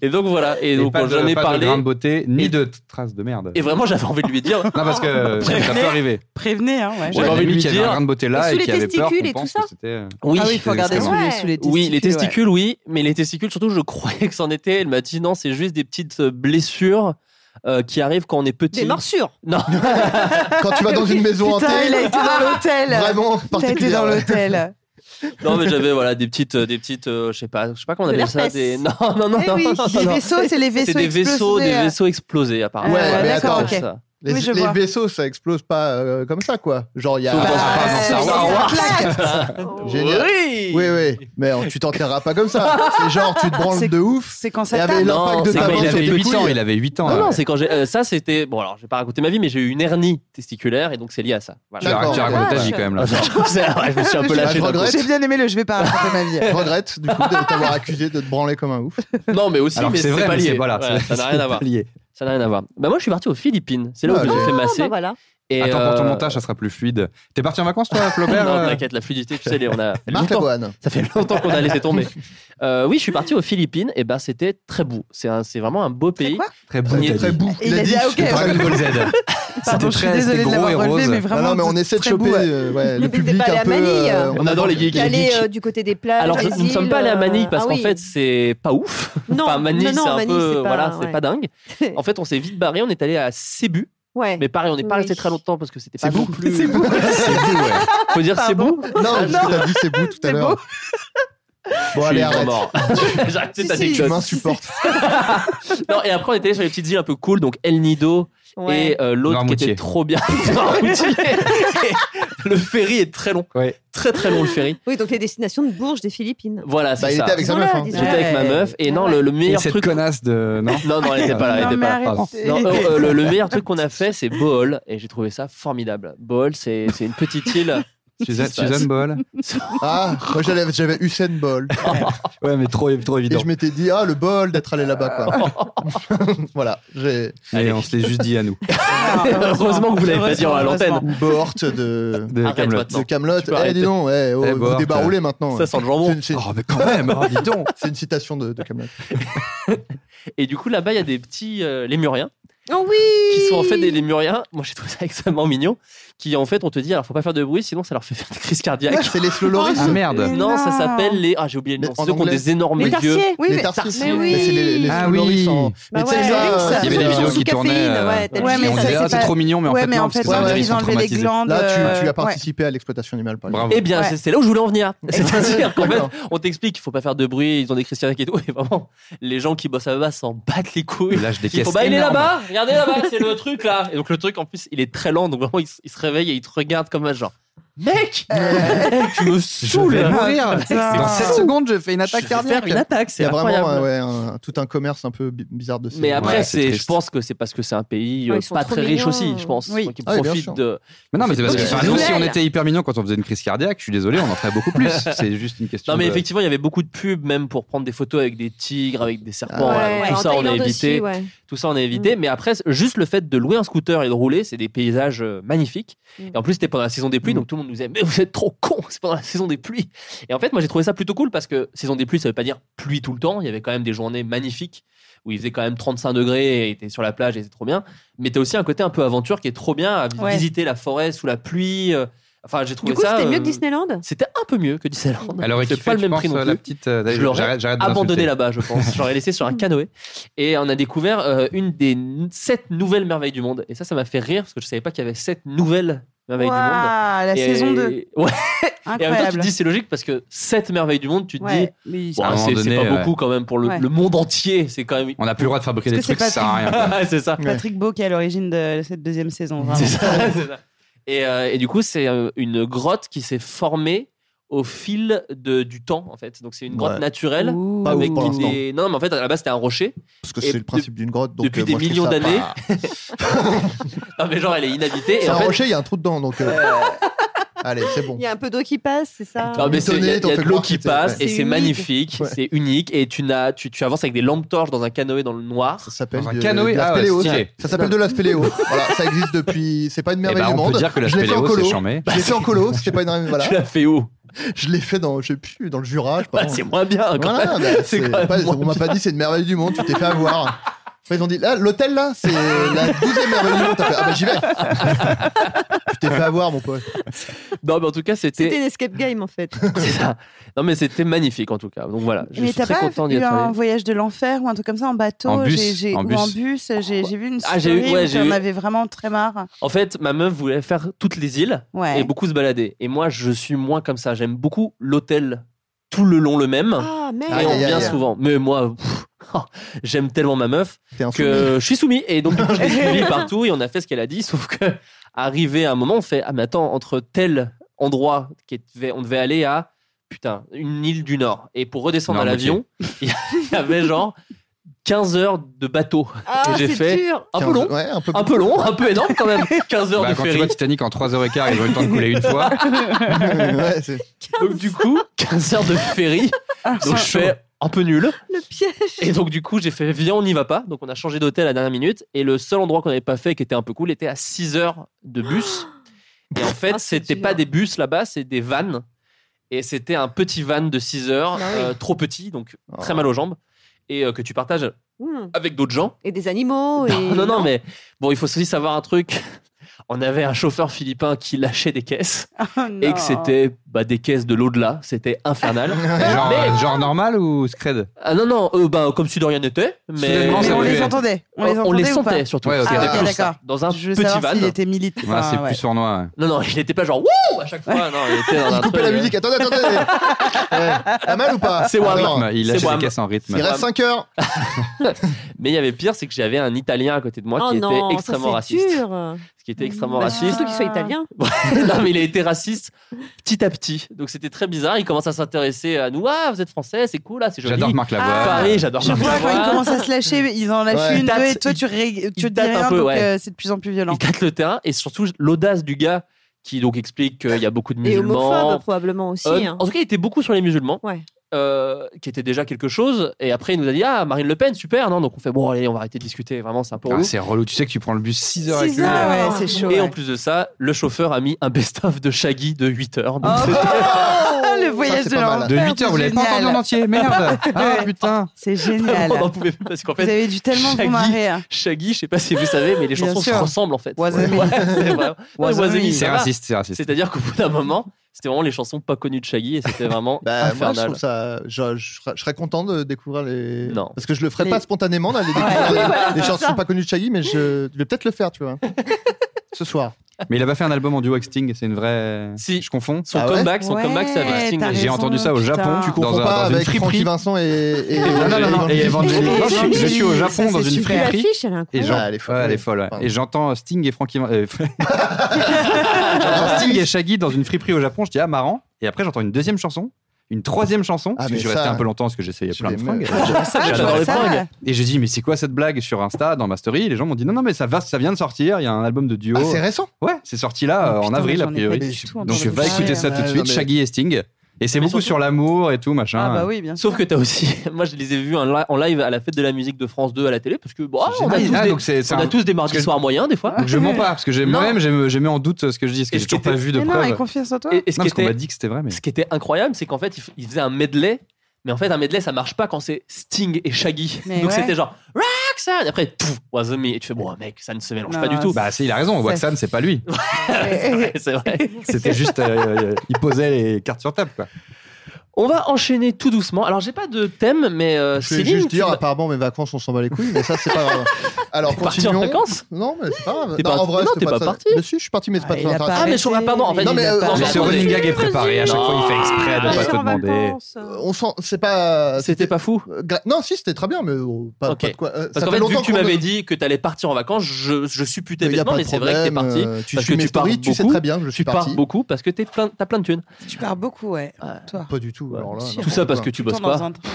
Et donc voilà. Et
Et
donc
pas
on-
de-
j'en ai
pas de
parlé.
grain de beauté, ni de traces de merde.
Et vraiment, j'avais envie de lui
Ah
dire.
Non, parce que euh, ça peut arriver.
Prévenez, hein, ouais.
J'avais
Ouais,
envie de
lui
lui
qui avait
dire-
un grain de beauté là
Et sous
et qui
les
avait peur
testicules
qu'on
et tout
pense
ça
que c'était. euh,
Oui,
Ah oui, il faut regarder sous les,
Ouais.
sous les testicules.
Oui, les
ouais.
testicules, oui, mais les testicules, surtout, je croyais que c'en était. Elle m'a dit non, c'est juste des petites blessures euh, qui arrivent quand on est petit.
Des morsures.
Non,
Quand tu vas dans une maison
Putain, il a
hantée,
été dans l'hôtel.
vraiment
T'as été
particulière.
dans
ouais.
l'hôtel.
non, mais j'avais voilà des petites, euh, des petites, euh, je sais pas, je sais pas comment on
De
appelle ça,
l'herpès.
des non, non, non,
Eh
non,
oui,
non, non,
les
non.
vaisseaux, c'est les vaisseaux.
c'est des vaisseaux,
explosés,
des
euh.
vaisseaux explosés apparemment.
Ouais,
Euh,
mais
d'accord,
attends,
ok.
Ça.
Les,
Oui, je
les
vois.
vaisseaux, ça explose pas euh, comme ça, quoi. Genre, il y a.
Sauf dans- Bah, pas dans Star
sauf Wars. dans
Génial.
Oui.
oui, oui. Mais euh, tu t'enterreras pas comme ça. C'est genre, tu te branles de ouf.
C'est quand
Il y
ça
avait
tape.
l'or- L'impact de
c'est
ta
quand
main
il
sur
avait
tes
8
couilles.
ans.
Il avait 8 ans.
Non,
ouais.
non, c'est quand j'ai. euh, ça, c'était. Bon, alors, je vais pas raconter ma vie, mais j'ai eu une hernie testiculaire et donc c'est lié à ça.
Tu rac- tu racontes ta vie quand même là.
Ouais, je me suis un peu
Je
lâché. d'un coup.
regrette.
J'ai bien aimé le je vais pas raconter ma vie.
Je regrette, du coup, de t'avoir accusé de te branler comme un ouf.
Non, mais aussi,
Alors que
mais
c'est vrai,
pas
mais
lié.
c'est- voilà,
Voilà,
c'est-
ça n'a rien à voir.
c'est lié.
Ça n'a rien à voir. Bah, moi, je suis parti aux Philippines. C'est là où
Ah,
je me
ok.
suis fait
Ah, bah
masser.
voilà.
Et,
Attends, pour ton
euh,
montage, ça sera plus fluide. T'es parti en vacances, toi, Flaubert
Ah Non,
euh
t'inquiète, la fluidité, tu sais, les- on a
Marc
longtemps-
Lavoine.
Ça fait longtemps qu'on a laissé tomber. Euh, oui, je suis parti aux Philippines. Et ben, c'était très beau. C'est un- c'est vraiment un beau pays.
Très beau.
Il est
Très beau.
Et il a dit, ah, ok.
C'était Dragon Ball Z.
Pardon, je suis
très-
désolée de
c'était gros et
l'avoir relevé,
rose.
mais vraiment.
non, non, mais on essaie de
très
choper
beau, ouais.
euh, ouais, le
Mais t'es
public
pas allé
un
à
peu.
Manille.
On adore les geeks.
T'es allé euh, du côté des plages.
Alors,
des
nous ne sommes
îles,
pas allés à
euh,
Manille parce
ah
qu'en
oui.
fait, c'est pas ouf.
Non,
enfin, Manille,
non, non,
c'est un
Manille,
peu.
c'est pas-
voilà, c'est
ouais.
pas dingue. En fait, on s'est vite barré. On est allé à Cebu.
Ouais.
Mais pareil, on n'est pas
Oui.
resté très longtemps parce que c'était pas
C'est
non
beau.
plus.
C'est beau.
Faut dire c'est beau.
Non, je t'ai dit c'est beau tout à
C'est
l'heure. Bon,
Je
allez,
suis
arrête.
mort. J'ai arrêté
Si,
cette
si.
Tu
anecdote.
m'insupportes.
Non, et après, on était allé sur les petites îles un peu cool, donc El Nido
Ouais.
et euh, l'autre qui
Noirmoutier.
était trop bien. Noirmoutier. Et le ferry est très long.
Ouais.
Très très long le ferry.
Oui, donc les destinations de Bourges des Philippines.
Voilà, c'est
Bah, il
ça.
était avec sa
Voilà,
meuf. hein.
disons.
J'étais avec ma meuf. Et non, le, le
Et
meilleur
cette
truc.
connasse de. Non
Non, non, elle était pas là. Elle
Non,
était
mais
pas là.
arrêtez.
Non, euh, euh, le, le meilleur truc qu'on a fait, c'est Bohol, et j'ai trouvé ça formidable. Bohol, c'est c'est une petite île.
Suzanne,
Qu'est-ce qui se passe
Suzanne Ball.
Ah, moi j'avais j'avais Usain Bolt.
Ouais, mais trop, trop
Et
évident.
je m'étais dit, ah, le bol d'être allé là-bas, quoi. voilà, j'ai
Et on se l'est juste dit à nous.
Heureusement que vous l'avez pas dit à l'antenne.
une bohorte de,
De
Arrête,
Kaamelott.
maintenant.
de Camelot.
Tu peux arrêter.
Eh, dis donc, eh, oh,
Eh,
vous
bohorte.
débaroulez maintenant.
Ça sent le jambon.
C'est une- c'est-
Oh, mais quand même, oh, dis donc.
c'est une citation de, de Camelot.
Et du coup, là-bas, il y a des petits euh, lémuriens
Oh oui
qui sont en fait des lémuriens. Moi, j'ai trouvé ça extrêmement mignon. Qui en fait, on te dit, alors faut pas faire de bruit, sinon ça leur fait faire des crises cardiaques.
C'est les Sloloris.
Ah merde.
Non, ça
non.
s'appelle les. Ah, j'ai oublié le
Mais
nom.
en
C'est Ceux qui ont
anglais.
des énormes
Les
yeux.
tarsiers.
Oui,
les
mais-
mais
tarsiers.
oui.
c'est les, les
Ah
Sloloris
oui.
en-
Bah
Mais tu sais,
ouais.
ça,
Il y
Ils
Il y avait
euh,
sont
des vidéos
sous
qui tournaient.
caféine, ouais,
euh,
t'as
on
le chiffre. Ouais, mais
dirait,
ça,
ah, c'est
c'est
trop mignon, mais en
ouais,
fait,
mais
non,
en
parce que
fait,
c'est
ouais,
vrai,
ils,
ils sont
enlevaient les
traumatisés.
glandes.
Là, tu, tu
euh,
as participé à l'exploitation animale, par exemple.
Bravo.
Eh bien,
Ouais.
c'est- c'est là où je voulais en venir. C'est-à-dire qu'en fait,
D'accord.
on t'explique qu'il faut pas faire de bruit, ils ont des crises cardiaques et tout. Et vraiment, les gens qui bossent là-bas s'en battent les couilles.
Ils lâchent des
Il
caisses.
faut, bah, il est
énormes.
là-bas, regardez là-bas, c'est le truc là. Et donc le truc en plus, il est très lent, donc vraiment il, se- il se réveille et il te regarde comme un genre. Mec, mec, tu
Je
me saoules.
vais mourir.
putain.
Dans 7 secondes, je fais une attaque
Je vais faire
cardiaque.
une attaque,
Il y
c'est
a vraiment
incroyable.
euh, ouais, un- tout un commerce un peu bi- bizarre de ça.
Mais après,
Ouais, c'est
c'est,
triste.
je pense que c'est parce que c'est un pays euh,
Ouais, ils sont
pas
trop
très riche
mignons.
aussi, je pense.
Oui.
qui
Ah oui, bien
profite
sûr.
de.
Mais non, mais c'est parce que
Donc,
enfin,
ils
nous,
sont
si on
cruels.
était hyper mignon quand on faisait une crise cardiaque, je suis désolé, on en ferait beaucoup plus. C'est juste une question.
Non, mais
de-
effectivement, il y avait beaucoup de pubs, même pour prendre des photos avec des tigres, avec des serpents.
Ouais.
voilà.
Ouais,
Tout
en
ça, on a
Thaïlande aussi,
évité.
ouais.
Tout ça, on a
Mm.
évité. Mais après, juste le fait de louer un scooter et de rouler, c'est des paysages euh, magnifiques.
Mm.
Et en plus, c'était pendant la saison des pluies,
Mm.
donc tout le monde nous disait Mais vous êtes trop cons, c'est pendant la saison des pluies. Et en fait, moi, j'ai trouvé ça plutôt cool parce que saison des pluies, ça veut pas dire pluie tout le temps. Il y avait quand même des journées magnifiques où il faisait quand même 35 degrés et t'es sur la plage et c'est trop bien. Mais t'as aussi un côté un peu aventure qui est trop bien à vi-
Ouais.
visiter la forêt sous la pluie. euh, Enfin, j'ai trouvé
Du coup,
ça.
c'était mieux
euh,
que Disneyland
C'était un peu mieux que Disneyland.
Alors,
c'est pas le même prix non plus.
La petite, euh,
Je l'aurais
j'arrête- j'arrête de
abandonné
l'insulter.
là-bas, je pense. J'aurais laissé sur un canoë. Et on a découvert euh, une des n- sept nouvelles merveilles du monde. Et ça, ça m'a fait rire parce que je savais pas qu'il y avait sept nouvelles merveilles du monde.
Waouh, la
et...
saison 2.
Ouais. Et en même temps, tu
Incroyable.
te dis, c'est logique parce que sept merveilles du monde, tu te dis,
Ouais, mais ils-
bon,
À un moment
c'est c'est
donné,
pas
ouais.
beaucoup quand même pour le,
Ouais.
le monde entier. C'est quand même. Ah,
On n'a plus le droit de fabriquer des
Parce que
trucs, ça
c'est
sert à rien. quoi.
c'est ça.
Patrick Beau qui est à l'origine de cette deuxième saison. vraiment.
C'est ça, c'est ça. Et, euh, et du coup, c'est euh, une grotte qui s'est formée au fil de, du temps, en fait. Donc, c'est une grotte
Ouais.
naturelle.
Ouh.
Pas
avec
ouf pour
des... Non, mais en fait, à la base, c'était un rocher.
Parce que
Et
c'est le
de-
principe d'une grotte. Donc,
depuis
euh,
des
moi, je trouve ça
millions d'années.
pas-
Non, mais genre, elle est inhabitée.
C'est
Et
un
en fait,
rocher, il y a un trou dedans. Donc, euh, allez, c'est bon.
Il y a un peu d'eau qui passe, c'est ça
Non, mais c'est- il y
Étonné,
a, il y a
t'en fais
de l'eau
croire
qui
que t'es-
passe
ouais.
et
C'est
c'est
unique.
magnifique,
Ouais.
c'est unique et tu, n'as, tu, tu avances avec des lampes torches dans un canoë dans le noir.
Ça s'appelle
Dans un
du-
canoë,
de
ah
la
ouais,
spéléo,
stylé.
ça. Ça s'appelle de la spéléo. voilà, ça existe depuis. C'est pas une
Eh
merveille
ben,
du
on
monde.
peut dire que la
je l'ai fait en
spéléo, c'est
colo.
charmé.
Je l'ai fait en colo. C'était pas une merveille. Voilà.
Bah, Tu l'as fait où
Je l'ai fait dans, je sais plus, dans le Jura. Je sais pas.
Bah, C'est moins bien quand
Voilà,
même.
bah,
c'est
c'est
quand même
pas-
moins
on m'a pas dit c'est une merveille du monde, tu t'es fait avoir. Après, ils ont dit, là, l'hôtel, là, c'est la douzième merveille du monde. T'as fait, ah bah j'y vais. tu t'es fait avoir, mon pote.
Non, mais en tout cas,
C'était
c'était.
une escape game en fait.
c'est ça. Non, mais c'était magnifique en tout cas. Donc voilà, je
mais
suis
t'as
très
pas
content d'y
eu
être
un
allé.
voyage de l'enfer ou un truc comme ça en bateau
En bus,
j'ai- j'ai-
en
ou
bus.
en bus J'ai j'ai vu une story
Ah, j'ai eu- ouais,
où
j'ai
j'en
eu-
avais vraiment très marre.
En fait, ma meuf voulait faire toutes les îles
Ouais.
et beaucoup se balader. Et moi, je suis moins comme ça. J'aime beaucoup l'hôtel tout le long le même.
Ah, merde.
Et on
Aïe, aïe,
revient
aïe.
souvent. Mais moi, pff, j'aime tellement ma meuf que je suis soumis. Et donc, du coup, je l'ai suivi partout et on a fait ce qu'elle a dit. Sauf que, arrivé à un moment, on fait Ah, mais attends, entre tel endroit, qui devait- on devait aller à putain, une île du Nord. Et pour redescendre
Non,
à
mais
l'avion, il y avait genre 15 heures de bateau.
Ah,
et j'ai
c'est
fait
dur.
un peu long.
Ouais, un peu
Un peu long, un peu énorme quand même. 15 heures
Bah,
de
quand tu vois
ferry.
Titanic en 3h15, ils ont eu le temps de couler une fois.
Ouais, c'est-
Donc du coup, 15 heures de ferry. Ah, donc je fais un peu nul.
Ah, Le piège.
Et donc du coup, j'ai fait viens, on n'y va pas. Donc on a changé d'hôtel à la dernière minute. Et le seul endroit qu'on n'avait pas fait qui était un peu cool était à 6 heures de bus. Et en fait,
Ah, c'est
c'était
dur.
pas des bus là-bas, c'est des vannes. Et c'était un petit van de 6 heures,
Bah
euh, trop petit, donc très
Oh.
mal aux jambes. Et euh, que tu partages
Hmm.
avec d'autres gens.
Et des animaux. Et...
Non, non, non, mais bon, il faut aussi savoir un truc. On avait un chauffeur philippin qui lâchait des caisses
Oh
et que c'était bah, des caisses de l'au-delà. C'était infernal.
Genre,
Mais-
euh, genre normal ou scred
Ah non, non, euh, bah, comme si de rien n'était, mais
Soudainement,
Mais
ça
on
me
les
fait-
entendait. On les
on,
entendait
les
ou pas
sentait surtout.
Ouais, ok,
C'était
d'accord.
plus ça.
d'accord.
Dans un
Je veux
petit
savoir s'il
van.
était militaire.
Ouais, C'est
Enfin, ouais.
plus sournois. ouais.
Non, non, il n'était pas genre wouh à chaque fois. Non, il était dans un
Il coupait
truc.
la musique. Attendez, attendez. Ouais. Pas mal ou pas
C'est Wham.
Alors,
Rythme, Il
C'est
lâche
Wham.
les caisses en rythme.
Il reste 5 heures.
euh, Mais il y avait pire, c'est que j'avais un Italien à côté de moi
Oh
qui
non,
était
ça,
extrêmement
c'est
raciste.
dur.
Ce qui était extrêmement
Bah,
raciste.
Surtout qu'il soit italien.
non, mais il a été raciste petit à petit. Donc c'était très bizarre. Il commence à s'intéresser à nous. Ah, vous êtes français, c'est cool, là, c'est joli.
J'adore Marc Lavoie.
Ah,
Paris, j'adore
Je
Marc
vois quand ils
Lavoie.
commencent à se lâcher, ils en lâchent
Ouais.
une,
Ils
deux, et
tâtent-
toi tu, ré... tu
ils
dis
tâtent
rien,
un peu,
donc
ouais.
euh, c'est de plus en plus violent.
Il tâte le terrain et surtout l'audace du gars qui donc explique qu'il y a beaucoup de
Et homophobe,
musulmans.
probablement aussi.
Euh,
hein.
En tout cas, il était beaucoup sur les musulmans.
Ouais.
euh, qui était déjà quelque chose. Et après, il nous a dit Ah, Marine Le Pen, super, non Donc on fait Bon, allez, on va arrêter de discuter. Vraiment, c'est un peu
Ah,
relou.
C'est relou, tu sais que tu prends le bus 6 heures avec
Six
lui.
heures.
Ah ouais, c'est chaud.
Et
ouais.
en plus de ça, le chauffeur a mis un best-of de Shaggy de 8 heures. Donc,
Oh, le voyage
c'est
de
pas mal.
l'enfer.
De 8 heures,
c'est
vous l'avez pas
génial.
entendu en entier. Merde. Ah putain.
C'est génial.
vraiment, on n'en pouvait plus parce qu'en
Vous
fait,
avez dû tellement vous
Shaggy.
marrer. hein.
Shaggy, je sais pas si vous savez, mais les
Bien
chansons se
sûr.
ressemblent en fait.
Was a Me.
c'est vrai. Non, mais
Was a
Was a
Me.
Me,
C'est
ça va.
raciste, c'est raciste.
C'est-à-dire qu'au bout d'un moment, c'était vraiment les chansons pas connues de Shaggy et c'était vraiment
Bah, moi, je
infernal.
trouve ça. Je, je serais- je serais content de découvrir les.
Non.
Parce que je le ferais
Les-
pas spontanément, là, les, découvrir les- les chansons pas connues de Shaggy, mais je vais peut-être le faire, tu vois. Ce soir.
Mais il a pas fait un album en duo avec Sting, c'est une vraie.
Si.
Je confonds.
son
Ah ouais
comeback, son
Ouais,
comeback, c'est avec
t'as
Sting.
J'ai
raison,
entendu ça au
putain.
Japon.
Tu comprends
dans un-
pas
dans une
avec Frankie
friperie.
Vincent et. et-
Non, non, non, non,
et-
et Evangeline.
Evangeline.
Je suis- Je suis au
Ça,
Japon
c'est
dans une
super.
friperie.
L'affiche, elle est
Et
incroyable.
j'en-
Ouais, elle est folle,
ouais, elle est
ouais.
folle, ouais.
Pardon.
Et j'entends Sting et Frankie. euh, j'entends Sting et Shaggy dans une friperie au Japon. Je dis ah marrant. Et après j'entends une deuxième chanson, une troisième chanson.
Ah,
parce que
mais
j'ai
ça-
resté un peu longtemps parce que j'essayais
Tu
plein de
les
fringues.
Ah,
J'adore
bah,
les
ça,
fringues.
Et j'ai dit mais c'est quoi cette blague sur Insta dans ma story Et Les gens m'ont dit non non mais ça va, ça vient de sortir. Il y a un album de duo.
Ah, c'est récent.
ouais, c'est sorti là
Oh,
euh, en
putain,
avril
j'en ai
a
pas
priori.
du tout entendu
Donc je vais
parler.
écouter ça tout de
Ouais,
suite.
mais-
Shaggy et Sting. Et c'est
Mais
beaucoup
surtout-
sur l'amour et tout machin.
Ah bah oui, bien sûr.
Sauf que t'as aussi, moi je les ai vus en li- en live à la fête de la musique de France 2 à la télé parce que bon, ah, on, a
Ah,
tous
ah,
des,
donc c'est- c'est
on a
un-
tous des mardis
parce que-
soirs moyens des fois.
Donc je mens pas parce que j'ai-
Non.
moi-même j'ai j'ai mis en doute euh, ce que je dis, parce que
Et
j'ai
ce qui
toujours pas
était-
vu de
Mais non,
preuve.
et
Non,
confiance en toi.
Et, et ce, qui
parce qu'on
était,
m'a dit que c'était vrai, mais
ce qui était incroyable, c'est qu'en fait, ils f- ils faisaient un medley. Mais en fait, un medley, ça marche pas quand c'est Sting et Shaggy.
Mais ouais.
Donc c'était genre Roxanne. Et après, tout was me. Et tu fais, bon, mec, ça ne se mélange
Non,
pas du tout.
bah si, il a raison. Waxan, c'est pas lui.
c'est vrai, c'est vrai.
C'était juste, euh, euh, il posait les cartes sur table, quoi.
On va enchaîner tout doucement. Alors, j'ai pas de thème, mais euh,
Je vais
Céline,
juste
tu
dire,
vas-
apparemment, mes vacances, on s'en bat les couilles, mais ça, c'est pas grave. Alors,
t'es parti en
continuons.
vacances
Non, mais c'est pas grave.
T'es
Non,
parti-
en vrai,
non,
c'était
t'es pas
ça.
parti.
Mais si, je suis parti, mais c'est pas
Ah,
très
il a pas
intéressant.
Ah, mais je comprends pas. Non, en fait,
Non,
il
mais,
a
euh,
pas-
mais
mais
ce
attendez.
running gag est préparé. À chaque
Non.
fois, il fait exprès de
Ah,
pas
je
te
suis en
demander.
vacances.
Oh,
On sent, c'est pas.
C'était pas fou.
Euh, gra- Non, si, c'était très bien, mais oh, pas,
Ok.
pas de quoi. euh, ça
Parce qu'en
fait
fait, vu
longtemps
que tu
qu'on-
m'avais dit que t'allais partir en vacances, je, je supputais
Il y a
bêtement,
pas
mais
de
c'est vrai que t'es
problème,
parti.
euh, Tu
parce
suis
que
mes
tu pars
stories, tu sais
beaucoup,
très bien que je suis
Tu pars
parti.
beaucoup parce que t'es plein, t'as plein de thunes.
Tu pars beaucoup, ouais.
Ouais.
Toi.
Pas du tout.
Ouais.
alors là,
Tout
n'importe
ça parce
quoi.
que tu
Tout le
bosses
temps dans
pas.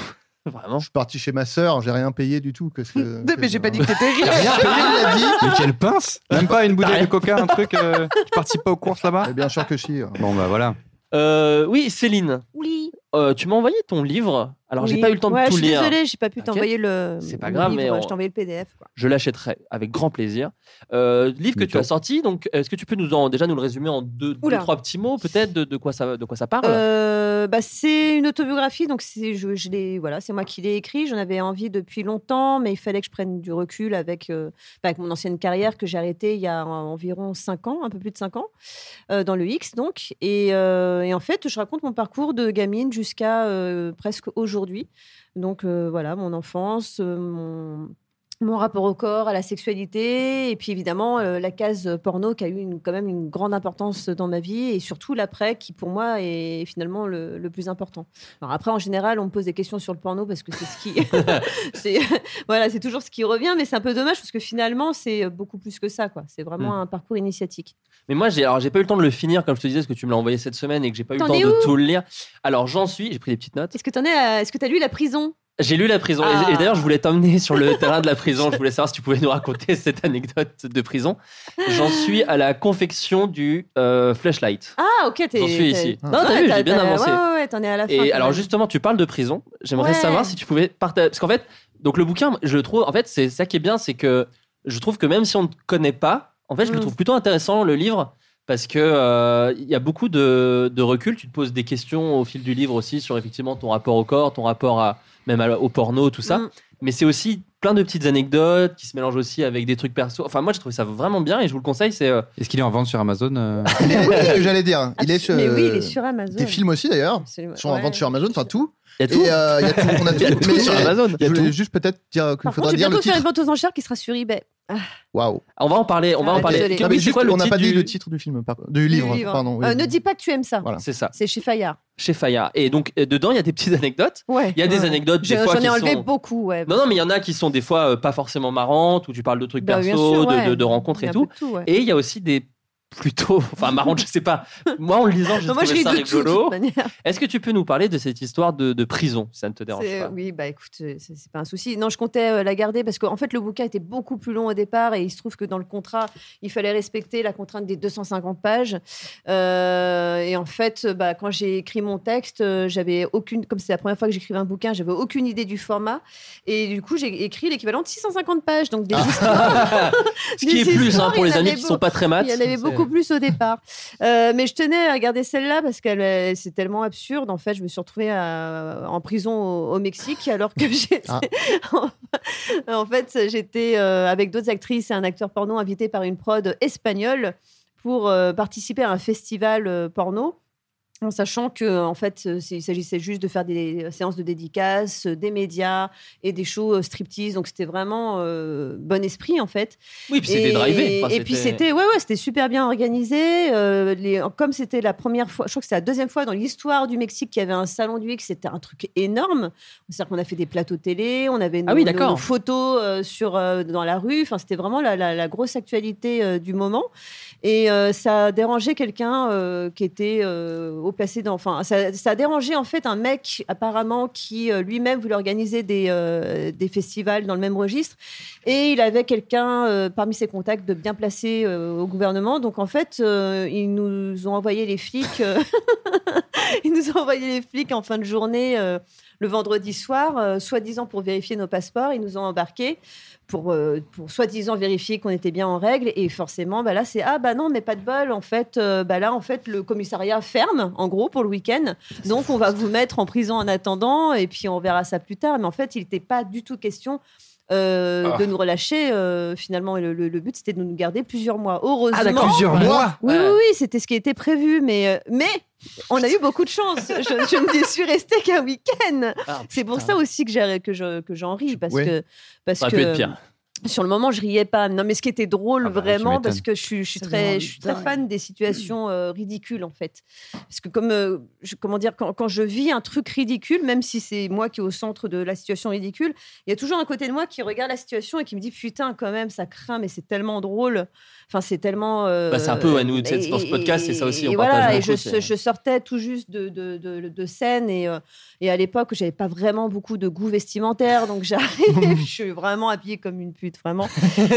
un-
Vraiment.
Je suis parti chez ma sœur, j'ai rien payé du tout. Qu'est-ce
Euh,
que-
Mais j'ai pas dit que t'étais riche.
Rien payé, il a dit.
Mais quelle pince Même pas une bouteille
T'arrêtes.
de coca, un truc. euh, tu participes pas aux courses là-bas
Mais bien sûr que si. hein.
Bon bah voilà.
Euh, oui, Céline,
Oui.
euh, tu m'as envoyé ton livre. Alors, j'ai
Oui.
pas eu le temps
Ouais,
de
Je
tout
suis
lire.
désolée, j'ai pas pu
T'inquiète.
t'envoyer le.
C'est pas
le
grave,
livre,
mais on-
Je t'ai envoyé le PDF. quoi.
Je l'achèterai avec grand plaisir. Euh, livre que tu
Nickel.
as sorti. Donc, est-ce que tu peux nous en, déjà nous le résumer en deux, deux,
Oula.
trois petits mots, peut-être, de, de quoi ça, de quoi ça parle
Euh, bah, c'est une autobiographie, donc c'est je, je l'ai- voilà, c'est moi qui l'ai écrit. J'en avais envie depuis longtemps, mais il fallait que je prenne du recul avec, euh, bah, avec mon ancienne carrière que j'ai arrêtée il y a euh, environ 5 ans, un peu plus de 5 ans, euh, dans le X donc. Et, euh, et en fait, je raconte mon parcours de gamine jusqu'à euh, presque aujourd'hui. Donc euh, voilà, mon enfance, euh, mon mon rapport au corps, à la sexualité, et puis évidemment euh, la case porno qui a eu une- quand même une grande importance dans ma vie, et surtout l'après qui pour moi est finalement le, le plus important. Alors après, en général, on me pose des questions sur le porno parce que c'est ce qui, c'est voilà, c'est toujours ce qui revient, mais c'est un peu dommage parce que finalement c'est beaucoup plus que ça, quoi. C'est vraiment
Mm.
un parcours initiatique.
Mais moi, j'ai alors j'ai pas eu le temps de le finir, comme je te disais, parce que tu me l'as envoyé cette semaine et que j'ai pas eu le
T'en
temps
es
de
où
tout le lire. Alors j'en suis, j'ai pris des petites notes.
Est-ce que t'en es, à- Euh, est-ce que t'as lu la prison
J'ai lu la prison. Et- Et,
Ah.
d'ailleurs, je voulais t'emmener sur le terrain de la prison. Je voulais savoir si tu pouvais nous raconter cette anecdote de prison. J'en suis à la confection du euh, flashlight.
Ah, ok, t'es.
J'en suis
t'es-
ici. Non, t'as vu, j'ai bien
t'as-
avancé.
Ouais, ouais, ouais, t'en es à la fin.
Et
quand
alors
même.
justement, tu parles de prison. J'aimerais
Ouais.
savoir si tu pouvais partager. Parce qu'en fait, donc le bouquin, je le trouve. En fait, c'est ça qui est bien, c'est que je trouve que même si on ne connaît pas, en fait, je le
Mm.
trouve plutôt intéressant le livre parce que euh, il y a beaucoup de, de recul. Tu te poses des questions au fil du livre aussi sur effectivement ton rapport au corps, ton rapport à même à- au porno, tout ça.
Mm.
Mais c'est aussi plein de petites anecdotes qui se mélangent aussi avec des trucs perso. Enfin, moi, j'ai trouvé ça vraiment bien et je vous le conseille. C'est euh,
Est-ce qu'il est en vente sur Amazon euh
Il est- oui, c'est ce que j'allais dire. Il est sur,
Mais oui, il est sur Amazon.
Tes films aussi d'ailleurs
Absolument.
sont en
Ouais.
vente sur Amazon, enfin tout.
il y a tout.
Et euh, il y a tout, on a
Il y a tout
Mais-
sur Amazon.
Je voulais juste peut-être dire qu'il
Par
faudra
contre, je vais
dire le
bientôt faire
titre.
une vente aux enchères qui sera sur eBay.
Waouh.
On va en parler. On va
Ah,
en parler.
désolé.
Kirby,
Non, mais
c'est
juste,
quoi le
on n'a
titre
pas dit
du-
le titre du film, par- du livre,
livre.
pardon. oui.
Euh, ne dis pas que tu aimes ça.
Voilà.
C'est ça.
C'est chez Fayard.
Chez Fayard. Et donc euh, dedans, il y a des petites anecdotes.
Ouais.
Il y a des
Ouais.
anecdotes, des
J'ai-
fois,
J'en
qui
ai enlevé
sont-
beaucoup, ouais.
Non, non, mais il y en a qui sont des fois euh, pas forcément marrantes, où tu parles de trucs
Bah, bien
perso,
sûr,
de-
ouais. Bah,
de, de rencontres
Il y
et
a
tout.
beaucoup de ouais.
Et il y a aussi des plutôt, enfin marrantes, je sais pas. Moi, en le lisant, j'ai
Non, Bah, moi,
trouvé
j'ai eu
ça
de tout, de bah.
rigolo.
toute manière.
Est-ce que tu peux nous parler de cette histoire de, de prison si Ça ne te dérange
C'est-
pas
Oui, bah écoute, euh, c'est c'est pas un souci. Non, je comptais euh, la garder parce qu'en fait, le bouquin était beaucoup plus long au départ et il se trouve que dans le contrat, il fallait respecter la contrainte des 250 pages. Euh, et en fait, euh, bah, quand j'ai écrit mon texte, euh, j'avais aucune, comme c'est la première fois que j'écrivais un bouquin, j'avais aucune idée du format. Et du coup, j'ai écrit l'équivalent de 650 pages. Donc des
Ah, Ce qui est
Des
plus hein,
histoires,
pour
il
les
y en
amis
avait
qui
beau-
sont pas très maths.
Il y en avait
c'est-
beaucoup plus au départ. Euh, mais je tenais à regarder celle-là parce qu'elle euh, c'est tellement absurde. En fait, je me suis retrouvée à- en prison au, au Mexique alors que j'étais.
Ah.
en fait, j'étais euh, avec d'autres actrices et un acteur porno invité par une prod espagnole pour euh, participer à un festival euh, porno. En sachant que en fait, euh, c'est- il s'agissait juste de faire des séances de dédicaces, euh, des médias et des shows euh, striptease, donc c'était vraiment euh, bon esprit en fait.
Oui, puis c'était
Et-
drivé. enfin,
et puis c'était, ouais, ouais, c'était super bien organisé. Euh, les- comme c'était la première fois, je crois que c'est la deuxième fois dans l'histoire du Mexique qu'il y avait un salon du X, c'était un truc énorme. C'est-à-dire qu'on a fait des plateaux télé, on avait nos,
Ah oui,
nos-
d'accord.
nos photos euh, sur, euh, dans la rue. Enfin, c'était vraiment la, la- la grosse actualité euh, du moment. Et euh, ça a dérangé quelqu'un euh, qui était euh, au placé dans. Enfin, ça, ça a dérangé en fait un mec apparemment qui euh, lui-même voulait organiser des, euh, des festivals dans le même registre. Et il avait quelqu'un euh, parmi ses contacts de bien placé euh, au gouvernement. Donc en fait, euh, ils nous ont envoyé les flics. euh, ils nous ont envoyé les flics en fin de journée. euh, le vendredi soir, euh, soi-disant pour vérifier nos passeports, ils nous ont embarqués pour, euh, pour soi-disant vérifier qu'on était bien en règle. Et forcément, bah là, c'est ah bah non, mais pas de bol. En fait, euh, bah là, en fait, le commissariat ferme en gros pour le week-end. Donc on va vous mettre en prison en attendant et puis on verra ça plus tard. Mais en fait, il n'était pas du tout question. euh,
Ah.
de nous relâcher euh, finalement et le, le- le but c'était de nous garder plusieurs mois heureusement
Ah, d'accord.
Plusieurs mois
oui,
Ouais.
oui, oui, c'était ce qui était prévu, mais, euh, mais on a eu beaucoup de chance. Je, je ne suis restée qu'un week-end.
Ah,
C'est pour
putain.
ça aussi que, j'ai- que, je- que j'en ris, parce
Ouais.
que, parce
Ça aurait
que
pu être pire.
sur le moment, je riais pas. Non, mais ce qui était drôle,
Ah bah oui, tu
vraiment,
m'étonnes.
parce que je, suis- je suis
Ça
très,
devient
je suis très
dingue.
fan des situations euh, ridicules, en fait. Parce que, comme, euh, je- comment dire, quand, quand je vis un truc ridicule, même si c'est moi qui est au centre de la situation ridicule, il y a toujours un côté de moi qui regarde la situation et qui me dit Putain, quand même, ça craint, mais c'est tellement drôle. Enfin, c'est tellement. euh,
Bah, c'est un peu, ouais, nous,
et-
c'est- dans ce podcast, c'est ça aussi, on
Et
partage
voilà, et
beaucoup,
je,
c'est-
je sortais tout juste de, de, de, de scène et, euh, et à l'époque, j'avais pas vraiment beaucoup de goût vestimentaire, donc j'arrive, je suis vraiment habillée comme une pute, vraiment,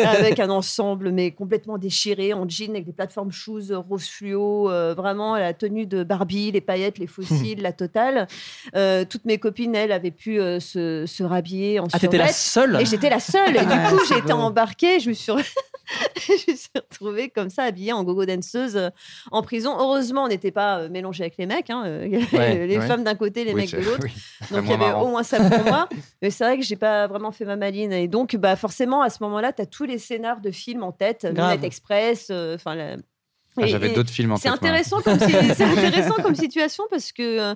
avec un ensemble mais complètement déchiré en jean avec des plateformes shoes euh, rose fluo, euh, vraiment la tenue de Barbie, les paillettes, les fossiles, la totale. Euh, toutes mes copines, elles, avaient pu euh, se, se rhabiller en
Ah, t'étais la
survêt.
seule
Et j'étais la seule. Et du coup, j'ai été
beau.
embarquée. Je me suis, je me suis retrouvée comme ça, habillée en gogo danseuse euh, en prison. Heureusement, on n'était pas euh, mélangés avec les mecs. hein. Euh, il y avait
Ouais,
les
ouais.
femmes d'un côté, les
Oui,
mecs de
c'est-
l'autre.
oui.
Donc il y avait
moins marrant.
au moins ça pour moi. Mais c'est vrai que j'ai pas vraiment fait ma maline. Et donc, bah, forcément, à ce moment-là, tu as tous les scénars de films en tête.
Grave.
Midnight Express, euh, enfin, la-
Ah,
Et-
J'avais
et
d'autres films en
C'est
tête. moi.
intéressant, comme si- c'est intéressant comme situation parce que.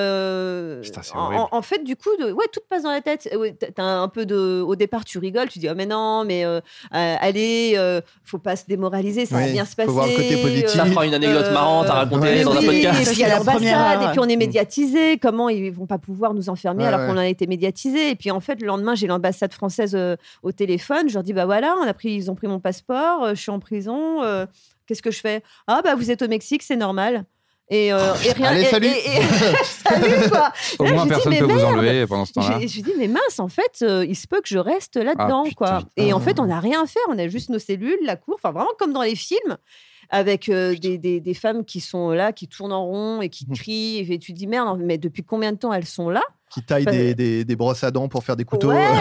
euh,
c'est
en-
horrible.
en, en fait, du coup, de- ouais, tout te passe dans la tête. Ouais, t'as- t'as un peu de, au départ, tu rigoles, tu dis oh mais non, mais euh, euh, allez, euh, faut pas se démoraliser, ça va
Oui,
bien se
faut
passer. euh,
voir le côté positif. Ça fera une anecdote marrante à raconter
mais
dans un
oui,
podcast. Mm.
Et
Ça,
puis
c'est
à
la
la
première
ambassade,
erreur.
et puis on est médiatisé. Comment ils vont pas pouvoir nous enfermer
Ouais,
alors
ouais.
qu'on a été médiatisé Et puis en fait, le lendemain, j'ai l'ambassade française euh, au téléphone. Je leur dis bah voilà, on a pris, ils ont pris mon passeport, euh, je suis en prison. euh, Qu'est-ce que je fais Ah bah vous êtes au Mexique, c'est normal. Et, euh, et rien.
Allez,
et-
salut.
et- et- salut, quoi.
Au
Ah,
Là, je
moins,
dis,
personne
mais
peut vous
merde.
enlever pendant ce temps-là.
J'ai j'ai dit, mais mince, en fait, euh, il se peut que je reste là-dedans,
Ah, putain,
quoi. Et en fait, on n'a rien à faire, on a juste nos cellules, la cour, enfin vraiment comme dans les films, avec euh, des, des- des femmes qui sont là, qui tournent en rond et
Hum.
qui crient. Et tu te dis, merde, mais depuis combien de temps elles sont là
Qui taille
Bah,
Euh,
des, des, des brosses à dents pour faire des couteaux. euh,
Ouais,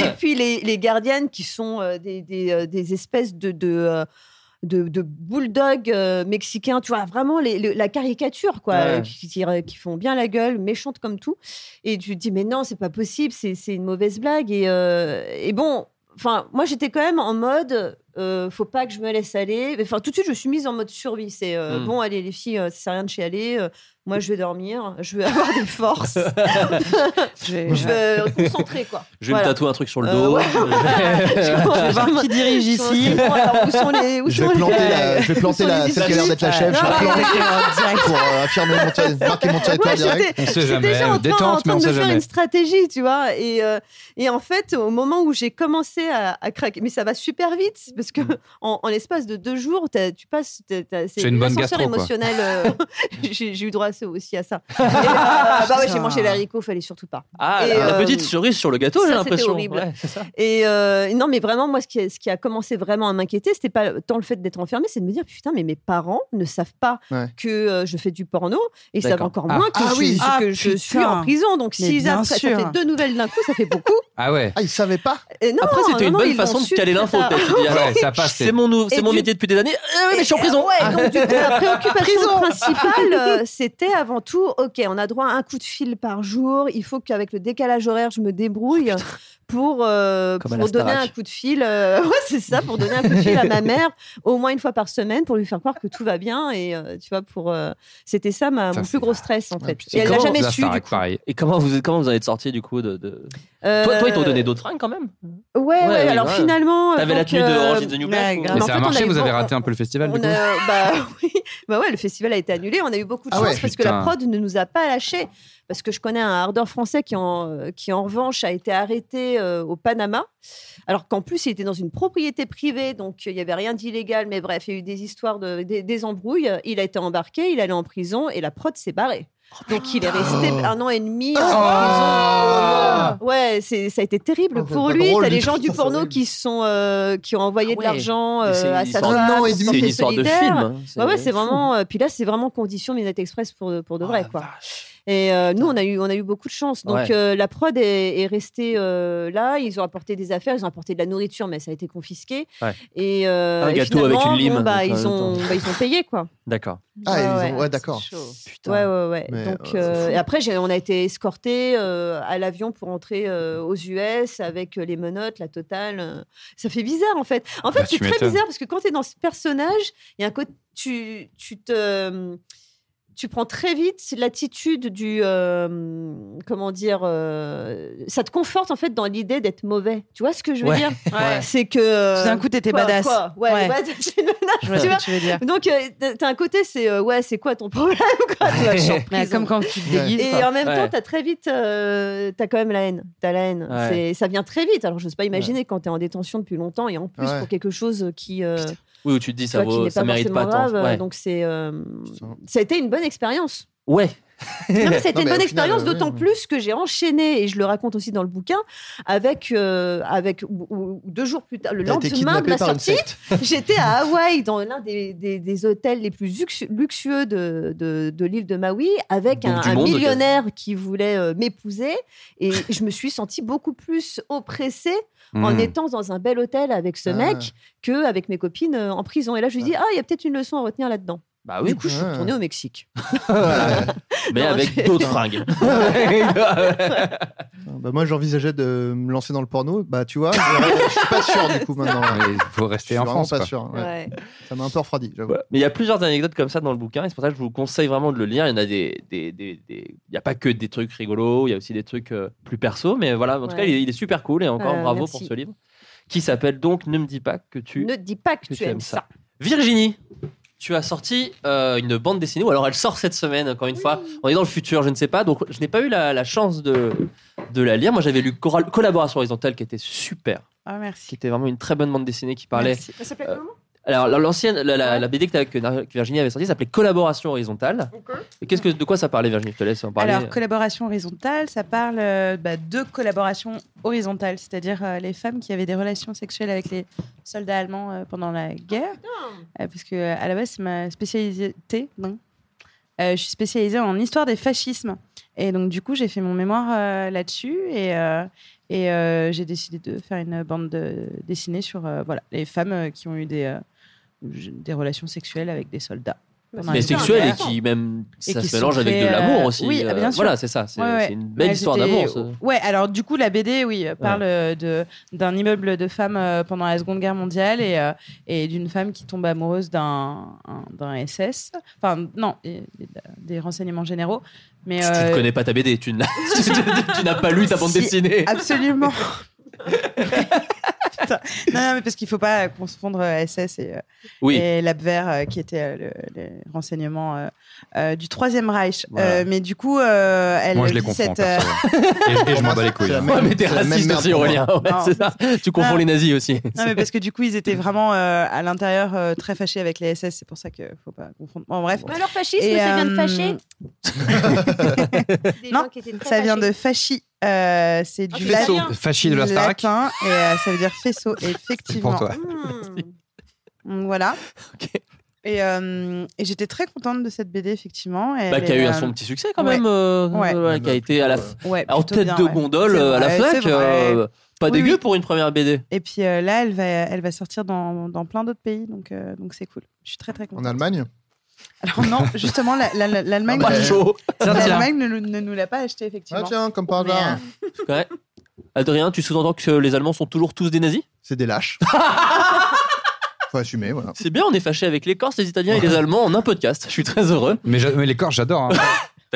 et, et puis les, les gardiennes qui sont euh, des, des, euh, des espèces de. de euh, de, de bulldogs euh, mexicains, tu vois, vraiment les- les- la caricature, quoi,
Ouais.
euh, qui, qui- qui font bien la gueule, méchantes comme tout. Et tu te dis, mais non, c'est pas possible, c'est c'est une mauvaise blague. Et, euh, et bon, enfin, moi j'étais quand même en mode, euh, faut pas que je me laisse aller. Enfin, tout de suite, je suis mise en mode survie. C'est euh,
Mm.
bon, allez, les filles, euh, ça sert à rien de chialer. euh, moi, je vais dormir, je vais avoir des forces. je vais, je vais me concentrer, quoi.
Je vais me tatouer un truc
Euh,
sur le dos.
Euh,
Je vais voir
qui dirige ici.
Alors, où sont les- où
Je vais
sont les-
planter la, je vais
où
planter
sont
la,
les
celle qui a l'air d'être la
équipes
chef. Je la
Non,
plante
direct.
pour euh, affirmer mon territoire, marquer mon
Moi,
territoire
j'étais-
direct.
On sait
j'étais
jamais,
déjà en train,
détente,
en train
mais on
de
sait
faire
jamais.
une stratégie, tu vois. Et, euh, et en fait, au moment où j'ai commencé à, à craquer, mais ça va super vite parce que en, en l'espace de deux jours, t'as- tu passes. t'as- t'as- c'est
Mm. J'ai une bonne
l'ascenseur
gastro, quoi.
émotionnel. euh, j'ai j'ai eu droit à ça aussi à ça. Et, euh,
Ah,
bah ouais, j'ai
Putain.
mangé l'haricot, fallait surtout pas.
Ah,
Et,
la, la
euh,
petite cerise sur le gâteau,
ça,
j'ai
c'était
l'impression.
horrible.
Ouais.
Et euh, non, mais vraiment, moi, ce qui, a- ce qui a commencé vraiment à m'inquiéter, c'était pas tant le fait d'être enfermé, c'est de me dire putain, mais mes parents ne savent pas
Ouais.
que euh, je fais du porno et ils savent
D'accord.
encore
Ah.
moins que,
Ah
je,
oui.
que
Ah,
je suis
putain.
en prison. Donc,
Mais
s'ils
bien
apprennent, ça
sûr.
fait deux nouvelles d'un coup, ça fait beaucoup.
Ah ouais.
Ah, ils savaient pas
Et non,
Après, c'était
non,
une
non,
bonne
ils
façon
l'ont
de
su
caler
plus
l'info.
tard.
peut-être. Tu dis, alors,
Ouais, ça passe,
C'est mon, nou- c'est
Et
mon
du-
métier depuis des années. Euh, mais je suis en
Et-
prison.
Ah
Ah.
ouais, donc, du coup, la préoccupation
Prison.
principale, euh, c'était avant tout, ok, on a droit à un coup de fil par jour. Il faut qu'avec le décalage horaire, je me débrouille pour, euh,
Oh, Comme à
pour
la
donner un
Starac.
coup de fil. euh, ouais, c'est ça, pour donner un coup de fil à ma mère au moins une fois par semaine pour lui faire croire que tout va bien. Et euh, tu vois, pour euh, c'était ça ma,
Ça,
mon
c'est-
plus gros stress en fait. Et
Et
elle l'a
comment-
jamais
la
su.
Starac,
du coup.
pareil. Et comment vous, comment vous en êtes sorti du coup de, de- Toi, toi, ils t'ont donné d'autres fringues quand même
euh, Ouais, ouais,
Ouais, oui,
alors
ouais.
finalement.
T'avais
donc,
la tenue de
euh,
Orange is the New Black, hein.
ouais,
ou-
grave.
Mais
En
ça
fait,
a
on
marché,
eu-
vous avez
on-
raté un peu le festival du
On
coup.
a- bah, oui. bah ouais, le festival a été annulé. On a eu beaucoup de
Ah
chance
ouais.
parce que la
Putain.
prod ne nous a pas lâchés. Parce que je connais un hardeur français qui en, euh, qui, en revanche, a été arrêté euh, au Panama. Alors qu'en plus, il était dans une propriété privée, donc euh, il n'y avait rien d'illégal. Mais bref, il y a eu des histoires, de, des, des embrouilles. Il a été embarqué, il allait en prison et la prod s'est barrée. Donc il est resté
Oh.
un an et demi en prison. Ouais, c'est- ça a été terrible pour
Oh, pas
lui.
drôle
T'as
du
les
tout,
gens du
ça, c'est
porno
horrible.
qui sont euh, qui ont envoyé
Ah ouais.
de l'argent euh,
Mais c'est une
à sa
histoire-
femme,
Un an et
qui
demi.
s'en
C'est une
fait
histoire de
solidaire.
film, hein. C'est Oh,
Ouais, ouais, c'est
fou. Ah
vraiment. euh, Puis là, c'est vraiment condition Midnight Express pour de, pour de vrai, quoi. Et euh, nous, on a eu on a eu beaucoup de chance. Donc
Ouais.
euh, la prod est, est restée euh, là. Ils ont apporté des affaires, ils ont apporté de la nourriture, mais ça a été confisqué.
Ouais.
Et euh,
Un
et
gâteau avec
finalement,
une lime,
bon, bah,
donc, en
ils
même
ont
temps.
bah, ils ont payé quoi.
D'accord.
Ah, ils ont-
ouais,
ouais, d'accord.
Ouais,
hein.
ouais, ouais.
Mais,
Donc,
ouais, c'est
euh,
fou.
et après, j'ai- on a été escorté à l'avion pour entrer euh, aux US avec euh, les menottes, la totale. euh. Ça fait bizarre, en fait. En fait,
Bah,
c'est
tu
très
m'étonnes.
bizarre parce que quand tu es dans ce personnage, il y a un côté. Tu, tu te. Tu prends très vite l'attitude du. euh, comment dire euh, Ça te conforte, en fait, dans l'idée d'être mauvais. Tu vois ce que je veux
Ouais.
dire
Ouais.
C'est que. euh,
Tout d'un coup, t'étais
quoi,
badass.
quoi Ouais,
Ouais.
ouais, t'étais une menace,
Je vois ce
tu
que
vois
tu veux dire.
Donc, euh, t'as- t'as un côté, c'est. euh, ouais, c'est quoi ton problème quoi, tu vois, je suis en
Mais
Ah, prison.
comme quand tu te déguises,
Et
quoi.
en même
Ouais.
temps, t'as très vite, euh, t'as quand même la haine. T'as la haine.
Ouais.
C'est- Ça vient très vite. Alors, je n'ose pas imaginer quand t'es en détention depuis longtemps et en plus
Ouais.
pour quelque chose qui. euh,
Oui, où tu te dis
tu
ça,
vois, qui
vaut,
n'est
ça
pas
mérite pas
forcément
tant.
grave.
Ouais.
Donc, c'est. euh, ça a été une bonne expérience.
ouais.
Non, mais ça a été
Non,
une bonne
mais au final,
expérience,
euh,
d'autant
oui, oui.
plus que j'ai enchaîné, et je le raconte aussi dans le bouquin, avec, euh, avec ou- ou- deux jours plus tard, le
T'as
lendemain
été
de
kidnappé
ma
par une
sortie,
secte.
j'étais à Hawaï, dans l'un des, des- des hôtels les plus luxu- luxueux de, de- de l'île de Maui, avec
Donc
un,
du
un
monde,
millionnaire qui voulait euh, m'épouser. Et je me suis sentie beaucoup plus oppressée en
Hmm.
Mm.
étant dans un bel hôtel avec ce
Ah.
mec que avec mes copines euh, en prison. Et là, je lui dis, ah, il y a peut-être une leçon à retenir là-dedans.
Bah
Ah,
Du coup, je suis retournée au Mexique.
mais
Non,
avec
j'ai-
d'autres fringues.
Bah, moi, j'envisageais de me lancer dans le porno. Bah, tu vois, je suis pas sûr du coup maintenant.
Il faut
Je
rester
suis
en
vraiment
France.
pas
quoi.
sûr. ouais. Ça m'a un peu refroidi, j'avoue.
Voilà. Mais il y a plusieurs anecdotes comme ça dans le bouquin, et c'est pour ça que je vous conseille vraiment de le lire. Il y en a des, des, des- des- il y a pas que des trucs rigolos, il y a aussi des trucs euh, plus perso, mais voilà. En tout
Ouais.
cas, il, est- il est super cool et encore
Euh,
bravo
merci.
pour ce livre qui s'appelle donc Ne me dis pas que tu
Ne dis pas que,
que
tu aimes ça.
Virginie, tu as sorti euh, une bande dessinée, ou alors elle sort cette semaine, encore une fois. On est dans le futur, je ne sais pas. Donc, je n'ai pas eu la, la chance de, de la lire. Moi, j'avais lu Coral- Collaboration Horizontale, qui était super,
Ah, merci.
qui était vraiment une très bonne bande dessinée qui parlait.
Merci.
Ça s'appelle
Euh, Alors, la- l'ancienne, la, la- la BD que, t'as- que- que Virginie avait sortie s'appelait Collaboration Horizontale. Et qu'est-ce que, de quoi ça parlait, Virginie Je te laisse en parler.
Alors, collaboration horizontale, ça parle euh, bah, de collaboration horizontale, c'est-à-dire euh, les femmes qui avaient des relations sexuelles avec les soldats allemands euh, pendant la guerre. Euh, parce que euh, à la base, c'est ma spécialité. non Euh, je suis spécialisée en histoire des fascismes. Et donc, du coup, j'ai fait mon mémoire euh, là-dessus. Et, euh, et euh, j'ai décidé de faire une bande de- dessinée sur euh, voilà, les femmes euh, qui ont eu des, euh, des relations sexuelles avec des soldats. pendant
mais
la
sexuelle et
guerre.
qui même
Et
ça
qui
se mélange
sont
avec de
très,
l'amour
euh,
aussi.
oui, ah,
euh,
bien sûr.
Voilà, c'est ça. C'est
Ouais, ouais.
c'est une belle
Bah,
histoire
c'était-
d'amour. ça.
Ouais, alors du coup, la BD, oui, euh, parle euh, de d'un immeuble de femmes euh, pendant la Seconde Guerre mondiale et, euh, et d'une femme qui tombe amoureuse d'un un- d'un SS. Enfin, non, et- et des renseignements généraux. Mais
Tu
euh,
ne connais pas ta BD, tu n'as tu n'as pas lu ta bande
si,
dessinée.
Absolument. Putain. Non, non, mais parce qu'il faut pas confondre euh, SS et, euh,
Oui.
et l'Abwehr, euh, qui était euh, le, les renseignements euh, euh, du Troisième Reich.
Voilà.
Euh, mais du coup, euh, elle
Moi, je
vit
les confonds.
cette,
perso.
euh,
Et, et je m'en bats les couilles.
C'est la
hein.
même-
Ouais, mais t'es
c'est la même
raciste
merde
aussi,
pour moi.
Aurélien. Ouais,
Non.
c'est ça. Tu confonds
Non.
les nazis aussi.
Non, mais parce que du coup, ils étaient vraiment euh, à l'intérieur euh, très fâchés avec les SS. C'est pour ça qu'il faut pas confondre. Bon, bref.
Bah Alors, fascisme,
Et,
ça vient de
euh,
fâcher Des
Non,
gens qui étaient très
Ça
fâchés.
vient
Ah,
de fasci. euh, c'est du
Faisceau.
hein.
latin-
Fasci de la Starac.
latin et euh, ça veut dire faisceau.
C'est
Effectivement.
pour toi.
Mm, Voilà.
Ok.
Et, euh, et j'étais très contente de cette BD, effectivement. Et
Bah,
elle
qui a
est,
eu
euh,
son petit succès quand
ouais.
même, euh,
Ouais.
voilà, qui a été à la f-
ouais,
en
plutôt
tête
bien,
de
ouais.
gondole
C'est
euh, à la
vrai, c'est
fac. euh,
vrai.
Pas
Oui,
dégueu
oui.
pour une première BD.
Et puis euh, là, elle va, elle va sortir dans, dans plein d'autres pays, donc euh, donc c'est cool. Je suis très très
En
contente.
Allemagne
Alors non, justement, la- la- la- l'Allemagne,
Ah bah,
Pas
Ouais.
chaud.
l'Allemagne ne, ne nous l'a pas acheté effectivement.
Ah tiens, comme par
Mais,
hasard.
Ouais. Adrien, tu sous-entends que les Allemands sont toujours tous des nazis
C'est des lâches. Faut assumer, voilà.
C'est bien, on est fâché avec les Corses, les Italiens et les Allemands en un podcast. Je suis très heureux.
Mais, j'a- mais les corps, j'adore. hein.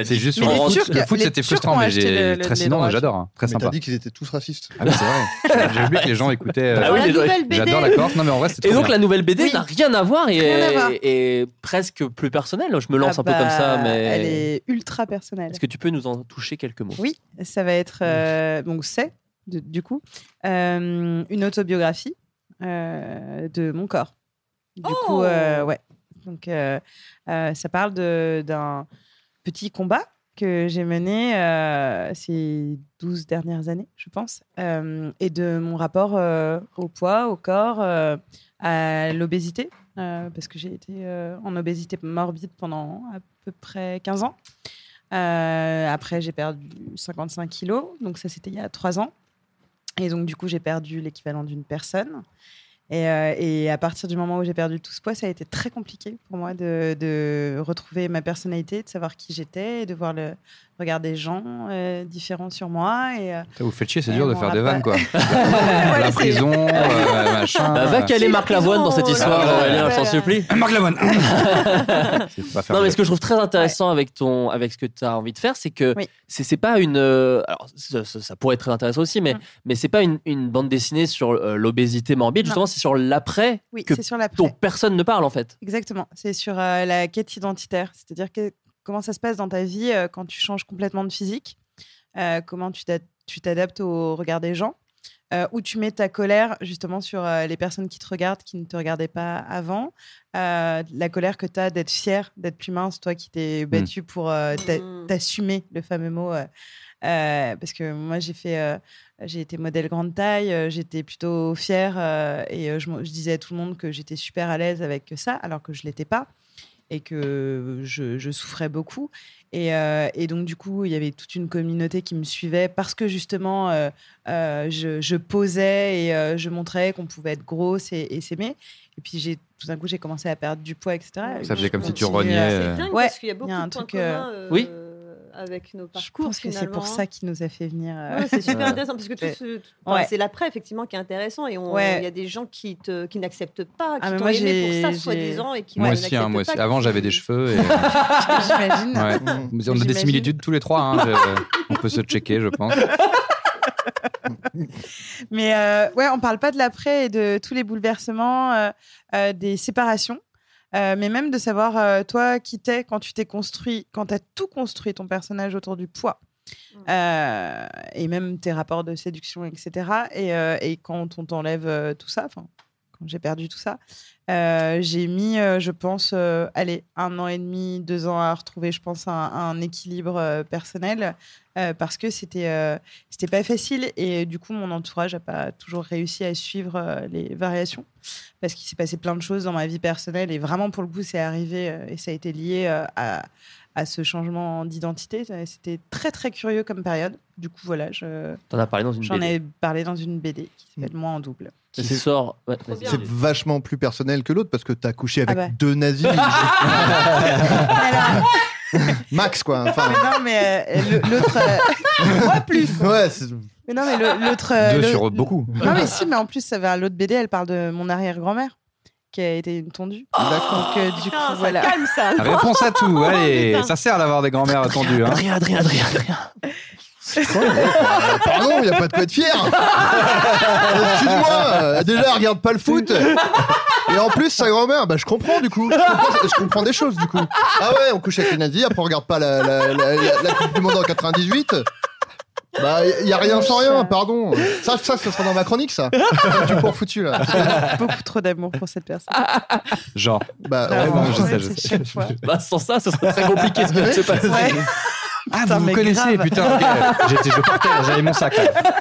C'est juste sur
Mais
le
les
foot.
Turcs-
le foot,
les
c'était
Turcs
frustrant,
ont
mais
acheté
j'ai
le- le-
très
les
sinon,
droits.
j'adore. hein. Très
Mais t'as
sympa.
dit qu'ils étaient tous racistes.
Ah oui, c'est vrai. J'ai- J'ai vu que les gens écoutaient. euh,
Ah
Dans
oui,
la
les gens-
nouvelle BD.
J'adore la Corse. Non, mais en vrai, c'est
Et
trop
donc
bien.
la nouvelle BD
Oui.
n'a rien à voir et,
Rien à voir.
et presque plus personnelle. Je me lance
Ah
un peu comme ça,
bah,
mais
Elle est ultra personnelle.
est-ce que tu peux nous en toucher quelques mots
Oui, ça va être, euh, donc c'est, de- du coup, euh, une autobiographie euh, de mon corps. Du
Hmm.
Oh
coup, euh, ouais. Donc, euh, euh, ça parle de- d'un petit combat que j'ai mené euh, ces 12 dernières années, je pense, euh, et de mon rapport euh, au poids, au corps, euh, à l'obésité, euh, parce que j'ai été euh, en obésité morbide pendant à peu près 15 ans. Euh, après, j'ai perdu 55 kilos, donc ça c'était il y a 3 ans. Et donc du coup, j'ai perdu l'équivalent d'une personne. Et, euh, et à partir du moment où j'ai perdu tout ce poids, ça a été très compliqué pour moi de, de retrouver ma personnalité, de savoir qui j'étais, et de voir le regard des gens euh, différents sur moi. Et, euh,
Putain, Vous faites chier, c'est
Et
dur de
on
faire des
rappelle-
vannes, quoi.
Ouais,
La
c'est-
prison, euh, machin.
Bah, va caler
Si,
Marc
ils
Lavoine dans
ont-
cette histoire,
Ouais, ouais,
Aurélien,
ouais.
je t'en supplie.
Marc Lavoine C'est- faut pas faire
Non, mais
mieux.
ce que je trouve très intéressant avec, ton, avec ce que tu as envie de faire, c'est que
Oui.
c'est c'est pas une. euh, alors, ça, ça- ça pourrait être très intéressant aussi, mais,
Mm.
mais c'est pas une, une bande dessinée sur euh, l'obésité morbide,
Non.
justement, c'est sur l'après
oui,
que
c'est sur la
dont personne ne parle en fait.
Exactement. C'est sur euh, la quête identitaire, c'est-à-dire que, comment ça se passe dans ta vie euh, quand tu changes complètement de physique, euh, comment tu t'a- tu t'adaptes au regard des gens, euh, où tu mets ta colère justement sur euh, les personnes qui te regardent, qui ne te regardaient pas avant, euh, la colère que tu as d'être fière, d'être plus mince, toi qui t'es battu pour euh, t'a-
Mmh.
t'assumer, le fameux mot. euh, euh, parce que moi, j'ai fait, euh, j'ai été modèle grande taille, euh, j'étais plutôt fière euh, et euh, je, m'en- je disais à tout le monde que j'étais super à l'aise avec ça, alors que je l'étais pas et que je, je souffrais beaucoup. Et, euh, et donc, du coup, il y avait toute une communauté qui me suivait parce que justement, euh, euh, je, je posais et euh, je montrais qu'on pouvait être grosse et, et s'aimer. Et puis, j'ai tout d'un coup, j'ai commencé à perdre du poids, etc.
Ça faisait comme si tu
Continuer à-
rognais.
C'est
euh,
dingue
Ouais.
parce qu'il y a beaucoup
Il y a un
de points
truc, euh,
communs, euh,
Oui.
avec nos
Je
parcours.
pense que c'est
finalement,
pour
hein.
ça qu'il nous a fait venir. euh,
Ouais, c'est super intéressant parce que tout
Ouais.
ce- enfin,
Ouais.
c'est l'après effectivement qui est intéressant et on- il
Ouais.
y a des gens qui te qui n'acceptent pas, qui
Ah, mais
t'ont
moi,
aimé
j'ai-
pour ça
j'ai-
soi-disant et qui
Moi
ouais,
aussi, hein,
n'acceptent
moi
pas
aussi.
que-
Avant, j'avais des cheveux. et-
J'imagine.
Ouais. Mmh. On a des
J'imagine.
similitudes tous les trois. hein, je- On peut se checker, je pense.
Mais euh, ouais, on parle pas de l'après et de tous les bouleversements, euh, euh, des séparations, euh, mais même de savoir euh, toi qui t'es quand tu t'es construit, quand t'as tout construit ton personnage autour du poids. euh, et même tes rapports de séduction, etc. Et, euh, et quand on t'enlève euh, tout ça, enfin, quand j'ai perdu tout ça, euh, j'ai mis, euh, je pense, euh, allez, un an et demi, deux ans à retrouver, je pense, un, un équilibre euh, personnel euh, parce que c'était euh, c'était pas facile et euh, du coup, mon entourage n'a pas toujours réussi à suivre euh, les variations parce qu'il s'est passé plein de choses dans ma vie personnelle et vraiment, pour le coup, c'est arrivé euh, et ça a été lié euh, à, à ce changement d'identité. euh, C'était très, très curieux comme période. Du coup, voilà, je.
T'en as parlé dans une
J'en
BD.
ai parlé dans une BD qui s'appelle Moi en double.
Qui sort. ouais, vas-y.
C'est vachement plus personnel que l'autre parce que t'as couché avec
Ah bah.
deux nazis. Max, quoi. Enfin,
Ah,
Mais non, mais euh, le- l'autre. euh, Moi plus.
ouais, c'est-
Mais non, mais le- l'autre. euh,
Deux
le-
sur beaucoup.
Non, mais si, mais en plus, ça va à l'autre BD, elle parle de mon arrière-grand-mère qui a été une tondue. Donc, euh, du coup, voilà.
calme ça.
Réponse à tout. Allez, ça sert d'avoir des grands-mères attendues. hein.
Adrien, Adrien, Adrien, Adrien.
Pardon, Ah y a pas de quoi être fier. Excuse-moi. euh, Déjà, elle regarde pas le foot. Et en plus, sa grand-mère, bah, je comprends du coup. Je comprends, je comprends des choses du coup. Ah ouais, on couche avec les nazis, après on regarde pas la, la, la- la- la Coupe du Monde en 98. Bah, y- y a rien sans rien, pardon. Ça, ça, ça sera dans ma chronique, ça. Tu pour foutu là.
Beaucoup trop d'amour pour cette personne.
Genre.
Bah,
Vraiment,
ouais, bah,
je sais,
ouais,
je
c'est
sais.
chaque fois.
Bah, sans ça, ce serait très compliqué ce qui vient de se passer.
Ouais.
Ah,
Putain,
vous vous
mais
connaissez,
grave.
putain. ok. J'étais, je partais, j'avais mon sac. hein. là.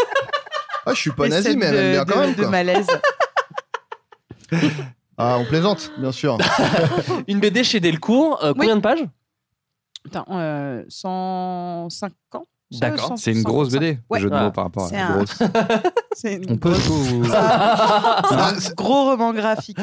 ah, je suis pas
Et
nazi,
celle
mais elle aime
de-
bien quand
de-
même.
de
quoi.
malaise.
Ah, on plaisante, bien sûr.
Une BD chez Delcourt, euh, combien de pages
Attends, euh, 150
D'accord,
C'est une grosse BD.
Ouais.
Jeu de mots
Ouais.
par rapport à
C'est
la
un-
grosse.
C'est une
On peut.
Ah,
un
c'est-
gros roman graphique.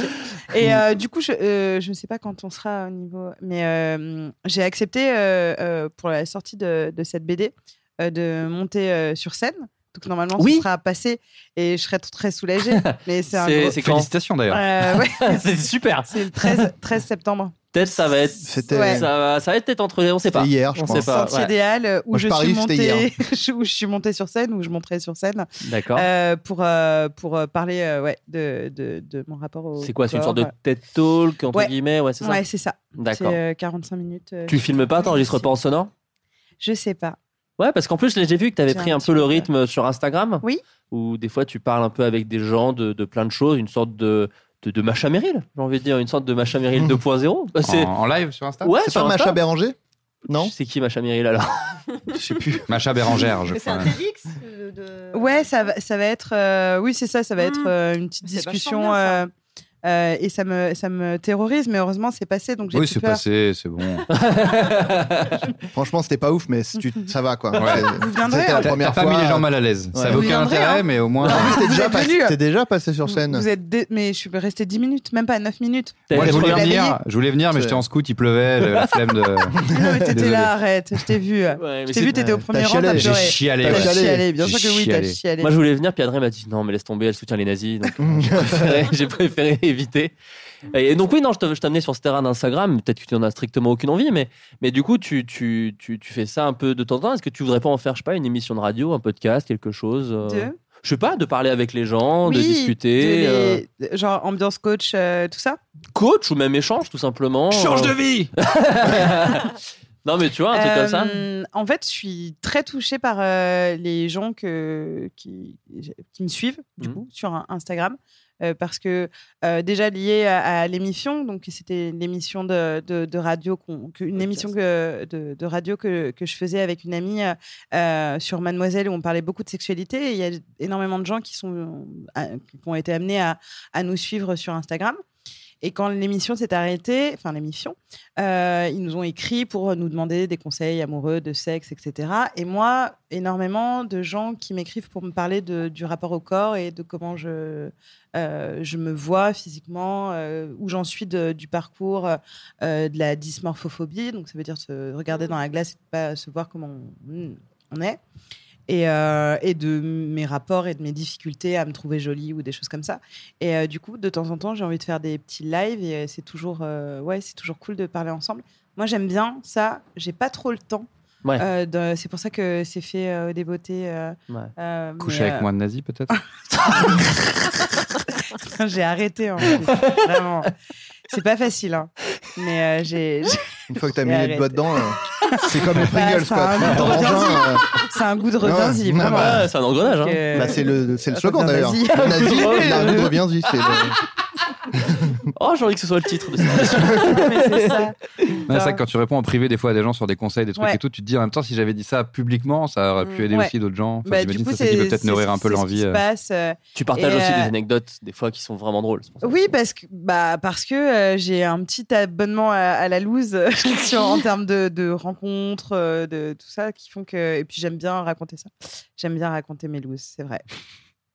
Et euh, du coup, je euh, je ne sais pas quand on sera au niveau, mais euh, j'ai accepté euh, euh, pour la sortie de, de cette BD euh, de monter euh, sur scène. Donc normalement,
Oui.
ce sera passé et je serai t- très soulagée. Mais c'est un
C'est-
gros-
c'est quand
Félicitations d'ailleurs.
Euh, ouais,
C'est super.
c'est le 13, 13 septembre.
Peut-être ça va être.
C'était-
Ouais.
Ça, va- ça va être peut-être entre. On sait
C'était
pas.
hier, je
on
pense.
sait pas.
Sentier
ouais.
idéal où
Moi, je
je, suis
parie, c'était
montée, où je suis montée sur scène, où je monterai sur scène
D'accord.
euh, pour euh, pour euh, parler euh, ouais de, de, de mon rapport au.
C'est quoi C'est une sorte de
corps.
TED Talk, entre
Ouais.
guillemets Ouais, c'est ça.
Ouais, c'est ça. C'est
D'accord.
euh, 45 minutes. euh,
Tu filmes pas, t'enregistres pas en sonore
Je sais pas.
Ouais, parce qu'en plus, je l'ai- j'ai vu que tu avais
J'ai
pris
un
un
petit
peu le
peu.
rythme sur Instagram.
Oui.
Où des fois, tu parles un peu avec des gens de, de plein de choses, une sorte de, de, de Macha Meryl, j'ai envie de dire, une sorte de Macha Meryl
Mmh.
2.0. Bah,
En,
c'est.
en live sur Insta
Ouais,
C'est
sur
pas
Insta.
Macha Béranger Non
C'est qui Macha Meryl alors
Je sais plus.
Macha Bérangère, je
Mais c'est
crois.
un TEDx de- de-
Ouais, ça va, ça va être. euh, oui, c'est ça, ça va
Mm.
être euh, une petite
C'est vachement
discussion.
bien, ça.
euh, euh, et ça me, ça me terrorise, mais heureusement, c'est passé. Donc j'ai
Oui,
plus
c'est
peur.
passé, c'est bon.
Franchement, c'était pas ouf, mais si tu, ça va quoi.
Ouais.
C'est-
Vous viendrez,
C'était
hein.
la
T'as
première
t'as pas
fois.
mis les gens mal à l'aise. Ça
Ouais.
avait
Vous
aucun
viendrez,
intérêt,
hein.
mais au
En
moins.
plus, t'es
Vous
déjà,
êtes
passé-
venus. euh,
t'es déjà passé sur scène.
Vous êtes dé- mais je suis restée 10 minutes, même pas 9 minutes.
T'as
Moi, je
été
voulais
réveillé
venir, je voulais venir, mais
C'est-
j'étais en scout, il pleuvait, j'avais la flemme de.
Mais non, mais t'étais
Désolé.
là, arrête, je t'ai vu.
Ouais, mais
Je t'ai
c'est-
vu, t'étais au
t'as
premier rang,
chialé.
t'as
J'ai
pleuré.
chialé,
T'as
T'as
ouais.
chialé.
chialé, bien sûr
J'ai
que oui, t'as
chialé.
chialé.
Moi, je voulais venir, puis Adrien m'a dit non, mais laisse tomber, elle soutient les nazis. Donc, euh, j'ai préféré, j'ai préféré éviter. Et donc, oui, non, je te- je t'amenais sur ce terrain d'Instagram. Peut-être que tu n'en as strictement aucune envie, mais, mais du coup, tu, tu, tu, tu fais ça un peu de temps en temps. Est-ce que tu voudrais pas en faire, je sais pas, une émission de radio, un podcast, quelque chose euh,
De-
Je sais pas, de parler avec les gens, de
Oui,
discuter. euh,
de les- Genre ambiance coach, euh, tout ça.
coach ou même échange, tout simplement. Euh,
vie
non, mais tu vois, un truc comme ça.
Euh, En fait, je suis très touchée par euh, les gens que, qui, qui me suivent, du
Mhm.
coup, sur un- Instagram. euh, parce que euh, déjà lié à, à l'émission, donc c'était l'émission de, de- de radio, qu'on- que- une émission que- de, de radio que, que je faisais avec une amie euh, euh, sur Mademoiselle où on parlait beaucoup de sexualité. Et Il y a euh, énormément de gens qui, sont, à- qui ont été amenés à, à nous suivre sur Instagram.
Et quand l'émission s'est arrêtée, enfin l'émission, euh, ils nous ont écrit pour nous demander des conseils amoureux, de sexe, etc. Et moi, énormément de gens qui m'écrivent pour me parler de- du rapport au corps et de comment je, euh, je me vois physiquement, euh, où j'en suis de- du parcours euh, de la dysmorphophobie. Donc ça veut dire se regarder dans la glace et pas se voir comment on, on est et, euh, et de mes rapports et de mes difficultés à me trouver jolie ou des choses comme ça. Et euh, du coup, de temps en temps, j'ai envie de faire des petits lives et euh, c'est toujours, euh, ouais, c'est toujours cool de parler ensemble. Moi, j'aime bien ça. J'ai pas trop le temps.
Ouais.
Euh, de- c'est pour ça que c'est fait euh, des beautés. euh,
Ouais.
euh,
Coucher
mais,
avec
euh,
moi de nazi, peut-être
Putain, j'ai arrêté. hein. Vraiment. C'est pas facile. hein. Mais euh, j'ai.
Une fois que t'as
j'ai
mis les
arrêté.
doigts dedans, euh, c'est comme les Pringles,
Bah, c'est
quoi.
un
T'as
goût de redinzy.
mangé un, euh,
C'est un goût de
ouais,
redinzy.
ouais,
vraiment.
bah,
Ah, c'est un engrenage.
hein.
Que-
Bah, c'est le, c'est le slogan d'ailleurs.
Redinzy.
Le nazi, la rue redinzy, c'est le-
Oh, j'ai envie que ce soit le titre de cette émission.
Mais c'est ça.
Non, C'est vrai que quand tu réponds en privé des fois à des gens sur des conseils, des trucs
Ouais.
et tout, tu te dis en même temps si j'avais dit ça publiquement, ça aurait pu aider
Ouais.
aussi d'autres gens. Enfin,
Bah,
J'imagine
du coup,
ça, ça qui
c'est-
peut peut-être
c'est
nourrir
ce
un peu
qui- c'est ce
l'envie.
qui se
euh.
passe, euh,
Tu partages
et,
aussi
euh,
des anecdotes, des fois, qui sont vraiment drôles. c'est pour ça.
Oui, parce que, bah, parce que euh, j'ai un petit abonnement à, à la loose euh, sur- en termes de, de rencontres, euh, de tout ça, qui font que. Et puis j'aime bien raconter ça. J'aime bien raconter mes looses, c'est vrai.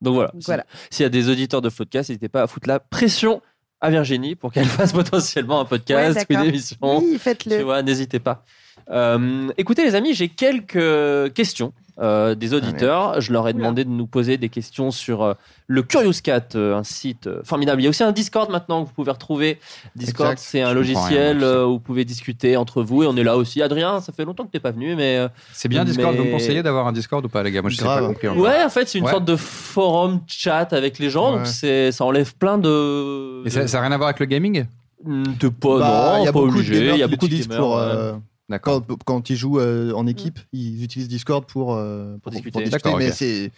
Donc voilà.
Donc
Si-
voilà.
S'il y a des auditeurs de podcast, n'hésitez pas à foutre la pression à Virginie pour qu'elle fasse potentiellement un podcast
Ouais,
ou une
d'accord.
émission.
Oui,
Tu
faites-le.
vois, n'hésitez pas. Euh, écoutez, les amis, j'ai quelques questions euh, des auditeurs. Je leur ai demandé de nous poser des questions sur euh, le Curious Cat, euh, un site euh, formidable. Il y a aussi un Discord maintenant que vous pouvez retrouver. Discord,
Exact.
c'est un
Je comprends rien,
logiciel
moi, tout ça.
euh, où vous pouvez discuter entre vous. Et on est là aussi. Adrien, ça fait longtemps que t'es pas venu, mais. euh,
C'est bien Discord, vous me
mais-
conseillez d'avoir un Discord ou pas, les gars Moi, je sais pas hein.
Grave.
compris. encore.
Ouais, en fait, c'est une
Ouais.
sorte de forum chat avec les gens.
Ouais.
Donc, c'est, ça enlève plein de.
Et ça ça a rien à voir avec le gaming
De pas,
Bah, il
non,
y a
pas
beaucoup de
obligé.
gamers
Il y a
qui
beaucoup de
l'utilisent
gamers,
pour.
ouais.
euh,
D'accord. Mm.
quand, quand ils jouent euh, en équipe, ils utilisent Discord pour, euh, pour,
discuter.
pour
D'accord,
mais
ok.
c'est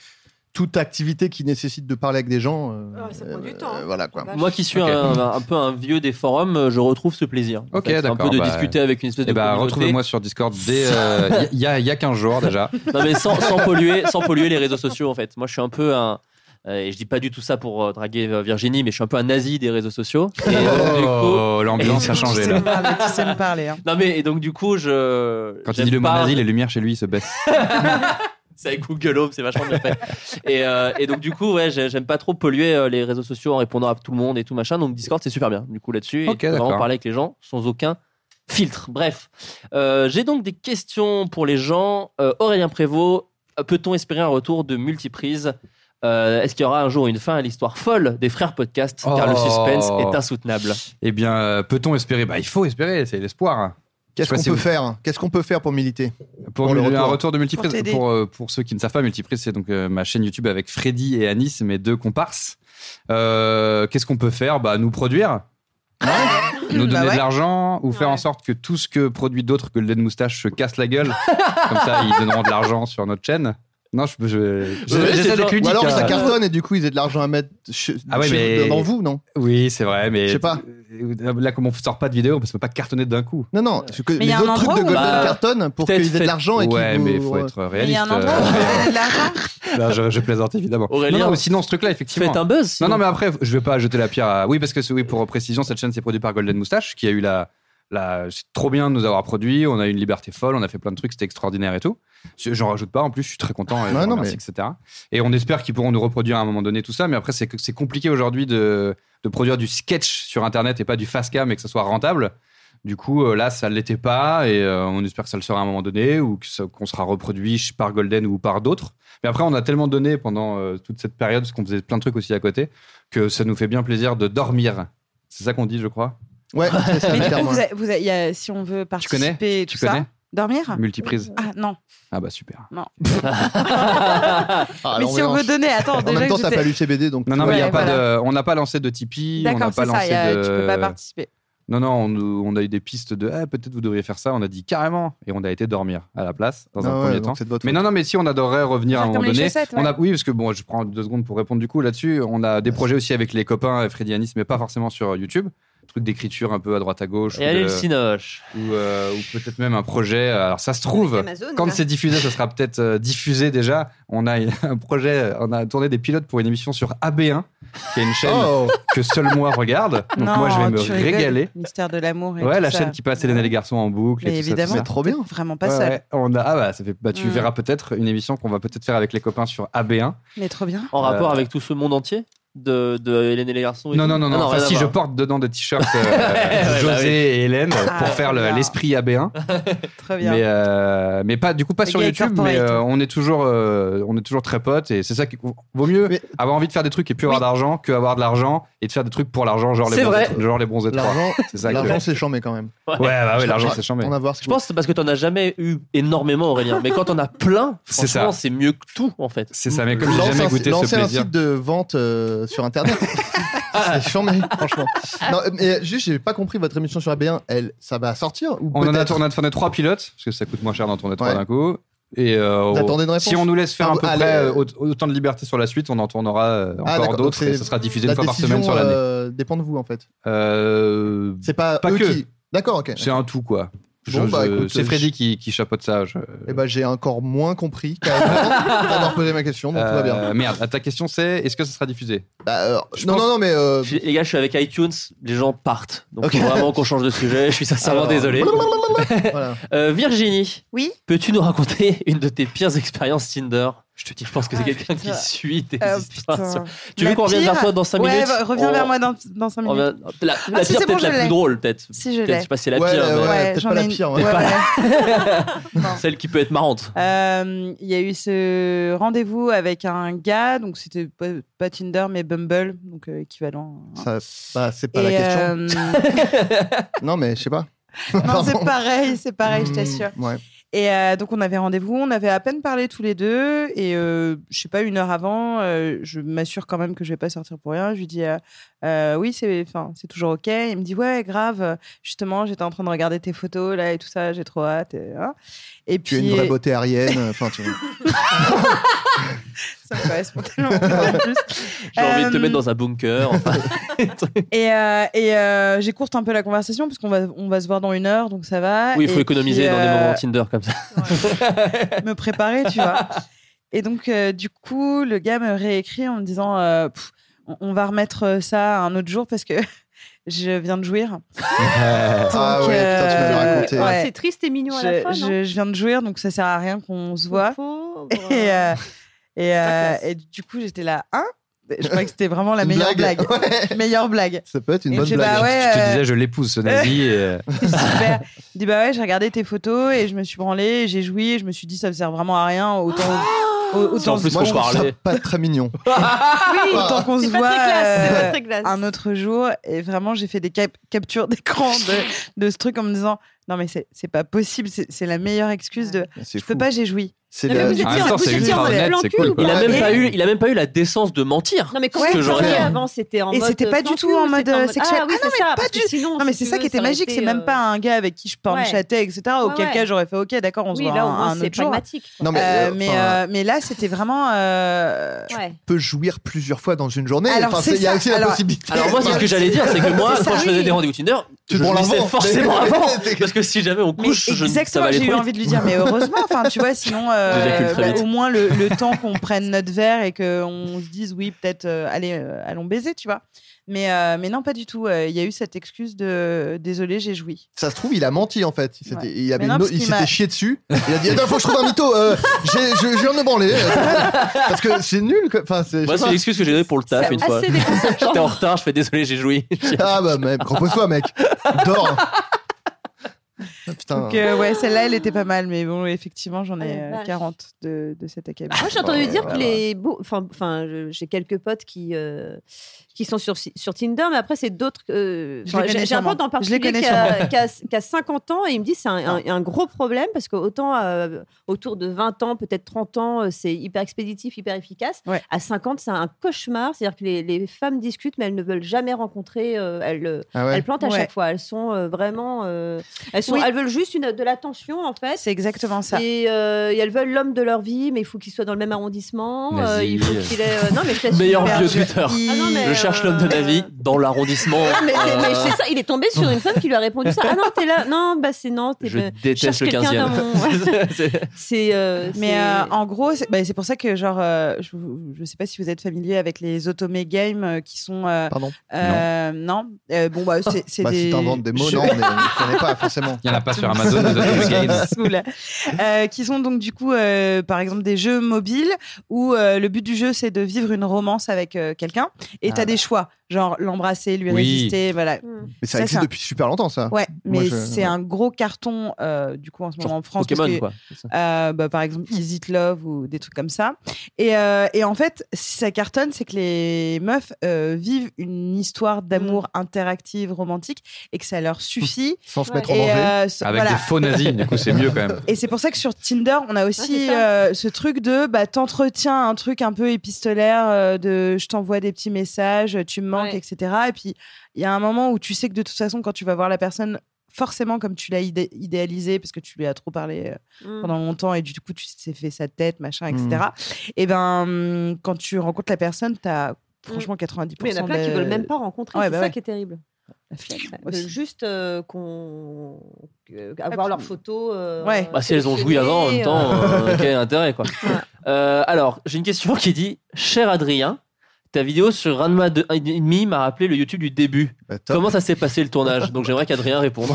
toute activité qui nécessite de parler avec des gens. euh,
Ah, ça prend du
euh,
temps, hein.
voilà quoi.
Bah,
Moi qui suis
Ok.
un, un peu un vieux des forums, euh, je retrouve ce plaisir. En
Ok,
fait, Un
d'accord,
peu de
bah,
discuter avec une espèce
Et
de.
bah,
communauté.
retrouvez-moi sur Discord dès. euh, Il y, a- il y a 15 jours déjà.
Non, mais sans, sans polluer, sans polluer les réseaux sociaux, en fait. Moi, je suis un peu un. euh, et je dis pas du tout ça pour euh, draguer euh, Virginie, mais je suis un peu un nazi des réseaux sociaux. Et, euh, du coup-
Oh, l'ambiance a changé là.
Tu sais me parler. hein.
non, mais et donc, du coup, je.
Quand il
j'aime
dit le mot
pas-
nazi, les lumières chez lui se baissent.
C'est avec Google Home, c'est vachement bien fait. et, euh, et donc, du coup, ouais, j'ai- j'aime pas trop polluer euh, les réseaux sociaux en répondant à tout le monde et tout machin. Donc, Discord, c'est super bien. Du coup, là-dessus, et
Ok,
tu peux vraiment
d'accord.
parler avec les gens sans aucun filtre. Bref, Euh, j'ai donc des questions pour les gens. Euh, Aurélien Prévost, euh, peut-on espérer un retour de multiprise Euh, Est-ce qu'il y aura un jour une fin à l'histoire folle des frères podcast Car le
Oh.
suspense est insoutenable.
Eh bien, euh, peut-on espérer Bah, il faut espérer, c'est l'espoir.
Qu'est-ce
Je sais pas
qu'on
si
peut
vous-
faire Qu'est-ce qu'on peut faire pour militer
Pour,
Pour le
le un
retour.
retour de Multiprise,
Pour
pour,
t'aider.
euh, pour ceux qui ne savent pas, Multiprise, c'est donc euh, ma chaîne YouTube avec Freddy et Anis, mes deux comparses. Euh, Qu'est-ce qu'on peut faire Bah, nous produire, Hein nous donner
Bah ouais.
de l'argent, ou faire en sorte que tout ce que produit d'autres que le lait de moustache se casse la gueule. Comme ça, ils donneront de l'argent sur notre chaîne. Non, je peux. Je, je-
Ouais,
j'essaie
c'est
d'être
genre-
ludique,
Ou alors
hein.
ça cartonne et du coup ils aient de l'argent à mettre chez-
Ah ouais,
chez-
mais-
dans vous, non
Oui, c'est vrai, mais. euh,
Je sais pas.
Là, comme on sort pas de vidéo, on peut pas cartonner d'un coup.
Non, non, parce que
Mais y
les
a un
autres trucs
endroit
de
où-
Golden
Bah,
cartonnent pour
peut-être
qu'ils aient de
faites-
l'argent et qu'ils
ouais,
vous-
mais il faut être
Mais
réaliste.
Il y a un endroit où
euh,
on fait de l'argent.
non, je, je plaisante évidemment.
Aurélien,
non, non, mais sinon, ce truc-là, effectivement.
Faites un buzz.
Non,
sinon.
non, mais après, je vais pas jeter la pierre à. Oui, parce que c'est- oui, pour précision, cette chaîne s'est produite par Golden Moustache, qui a eu la. la... C'est trop bien de nous avoir produit. On a eu une liberté folle, on a fait plein de trucs, c'était extraordinaire et tout. Je- J'en rajoute pas, en plus, je suis très content. Et
Ouais,
je
non,
remercie,
mais-
etc. Et on espère qu'ils pourront nous reproduire à un moment donné tout ça, mais après, c'est que- c'est compliqué aujourd'hui de... de produire du sketch sur Internet et pas du fast cam et que ce soit rentable. Du coup, euh, là, ça ne l'était pas et euh, on espère que ça le sera à un moment donné ou que ça- qu'on sera reproduit par Golden ou par d'autres. Mais après, on a tellement donné pendant euh, toute cette période, parce qu'on faisait plein de trucs aussi à côté, que ça nous fait bien plaisir de dormir. C'est ça qu'on dit, je crois.
Ouais, c'est ça,
Mais du
le
coup,
terme.
vous avez- vous avez- il y a- si on veut participer et tout
Tu
ça,
connais
dormir
Multiprise.
Ah non.
Ah bah super.
Ah,
mais
alors,
si on veut donner, attends,
En
déjà
même temps,
que
t'as
j'étais-
pas lu CBD, donc.
Non, non,
tout
mais il y a
va
Ouais,
pas
bien.
de- on n'a pas lancé de Tipeee, on n'a
D'accord,
pas
c'est
lancé
ça, il y a-
de.
tu peux pas participer.
Non, non, on, nous- on a eu des pistes de Ah, peut-être vous devriez faire ça. On a dit carrément et on a été dormir à la place dans
Ah
un
ouais,
premier
donc
temps.
c'est de votre
Mais
faute.
non, non, mais si on adorerait revenir à un
Faire
moment
comme les
donné.
chaussettes,
on
ouais.
a, oui, parce que bon, je prends deux secondes pour répondre du coup là-dessus. On a des projets aussi avec les copains Freddy Anis, mais pas forcément sur YouTube. trucs d'écriture un peu à droite à gauche.
Et
ou
allez,
de-
le Cinoche.
Ou, euh, ou peut-être même un projet. Alors ça se trouve,
Avec Amazon,
quand
là.
c'est diffusé, ça sera peut-être euh, diffusé déjà. On a un projet, euh, on a tourné des pilotes pour une émission sur AB1, qui est une chaîne
Oh.
que seul moi regarde. Donc
Non,
moi je vais me
tu rigoles.
régaler.
Mystère de l'amour. et
Ouais,
tout
la
ça.
chaîne qui passe Hélène et les garçons en boucle.
Mais
et tout ça, tout
évidemment.
ça.
Mais trop bien.
Vraiment pas
Ouais,
seul.
ouais, on a, ah bah, ça fait, bah, tu
Mm.
verras peut-être une émission qu'on va peut-être faire avec les copains sur AB1.
Mais trop bien.
En rapport
Euh,
avec tout ce monde entier de, de Hélène et les garçons. et
Non,
tout
non, non,
Ah
non. enfin,
rien à
si je
voir.
porte dedans des t-shirts euh,
ouais,
José
bah oui.
et Hélène euh,
Ah,
pour faire le-
bien.
l'esprit AB1.
Très bien.
Mais, euh, mais pas, du coup, pas
Le
sur
gay
YouTube,
corporate.
mais euh, on, est toujours, euh, on est toujours très potes et c'est ça qui vaut mieux
Mais-
avoir envie de faire des trucs et plus avoir d'argent que avoir de l'argent et de faire des trucs pour l'argent, genre, les
C'est
bronzés-
vrai.
genre les bronzés 3.
L'argent,
C'est ça que-
l'argent, c'est chambé quand même.
Ouais, bah ouais, l'argent, c'est chambé.
On va voir. ce
Je pense que c'est parce que t'en as jamais eu énormément, Aurélien. Mais quand on a plein,
C'est ça.
franchement, c'est mieux que tout, en fait. Mm.
C'est ça, mais comme j'ai
Lancer
jamais
un,
goûté
lancer
ce
un
plaisir.
site de vente euh, sur internet. c'est chambé, franchement. Non, mais juste, j'ai pas compris votre émission sur AB1. Elle, ça va sortir ou
On en a
peut-être-
tourné, tourné trois pilotes, parce que ça coûte moins cher d'en tourner trois
Ouais.
d'un coup. Et euh,
Vous attendez une
si
réponse
on nous laisse faire
Ah,
à peu
ah,
près
le-
euh, aut- autant de liberté sur la suite, on en tournera euh,
Ah,
encore
d'accord, donc
d'autres et
c'est-
ça sera diffusé
La
une fois par
décision
semaine sur l'année.
euh, dépend de vous en fait.
Euh,
C'est pas,
Pas
eux
que.
qui. D'accord, ok.
c'est un tout, quoi. Je-
Bon, bah,
je-
écoute,
c'est
euh,
Freddy
je-
qui, qui chapeaute ça. je-
Eh ben, j'ai encore moins compris qu'à avant d'avoir posé ma question, donc tout va bien.
Euh, merde, ta question c'est est-ce que ça sera diffusé
Bah, euh,
je
non,
pense-
non, non, mais. euh,
Je- Les gars, je suis avec iTunes, les gens partent. Donc
Ok.
faut vraiment qu'on change de sujet, je suis sincèrement
alors-
désolé.
Voilà.
Euh, Virginie,
Oui.
peux-tu nous raconter une de tes pires expériences Tinder Je te dis, je pense que c'est
Ah,
quelqu'un qui
putain.
suit tes
Euh,
histoires
putain.
sur- Tu veux
La
qu'on revienne vers
pire-
toi dans 5
ouais,
minutes
bah, reviens
On-
vers moi dans, dans 5
on
minutes.
revient- La, la
Ah, si,
pire,
c'est bon,
peut-être
je
la plus
l'ai.
drôle, peut-être.
Si je
Peut-être,
l'ai.
je sais pas si c'est la
Ouais,
pire, mais
ouais, peut-être
j'en
pas la
ai une-
pire,
ouais,
ouais.
ouais.
celle qui peut être marrante.
Euh, Il y a eu ce rendez-vous avec un gars, donc c'était pas, pas Tinder mais Bumble, donc euh, équivalent. hein.
Ça- bah, c'est pas la
Et,
question.
euh,
Non, mais je sais pas.
non, c'est
Pardon.
pareil, c'est pareil, je
Hmm,
t'assure.
Ouais.
Et euh, donc on avait rendez-vous, on avait à peine parlé tous les deux, et euh, je sais pas une heure avant, euh, je m'assure quand même que je vais pas sortir pour rien. Je lui dis euh, Euh, oui c'est, enfin c'est toujours ok. Il me dit ouais grave, euh, justement j'étais en train de regarder tes photos là et tout ça, j'ai trop hâte. Et, hein. Et puis
Tu es une vraie beauté aérienne. Enfin, tu vois.
ça me correspond tellement bien en plus.
J'ai envie de te
Euh,
mettre dans un bunker. enfin.
Et, euh, et euh, j'écourte un peu la conversation puisqu'on va on va se voir dans une heure donc ça va.
oui, il faut
Et
économiser
puis,
dans des
euh,
moments Tinder comme ça.
me préparer, tu vois. Et donc, euh, du coup, le gars me réécrit en me disant euh, Pff, on- on va remettre euh, ça un autre jour parce que je viens de jouir.
Euh,
ah
Donc,
ouais, putain, tu m'avais
euh,
raconté.
ouais.
C'est triste et mignon à la
Je,
fin, non
je- je viens de jouir, donc ça sert à rien qu'on se voit.
Pauvre.
Et, euh, et, euh,
classe.
et du coup, j'étais là, hein Je croyais que c'était vraiment la
Une
meilleure blague.
Ouais.
meilleure blague.
Ça peut être une
Et
bonne
tu
blague.
vas- Ah ouais,
je te
euh,
disais, je l'épouse ce nazi. et, euh,
C'est super. Il dit bah ouais, j'ai regardé tes photos et je me suis branlée, j'ai joui, et je me suis dit ça ne sert vraiment à rien autant. au-
C'est en
autant
plus
Moi,
qu'on
je trouve ça
parlait.
pas très mignon.
oui,
autant qu'on se
Ah. c'est pas
voit
très classe, c'est
euh,
pas très classe.
un autre jour et vraiment j'ai fait des cap- captures d'écran de, de ce truc en me disant non mais c'est c'est pas possible c'est c'est la meilleure excuse de
C'est
je
fou.
peux pas j'ai joui
C'est
Non, mais
la-
vous
en
étiez
même
en-
temps,
vous
c'est
étiez
ultra
en
honnête,
plan
c'est
cul
cool,
ou
quoi.
Il a
pas
même pas eu, il a même pas eu la décence de mentir.
Non mais quand
Ouais,
que
tu
j'aurais
sortais
fait.
avant, c'était en
Et
mode
c'était pas du
plan
tout
cul,
en
c'était
mode,
en
sexuel.
Ah,
Ah,
oui,
non,
c'est
mais pas
ça, parce
du-
que sinon,
non mais
si
c'est
tu
ça
veux,
qui était
aurait
magique
été,
c'est même
euh,
pas un gars avec qui je peux me
ouais.
chatter etc auquel
ouais.
cas j'aurais fait ok d'accord on se
Oui,
voit
là au
un,
moins
un
c'est
autre jour
pragmatique. quoi.
Non, mais,
Euh,
euh,
mais,
enfin,
euh, mais là c'était vraiment euh,
Ouais.
peut jouir plusieurs fois dans une journée.
Alors,
Enfin,
c'est
c'est- il y a
ça.
aussi la
Alors-
possibilité.
Alors moi, c'est ce que
Enfin,
j'allais dire, c'est que moi,
C'est ça,
quand je faisais
oui.
des rendez-vous Tinder,
Tu
je
prends
le sais
l'avant.
forcément
Mais-
avant,
c'est-
parce que si jamais on
Mais
couche, je, ça
exactement,
va aller
j'ai eu
trop vite.
envie de lui dire, mais heureusement, enfin, tu vois, sinon, euh,
J'éjacule très
bah,
vite.
au moins le, le temps qu'on prenne notre verre et qu'on se dise, oui, peut-être, euh, allez, euh, allons baiser, tu vois. Mais, euh, mais non, pas du tout. Euh, Il y a eu cette excuse de désolé, j'ai joui.
Ça se trouve, il a menti en fait. Il s'était-
Ouais.
il avait
Mais non,
une-
parce
il
qu'il
s'était
m'a-
chié dessus. Il a dit Attends, faut que je trouve un mytho. euh, j'ai- je, je viens de me branler. Euh, Parce que c'est nul. quoi. Enfin, c'est. je
Moi,
sais
Bah, c'est
pas.
l'excuse que j'ai donnée pour le taf
C'est
une fois.
assez déconcertant.
J'étais en retard, je fais désolé, j'ai joui.
Ah bah, mais repose-toi, mec. Dors. Ah, Putain.
Donc, euh, ouais, celle-là, elle était pas mal, mais bon, effectivement, j'en ai
Ah, la
euh,
vache.
40 de, de cette acabit.
Moi, Ah, j'ai entendu
Ouais,
dire
ouais,
que
ouais.
les beaux. Enfin, enfin, je- j'ai quelques potes qui, euh, qui sont sur, sur Tinder, mais après, c'est d'autres. euh,
Je
enfin,
les connais
j'ai j'ai un
sûrement.
pote en
Je les
particulier
connais Ah.
qui a, qui a- qui a 50 ans et il me dit c'est un, un- un gros problème parce que autant euh, autour de 20 ans, peut-être 30 ans, euh, c'est hyper expéditif, hyper efficace.
Ouais.
À 50, c'est un cauchemar. C'est-à-dire que les, les femmes discutent, mais elles ne veulent jamais rencontrer. euh, elles, euh,
Ah ouais.
elles plantent à
Ouais.
chaque fois. Elles sont euh, vraiment. euh, elles, sont,
Oui.
elles veulent juste une, de l'attention, en fait.
C'est exactement ça.
Et, euh, et elles veulent l'homme de leur vie, mais il faut qu'il soit dans le même arrondissement. euh,
Vas-y.
il faut qu'il ait. euh, non, mais je t'assure.
Meilleur
Super,
bio
je-
Twitter.
Il-
Ah non, mais,
Le cherche l'homme de ma vie dans l'arrondissement.
Ah, mais, c'est-
euh,
mais c'est ça, il est tombé sur une femme qui lui a répondu ça. Ah non, t'es là. Non, bah c'est non. t'es-
Je
euh,
déteste
cherche
le
quelqu'un
15e.
dans mon-
c'est-
c'est. euh,
Mais
c'est-
euh, en gros, c'est bah, c'est pour ça que, genre, euh, je ne sais pas si vous êtes familier avec les Otome Games euh, qui sont. euh,
Pardon
euh, Non. Euh, bon, bah, c'est c'est
Bah,
des.
Si t'inventes des mots,
Je-
non, on ne connaît pas forcément.
Il n'y en a pas sur Amazon, les autres games.
Saoule. Euh, qui sont donc du coup, euh, par exemple, des jeux mobiles où euh, le but du jeu c'est de vivre une romance avec euh, quelqu'un et
Ah
t'as
bah.
des choix, genre l'embrasser, lui
Oui.
résister, voilà.
Mm.
Mais ça
Ça,
existe
ça-
depuis super longtemps, ça.
Ouais,
Moi,
mais
je-
c'est un gros carton euh, du coup en ce moment
Genre
en France.
Pokémon,
parce que,
quoi.
euh, bah, par exemple, Is It Love ou des trucs comme ça. Et, euh, et en fait, si ça cartonne, c'est que les meufs euh, vivent une histoire d'amour
Mmh.
interactive, romantique et que ça leur suffit.
Sans se
Ouais.
mettre en
Et,
danger.
euh, ce-
Avec
voilà.
des faux nazis, du coup, c'est mieux quand même.
Et c'est pour ça que sur Tinder, on a aussi
c'est ça.
euh, ce truc de bah, t'entretiens un truc un peu épistolaire euh, de je t'envoie des petits messages, tu me manques,
Ouais.
etc. Et puis il y a un moment où tu sais que de toute façon, quand tu vas voir la personne, forcément comme tu l'as idé- idéalisé parce que tu lui as trop parlé euh,
Mm.
pendant longtemps et du coup tu t'es fait sa tête, machin, etc.
Mm.
Et ben hum, quand tu rencontres la personne, t'as franchement 90%
Mmh. Mais il y en a plein
de-
qui veulent même pas rencontrer.
Ouais,
c'est
bah
ça
ouais.
qui est terrible. Bah,
la flemme
De
aussi.
juste euh, qu'on que- avoir
puis-
leurs photos. euh,
Ouais.
Bah, si elles ont joui avant, en même temps,
sélectionnées,
euh, quel intérêt, quoi.
Ouais.
Euh, alors, j'ai une question qui dit Cher Adrien, ta vidéo sur Ranma 2,5 m'a rappelé le YouTube du début.
Bah, top.
Comment ça s'est passé le tournage Donc, j'aimerais qu'Adrien réponde.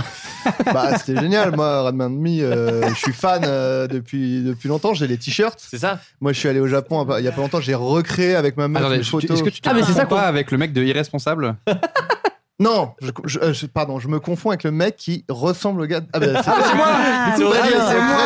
Bah, c'était génial. Moi, Radman Demi, euh, je suis fan euh, depuis, depuis longtemps. J'ai les t-shirts.
C'est ça
Moi, je suis allé au Japon il y a pas longtemps. J'ai recréé avec ma meuf
Attendez,
une
tu-
photo.
est-ce que tu te
Ah, mais c'est ça
confonds
qu'on-
pas avec le mec de Irresponsable
Non, je, je- euh, je- pardon, je me confonds avec le mec qui ressemble au gars. Ah, bah, c'est
c'est moi C'est
euh.
Aurélien.
Ah, c'est moi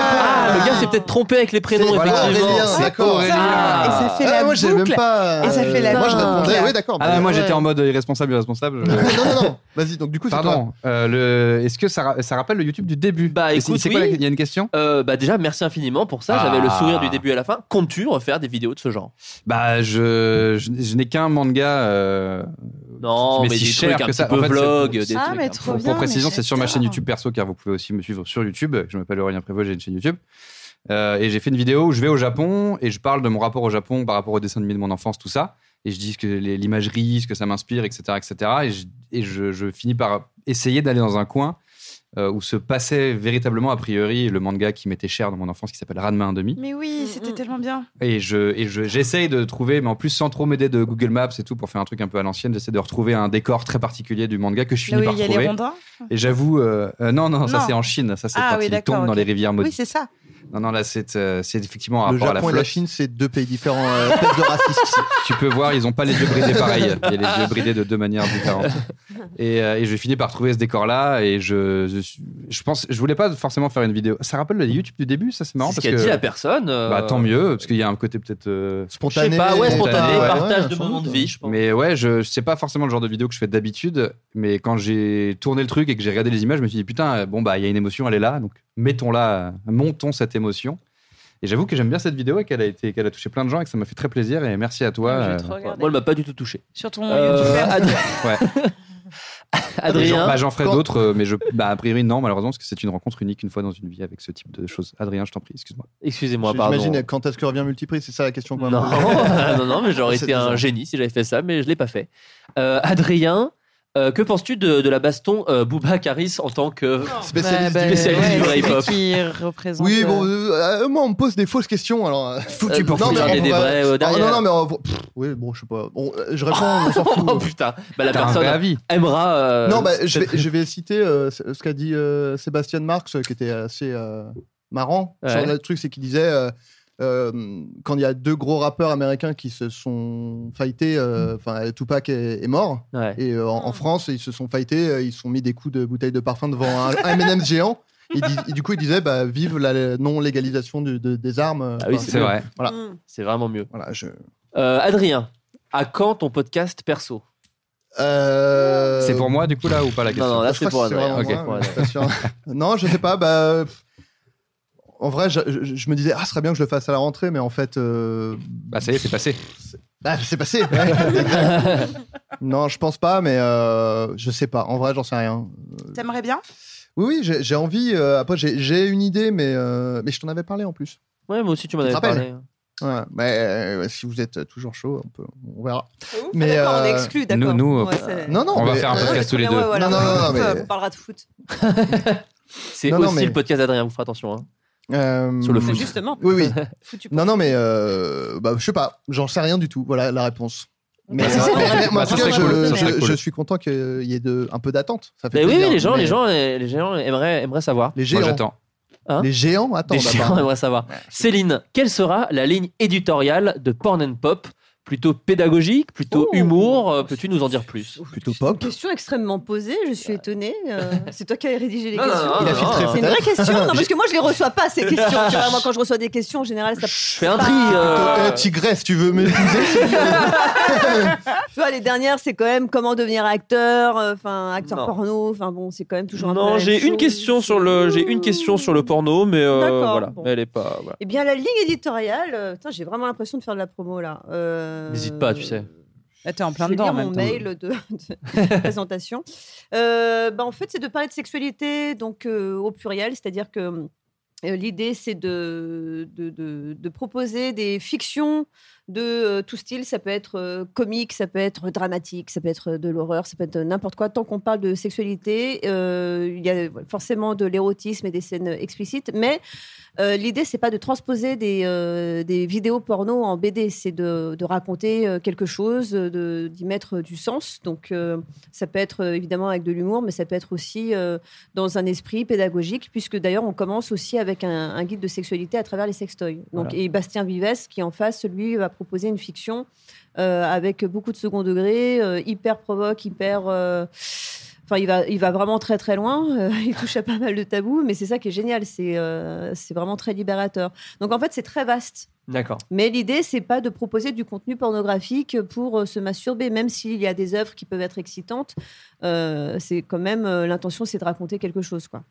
Ah, le gars s'est peut-être trompé avec les prénoms,
C'est- voilà,
effectivement.
Aurélien,
C'est
d'accord.
Aurélien.
Ah, et ça fait
Ah,
la
moi, j'ai
boucle.
même pas.
Et ça fait la
Moi, je
boucle.
répondais. Oui, d'accord.
Ah,
bah,
bah, moi,
ouais.
j'étais en mode Irresponsable, Irresponsable.
Non, non, non. Vas-y, donc du coup, c'est toi.
Pardon, euh, le... est-ce que ça, ra- ça rappelle le YouTube du début
Bah,
Et c'est-
écoute,
c'est quoi la-
oui.
Il y a une question
Euh, bah déjà, merci infiniment pour ça. J'avais
Ah.
le sourire du début à la fin. Comptes-tu refaire des vidéos de ce genre
Bah, je, je, je n'ai qu'un manga. euh,
Non, mais,
Mais si
des
cher
trucs un
que ça,
petit peu
en fait, c'est-
vlog, des
Ah,
trucs
mais
un
trop
pour,
bien,
pour précision,
mais
c'est sur ma
j'adore.
chaîne YouTube perso, car vous pouvez aussi me suivre sur YouTube. Je m'appelle Aurélien Prévost, j'ai une chaîne YouTube. Euh, et j'ai fait une vidéo où je vais au Japon et je parle de mon rapport au Japon par rapport aux dessins animés de mon enfance, tout ça. Et je dis ce que les- l'imagerie, ce que ça m'inspire, etc. etc. Et, je, et je- je finis par essayer d'aller dans un coin euh, où se passait véritablement, a priori, le manga qui m'était cher dans mon enfance, qui s'appelle Ranma 1,5.
Mais oui, c'était
Mm.
tellement bien.
Et je et je- j'essaye de trouver, mais en plus sans trop m'aider de Google Maps et tout pour faire un truc un peu à l'ancienne, j'essaie de retrouver un décor très particulier du manga que je
Là
finis
où
par
Ah il y a les
bah, trouver.
rondins.
Et j'avoue, euh, euh, non, non, ça
Non.
c'est en Chine, ça c'est
Ah
quand
oui,
ils
d'accord,
tombent dans
ok.
les rivières
Oui,
maudites.
c'est ça.
non, non, là c'est euh, c'est effectivement un
Le
rapport à la
Japon et la
flotte.
Chine, c'est deux pays différents, euh, espèce de racistes.
Tu peux voir, ils ont pas les yeux bridés pareil. Il y a les yeux bridés de deux manières différentes. Et, euh, et je finis par trouver ce décor-là. Et je, je, suis- je pense, je voulais pas forcément faire une vidéo. Ça rappelle le YouTube du début, ça c'est marrant
C'est ce
parce
qu'a dit
que.
la personne. euh,
Bah, tant mieux, parce qu'il y a un côté peut-être. euh,
Je sais
Spontané.
pas, ouais, spontané,
spontané, ouais,
partage
ouais,
de
sans
moments de
doute.
vie, je pense.
Mais ouais, je, je sais pas forcément le genre de vidéo que je fais d'habitude, mais quand j'ai tourné le truc et que j'ai regardé les images, je me suis dit putain, euh, bon bah il y a une émotion, elle est là, donc mettons-la, euh, montons cette émotion. Et j'avoue que j'aime bien cette vidéo et qu'elle a été, qu'elle a touché plein de gens et que ça m'a fait très plaisir et merci à toi.
Je
euh,
vais te regarder.
Moi, elle m'a pas du tout touché.
Sur ton
Euh,
YouTube.
Adrien-
Ouais. et j'en-
Adrien,
bah, j'en ferai
quand-
d'autres, euh, mais je, bah, a priori non malheureusement parce que c'est une rencontre unique une fois dans une vie avec ce type de choses. Adrien, je t'en prie, excuse-moi.
excusez-moi, pardon.
J'imagine quand est-ce que revient Multiprix, c'est ça la question qu'on
Non,
va me poser.
non, non, mais j'aurais
C'est
été un
déjà.
génie si j'avais fait ça, mais je l'ai pas fait. Euh, Adrien, euh, que penses-tu de, de la baston euh, Booba Karis en tant que. euh,
Spécialiste
Ouais, bah,
du PC.
spécialiste
ouais,
du
c'est
hip-hop.
lui Qui représente.
Oui,
euh,
bon, euh, euh, moi on me pose des fausses questions alors. euh,
Euh,
pour
non,
foutre.
mais il y a
on
des
va-
vrais euh,
Ah,
derrière.
non, non, mais euh, bon, pff, oui, bon, je sais pas. Bon, euh, je réponds, on s'en
Oh
fout.
putain, bah, la
T'as un vrai
personne
avis.
aimera. euh,
non, bah, je, vais,
cette-
je vais citer euh, ce ce qu'a dit euh, Sébastien Marx, euh, qui était assez euh, marrant.
Ouais.
Sur le truc, c'est qu'il disait euh, euh, quand il y a deux gros rappeurs américains qui se sont fightés,
Mm.
euh, enfin, Tupac est, est mort,
Ouais.
et euh, en, en France, ils se sont fightés, euh, ils se sont mis des coups de bouteille de parfum devant un, un M&M's géant. Et, dis- et du coup, il disait bah, vive la non-légalisation du- de- des armes. euh,
Ah oui,
enfin,
C'est vrai.
Voilà.
Mm.
C'est vraiment mieux.
Voilà, je.
Euh, Adrien, à quand ton podcast perso
Euh,
C'est pour moi du coup là ou pas la question
Non, non, là
je
c'est
crois
pour
que c'est
Adrien.
vraiment
c'est
moi,
pour
mais
Adrien.
je suis pas sûr. non, je sais pas. Bah, pff, en vrai, je, je- je me disais, ah, ce serait bien que je le fasse à la rentrée, mais en fait, euh,
Bah ça y est, c'est passé.
ah, c'est passé. Ouais. non, je pense pas, mais euh, je sais pas. En vrai, j'en sais rien.
T'aimerais bien
Oui, oui, j'ai j'ai envie. euh, après, j'ai j'ai une idée, mais, euh, mais je t'en avais parlé en plus.
Ouais, moi aussi tu m'en
Tu te
avais
rappelles
parlé.
Ouais, mais euh, si vous êtes toujours chaud, on, peut, on verra.
Mais d'accord, on est exclu, d'accord.
nous,
Ouais, c'est-
euh, non, non,
on va
mais-
faire un
euh,
podcast tous les
Ouais,
deux.
voilà,
Non,
on-
non, non, non, mais-
On parlera de foot.
C'est
Non,
aussi
non, mais-
le podcast d'Adrien, vous ferez attention. hein.
euh,
Sur le foot.
Justement.
Oui, oui.
Foot, tu peux-
Non, non, mais euh, bah, je sais pas, j'en sais rien du tout. Voilà la réponse. Mais,
Bah, ça
mais-
serait-
mais- mais
bah,
en
ça
tout cas,
serait cool,
je,
ça serait
je-
cool.
je suis content qu'il y ait de, un peu d'attente. Ça fait
Mais oui,
plaisir,
oui, les gens,
mais
les gens, euh, les les gens aimeraient, aimeraient savoir.
les
Moi,
géants,
j'attends.
Hein
les géants, attends.
Les gens
d'abord.
aimeraient savoir. Céline, quelle sera la ligne éditoriale de Porn and Pop Plutôt pédagogique, plutôt
Oh.
humour euh, Peux-tu nous en dire plus
Plutôt pop.
Question extrêmement posée, je suis étonnée. euh, c'est toi qui as rédigé les
Non, non,
questions.
non,
Il a
non,
filtré,
non.
C'est une vraie question, non, parce que moi je les reçois pas ces questions. Tu vois, moi
Je-
quand je reçois des questions en général, ça.
Je fais un tri. euh,
Euh, tigresse, tu veux m'épouser
Tu vois, les dernières c'est quand même comment devenir acteur, euh, enfin acteur
Non.
porno, enfin bon, c'est quand même toujours un peu. la
Non,
même
j'ai une
chose.
question sur le, j'ai une question sur le porno, mais euh,
D'accord,
voilà,
bon.
elle est pas. voilà.
Eh bien la ligne éditoriale, euh, putain, j'ai vraiment l'impression de faire de la promo là. Euh,
N'hésite pas, tu sais.
Là, t'es en plein
je vais
dedans en
lire
même
mon
temps.
mail de, de présentation. Euh, bah, en fait, c'est de parler de sexualité donc euh, au pluriel, c'est-à-dire que euh, l'idée, c'est de, de, de- de proposer des fictions de euh, tout style. Ça peut être euh, comique, ça peut être dramatique, ça peut être euh, de l'horreur, ça peut être n'importe quoi. Tant qu'on parle de sexualité, euh, il y a forcément de l'érotisme et des scènes explicites, mais euh, L'idée, c'est pas de transposer des, euh, des vidéos porno en BD, c'est de, de raconter euh, quelque chose, de- d'y mettre du sens. Donc, euh, ça peut être euh, évidemment avec de l'humour, mais ça peut être aussi euh, dans un esprit pédagogique, puisque d'ailleurs, on commence aussi avec un, un guide de sexualité à travers les sextoys. Donc,
Voilà.
Et Bastien Vives, qui est en face, lui, va proposer une fiction euh, avec beaucoup de second degré, euh, hyper provoque, hyper. euh, Enfin, il va, il va vraiment très très loin. euh, il touche à pas mal de tabous, mais c'est ça qui est génial. C'est, euh, c'est vraiment très libérateur. Donc en fait, c'est très vaste.
D'accord.
Mais l'idée, c'est pas de proposer du contenu pornographique pour euh, se masturber, même s'il y a des œuvres qui peuvent être excitantes. euh, c'est quand même euh, l'intention, c'est de raconter quelque chose, quoi.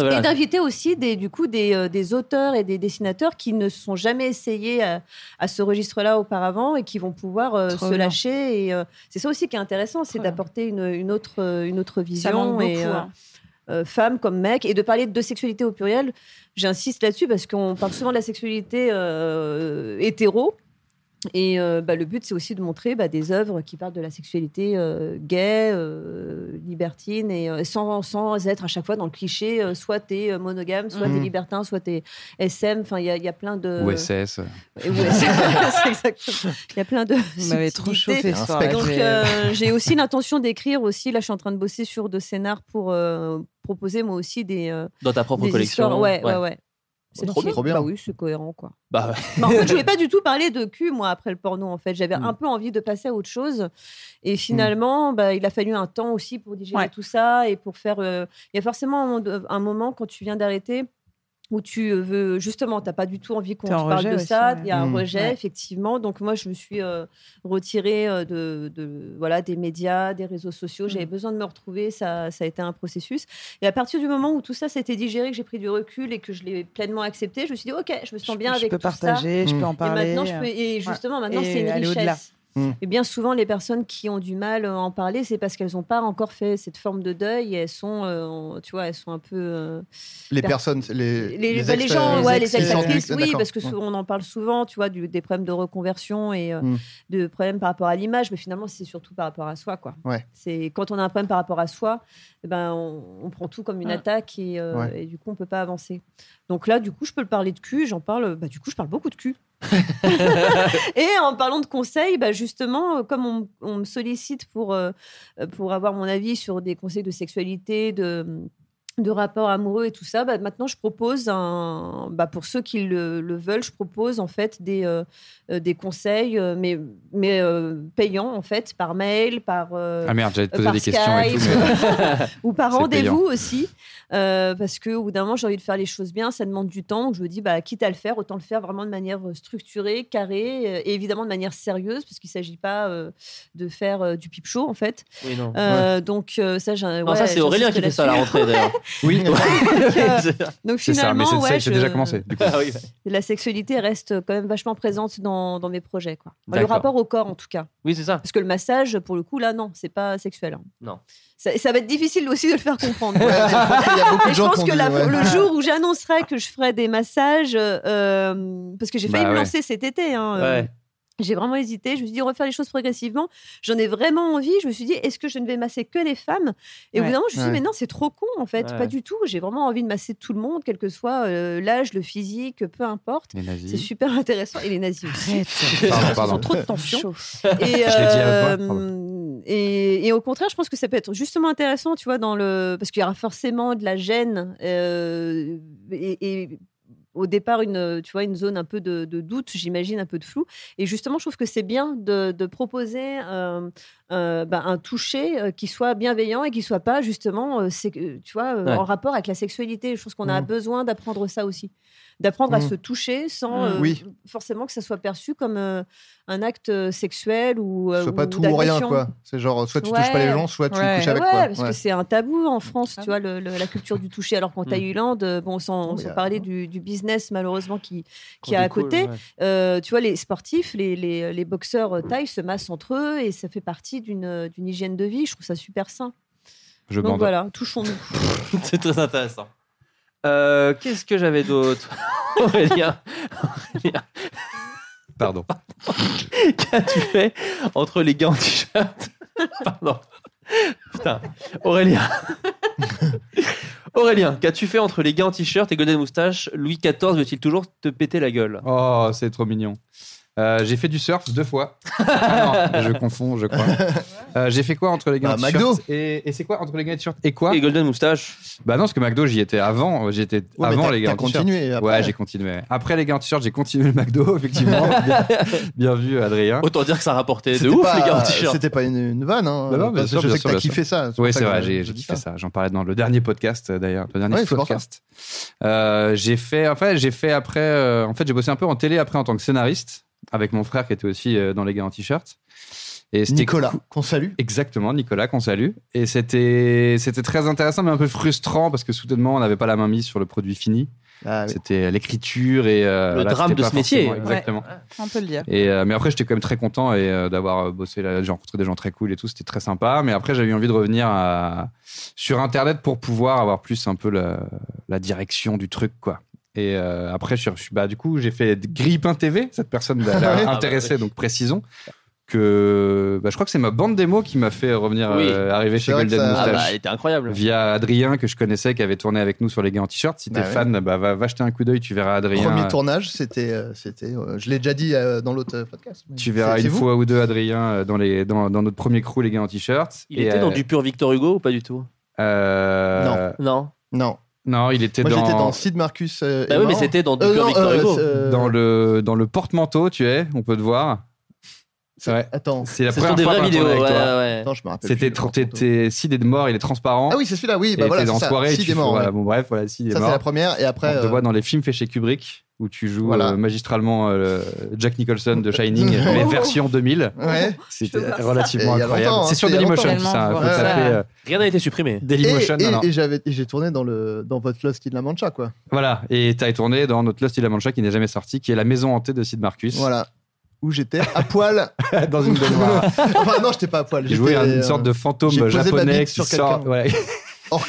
Ah,
Ah, voilà.
Et d'inviter aussi des, du coup des, euh, des auteurs et des dessinateurs qui ne se sont jamais essayés à, à ce registre-là auparavant et qui vont pouvoir euh,
Trop
se
bien.
lâcher. Et euh, c'est ça aussi qui est intéressant, c'est
Trop bien.
d'apporter une, une autre, euh, une autre vision.
Ça manque beaucoup.
et, euh,
hein.
euh, femmes comme mecs et de parler de sexualité au pluriel. J'insiste là-dessus parce qu'on parle souvent de la sexualité euh, hétéro. Et euh, bah, le but, c'est aussi de montrer bah, des œuvres qui parlent de la sexualité euh, gay, euh, libertine, et euh, sans, sans être à chaque fois dans le cliché, euh, soit t'es euh, monogame, soit
Mhm.
t'es libertin, soit t'es SM. Enfin, il y, a- il y a plein de.
Ou SS.
Et ouais, c'est exactement. Il y a plein de.
Vous m'avez trop
subtilités.
chauffé ce
un
soir.
spectre.
Donc
j'ai-
euh, j'ai aussi l'intention d'écrire aussi. Là, je suis en train de bosser sur deux scénars pour euh, proposer moi aussi des, euh,
Dans ta propre
des
collection.
histoires. Ouais, ouais, ouais.
Oh,
C'est
trop
stylé.
bien. Trop bien.
Bah oui, c'est cohérent quoi.
Bah, ouais.
Mais en fait, je voulais pas du tout parler de cul moi après le porno en fait. J'avais
Mm.
Hmm.
un peu envie de passer à autre chose. Et finalement, bah, il a fallu un temps aussi pour digérer
Ouais.
tout ça et pour faire. euh, Il y a forcément un moment- un moment quand tu viens d'arrêter où tu veux justement, t'as pas du tout envie qu'on
T'es
te
en
parle
rejet
de
aussi,
ça.
ouais.
Il y a un
Mm.
rejet
Ouais.
effectivement. Donc moi, je me suis euh, retirée euh, de, de- voilà des médias, des réseaux sociaux.
Mm.
J'avais besoin de me retrouver. Ça, ça a été un processus. Et à partir du moment où tout ça s'était digéré, que j'ai pris du recul et que je l'ai pleinement accepté, je me suis dit ok, je me sens bien
je,
avec
peux
tout ça.
partager, je
Mm.
peux en parler. euh,
Et maintenant, je peux. Et justement, maintenant,
Et
c'est une
aller au-delà.
richesse.
Mm.
Et bien souvent, les personnes qui ont du mal euh, à en parler, c'est parce qu'elles n'ont pas encore fait cette forme de deuil. Et elles sont, euh, en- tu vois, elles sont un peu. euh,
Les personnes, les,
les, bah, les
ex-
gens,
euh,
ouais,
ex-
les
qui sont
ex-actrices,
du-
oui,
d'accord.
parce que souvent, on en parle souvent, tu vois, du- des problèmes de reconversion et euh,
Mm.
de problèmes par rapport à l'image, mais finalement, c'est surtout par rapport à soi, quoi.
Ouais.
C'est quand on a un problème par rapport à soi, eh ben, on, on prend tout comme une
Ouais.
attaque et, euh,
Ouais.
et du coup, on peut pas avancer. Donc là, du coup, je peux le parler de cul, j'en parle, bah, du coup, je parle beaucoup de cul. et en parlant de conseils, bah, justement, euh, comme on, on me sollicite pour, euh, pour avoir mon avis sur des conseils de sexualité, de de rapports amoureux et tout ça, bah, maintenant je propose un, bah, pour ceux qui le, le veulent, je propose en fait des, euh, euh, des conseils, euh, mais, mais euh, payants en fait, par mail, par, euh,
Ah merde, j'allais te
euh,
poser
par
des questions et tout.
Skype.
mais-
ou par
C'est
rendez-vous aussi, euh, parce que au bout d'un moment j'ai envie de faire les choses bien, ça demande du temps, donc je me dis bah quitte à le faire, autant le faire vraiment de manière euh, structurée, carrée, euh, et évidemment de manière sérieuse, parce qu'il s'agit pas euh, de faire euh, du pipe show en fait.
Oui, non.
Euh, Donc euh, ça, j'ai-
Non,
ouais,
ça c'est Aurélien qui
j'insiste
fait ça à la
là-dessus.
rentrée d'ailleurs.
Oui.
Donc, euh, donc
C'est ça, mais
finalement,
c'est
ouais,
c'est
je-
déjà commencé. Du coup.
la sexualité reste quand même vachement présente dans, dans mes projets. Quoi. Enfin, le
D'accord.
rapport au corps, en tout cas.
Oui, c'est ça.
Parce que le massage, pour le coup, là, non, c'est pas sexuel. hein.
Non.
Ça, ça va être difficile aussi de le faire comprendre.
Ouais, je pense qu'il y a beaucoup
Et
de
Ah, je
gens
pense
qui ont
que
dit,
la-
ouais.
le jour où j'annoncerai que je ferai des massages, euh, parce que j'ai failli
Bah
me
ouais.
lancer cet été. hein, euh,
Ouais.
J'ai vraiment hésité. Je me suis dit, on va faire les choses progressivement. J'en ai vraiment envie. Je me suis dit, est-ce que je ne vais masser que les femmes Et au bout
Ouais.
d'un moment, je me suis dit,
Ouais.
mais non, c'est trop con, en fait.
Ouais.
Pas du tout. J'ai vraiment envie de masser tout le monde, quel que soit euh, l'âge, le physique, peu importe.
Les nazis.
C'est super intéressant. Et les nazis aussi.
Pardon,
Ils
pardon.
ont trop de tension. euh,
Je l'ai dit à votre voix,
et, et au contraire, je pense que ça peut être justement intéressant, tu vois, dans le parce qu'il y aura forcément de la gêne euh, et, et au départ une, tu vois, une zone un peu de, de doute, j'imagine, un peu de flou. Et justement, je trouve que c'est bien de, de proposer euh, euh, bah, un toucher euh, qui soit bienveillant et qui soit pas justement, euh, sé- euh, tu vois, euh,
Ouais.
en rapport avec la sexualité. Je pense qu'on a
Mmh.
Mhm.
besoin d'apprendre ça aussi, d'apprendre à
Mmh.
Mhm.
se toucher sans
Mhm.
euh,
Oui.
forcément que ça soit perçu comme euh, un acte euh, sexuel ou euh,
Soit pas
ou
tout ou rien,
d'agression.
quoi. C'est genre, soit tu
Ouais.
touches pas les gens, soit tu
Ouais.
couches avec.
Ouais,
quoi.
parce
Ouais.
que c'est un tabou en France, tu vois, le- le- la culture du toucher. Alors qu'en
Mm.
Thaïlande, euh, bon, sans,
Oui,
sans
euh,
parler du, du business, malheureusement, qui,
Qu'on
qui est à
découle,
côté,
ouais.
euh, tu vois, les sportifs, les, les, les boxeurs euh, thaïs se massent entre eux et ça fait partie d'une euh, d'une hygiène de vie. Je trouve ça super sain.
Je
Donc
bande.
voilà, touchons-nous.
c'est très intéressant. Euh, Qu'est-ce que j'avais d'autre Aurélien, Aurélien,
Pardon.
qu'as-tu fait entre les gars en t-shirt Pardon. Putain. Aurélien. Aurélien, qu'as-tu fait entre les gars en t-shirt et Golden Moustache Louis XIV veut-il toujours te péter la gueule
Oh, c'est trop mignon. Euh, j'ai fait du surf deux fois. Ah non, je confonds, je crois. Euh, j'ai fait quoi entre les gars
Bah,
en
McDo.
t-shirt et, et c'est quoi entre les gars en t-shirt et quoi
Et Golden Moustache
Bah non, parce que McDo, j'y étais avant. euh, J'étais
mais
avant
t'as-
les gars
t'as
en t-shirt.
continué après.
Ouais, j'ai continué. Après les gars en t-shirt, j'ai continué le McDo, effectivement. bien, bien vu, Adrien.
Autant dire que ça rapportait de
C'était
ouf,
pas-
les gars en t-shirt.
C'était pas une, une vanne, hein.
Bah non, bien
Parce que
sûr,
je
bien
sais
sûr,
que
bien
t'as
sûr.
kiffé ça.
Oui, c'est
pour
vrai,
que
j'ai
je
j'ai
dis
kiffé ça. J'en parlais dans le dernier podcast, euh, d'ailleurs, le dernier
Ouais, c'est pour
podcast. Euh, j'ai fait, en fait, j'ai fait après, euh, en fait, j'ai bossé un peu en télé après en tant que scénariste avec mon frère qui était aussi euh, dans les gars en t-shirt. Et c'était
Nicolas,
cou-
qu'on salue.
Exactement, Nicolas qu'on salue. Et c'était, c'était très intéressant, mais un peu frustrant parce que soudainement, on n'avait pas la main mise sur le produit fini. C'était l'écriture et euh,
Le drame
c'était
de
pas
ce métier.
forcément- Exactement.
On peut le dire.
Et, euh, mais après, j'étais quand même très content et euh, d'avoir euh, bossé là. J'ai rencontré des gens très cool et tout. C'était très sympa. Mais après, j'avais eu envie de revenir à- sur Internet pour pouvoir avoir plus un peu la, la direction du truc, quoi. Et euh, après, je, suis- je suis- bah, du coup, j'ai fait Gripin TV. Cette personne l'a-
Ah
l'a
bah
intéressée, donc précisons que bah, je crois que c'est ma bande démo qui m'a fait revenir
Oui.
euh, arriver
C'est
chez
vrai que
Golden
ça-
Ah
Moustache
bah, elle était incroyable.
via Adrien que je connaissais qui avait tourné avec nous sur les gars en t-shirt si t'es
Bah ouais.
fan bah, va, va jeter un coup d'œil tu verras Adrien
Premier tournage, c'était. euh, c'était euh, je l'ai déjà dit euh, dans l'autre podcast. mais
Tu verras
c'est-
une
c'est vous.
fois ou deux Adrien euh, dans, les, dans, dans notre premier crew, les gars en t-shirt.
Il
Et,
était dans
euh,
du pur Victor Hugo ou pas du tout
euh,
Non.
Non.
non. il était
Moi,
dans.
j'étais dans Sid Marcus. euh,
Bah
et
oui, mais
Marc.
c'était dans du
Euh,
pur
non,
Victor
euh,
Hugo.
c'est, euh,
dans le, dans le porte-manteau, tu es, on peut te voir. C'est vrai.
Attends.
C'est la
Ce sont
première
des
fois
vraies
qu'on a
vidéos.
tourné
Ouais,
avec toi.
ouais.
Attends, je me rappelle.
C'était
plus,
trop.
par contre.
T'étais Sid est mort, il est transparent.
Ah oui, c'est celui-là, oui.
Et
Bah voilà,
t'es
c'est
en
ça.
soirée,
Sid
tu
est mort,
fais-
ouais.
voilà, bon, bref, voilà, Sid est
Ça,
mort.
c'est la première. Et après.
on te
euh,
voit dans les films faits chez Kubrick où tu joues
Voilà.
euh, magistralement euh, Jack Nicholson de Shining, mais version 2000.
Ouais.
Je
C'était
veux voir ça.
relativement
Il y a
incroyable.
longtemps, hein,
C'est sur
c'était il y a
Dailymotion, tout
longtemps.
ça. Faut
Ouais.
taper euh,
Rien n'a été supprimé.
Et,
Dailymotion. non,
et-
non.
et j'avais, et j'ai tourné dans le dans votre Lost in La Mancha quoi.
Voilà, et t'as tourné dans notre Lost in La Mancha qui n'est jamais sorti, qui est la maison hantée de Sid Marcus.
Voilà. Où j'étais à poil.
dans une baignoire.
enfin non, j'étais pas à poil.
Il
J'étais
jouait une
euh,
sorte de
j'ai
fantôme
posé ma
japonais
bite
qui
sur
sort,
quelqu'un.
ouais,
hors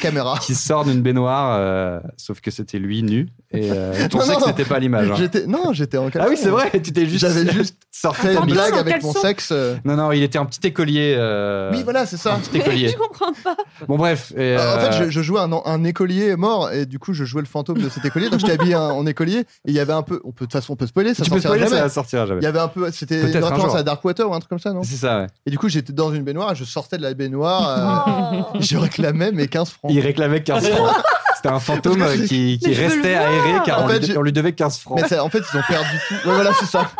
caméra.
qui sort d'une baignoire, euh, sauf que c'était lui nu, et euh, on pensait
non,
que
non.
c'était pas l'image. hein.
J'étais non, j'étais en
Ah
caleçon.
oui, c'est vrai, tu t'es juste.
J'avais juste
sorti
fait
un
une
mix.
blague
en
avec mon
caleçon.
sexe. euh.
Non, non, il était un petit écolier. euh,
Oui, voilà, c'est ça.
Un petit écolier.
je comprends pas.
Bon, bref. et,
Euh, En fait,
euh,
je, je jouais un, un écolier mort et du coup, je jouais le fantôme de cet écolier. Donc, j'étais habillé en, en écolier et il y avait un peu. On peut de toute façon, on peut spoiler, ça
tu peux
sortira
spoiler, ça
jamais.
va sortir
Il y
jamais.
avait un peu. C'était
Peut-être
une
un
référence
jour.
à Darkwater ou un truc comme ça, non
C'est ça, ouais.
Et du coup, j'étais dans une baignoire. Je sortais de la baignoire. euh,
Oh,
je réclamais mes 15 francs.
Il réclamait 15 francs. C'était un fantôme
Parce que
euh, qui, qui
Mais je veux
restait
le
aéré car
En
on,
fait,
lui,
j'ai-
on lui devait 15 francs.
Mais ça, en fait, ils ont perdu tout. Ouais, voilà, c'est ça.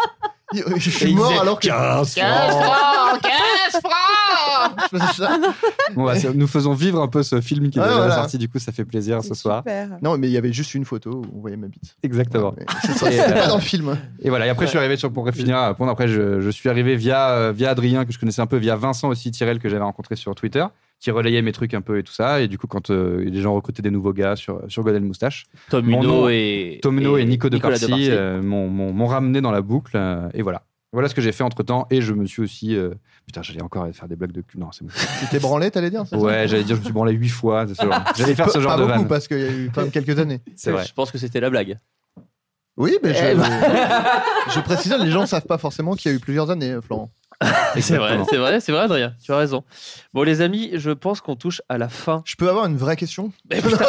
Je
Et
suis
il
mort
disait
alors que.
15 francs.
Je faisais ça.
Bon, bah, c'est- nous faisons vivre un peu ce film qui est
Ouais,
déjà
voilà.
sorti, du coup, ça fait plaisir ce soir.
Non, mais il y avait juste une photo où on voyait ma bite.
Exactement.
C'est ça,
Et,
C'était
euh,
pas dans le film.
Et voilà, et après, je suis arrivé sur, pour finir à répondre, après, je, je suis arrivé via, euh, via Adrien, que je connaissais un peu, via Vincent aussi, Tirel, que j'avais rencontré sur Twitter, qui relayait mes trucs un peu et tout ça. Et du coup, quand euh, les gens recrutaient des nouveaux gars sur, sur Godel Moustache,
Tom
mon
Huno
nom-
et-
Tom Huno
et
et, Nico de
Nicolas de Marcy.
Parcy euh, m'ont- m'ont m'ont ramené dans la boucle. euh, et voilà. Voilà ce que j'ai fait entre temps. Et je me suis aussi. euh, putain, j'allais encore faire des blagues de cul. Non, c'est bon.
Tu t'es branlé, t'allais dire c'est ça
Ouais, j'allais dire, je me suis branlé huit fois. c'est ce genre. J'allais faire
Pas-
ce genre
pas
de
beaucoup,
vanne.
parce qu'il y a eu quand même quelques années.
C'est vrai.
Je pense que c'était la blague.
Oui, mais je,
Eh
je précise, les gens savent pas forcément qu'il y a eu plusieurs années, Florent.
C'est vrai,
Exactement.
c'est vrai, c'est vrai, Adrien. Tu as raison. Bon, les amis, je pense qu'on touche à la fin.
Je peux avoir une vraie question Ah,
Mais putain,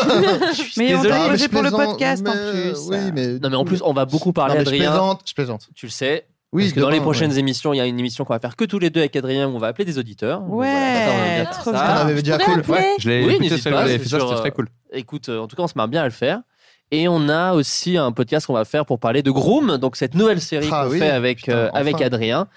je suis
Mais on
désolé.
t'a
mais je
posé pour le
plaisante,
podcast en
mais-
plus.
Oui, mais.
Non, mais en plus, on va beaucoup parler,
Non, mais je
Adrien.
plaisante, je plaisante.
Tu le sais.
Oui,
parce que dans les
demain,
prochaines
ouais.
émissions, il y a une émission qu'on va faire que tous les deux avec Adrien où on va appeler des auditeurs. Donc, ben voilà, ça, on aime
Ouais,
bien
trop
faire
On
Ah,
ça.
avait déjà fait
pourrais
le
appeler.
Je l'ai
Oui,
écouté,
n'hésite
celui-là,
pas,
vous avez
c'est
fait ça,
sur,
c'était très
euh,
cool.
Écoute, euh, en tout cas, on se marre bien à le faire. Et on a aussi un podcast qu'on va faire pour parler de Groom, donc cette nouvelle série
Ah
qu'on
oui,
fait avec,
putain,
euh,
enfin.
avec Adrien.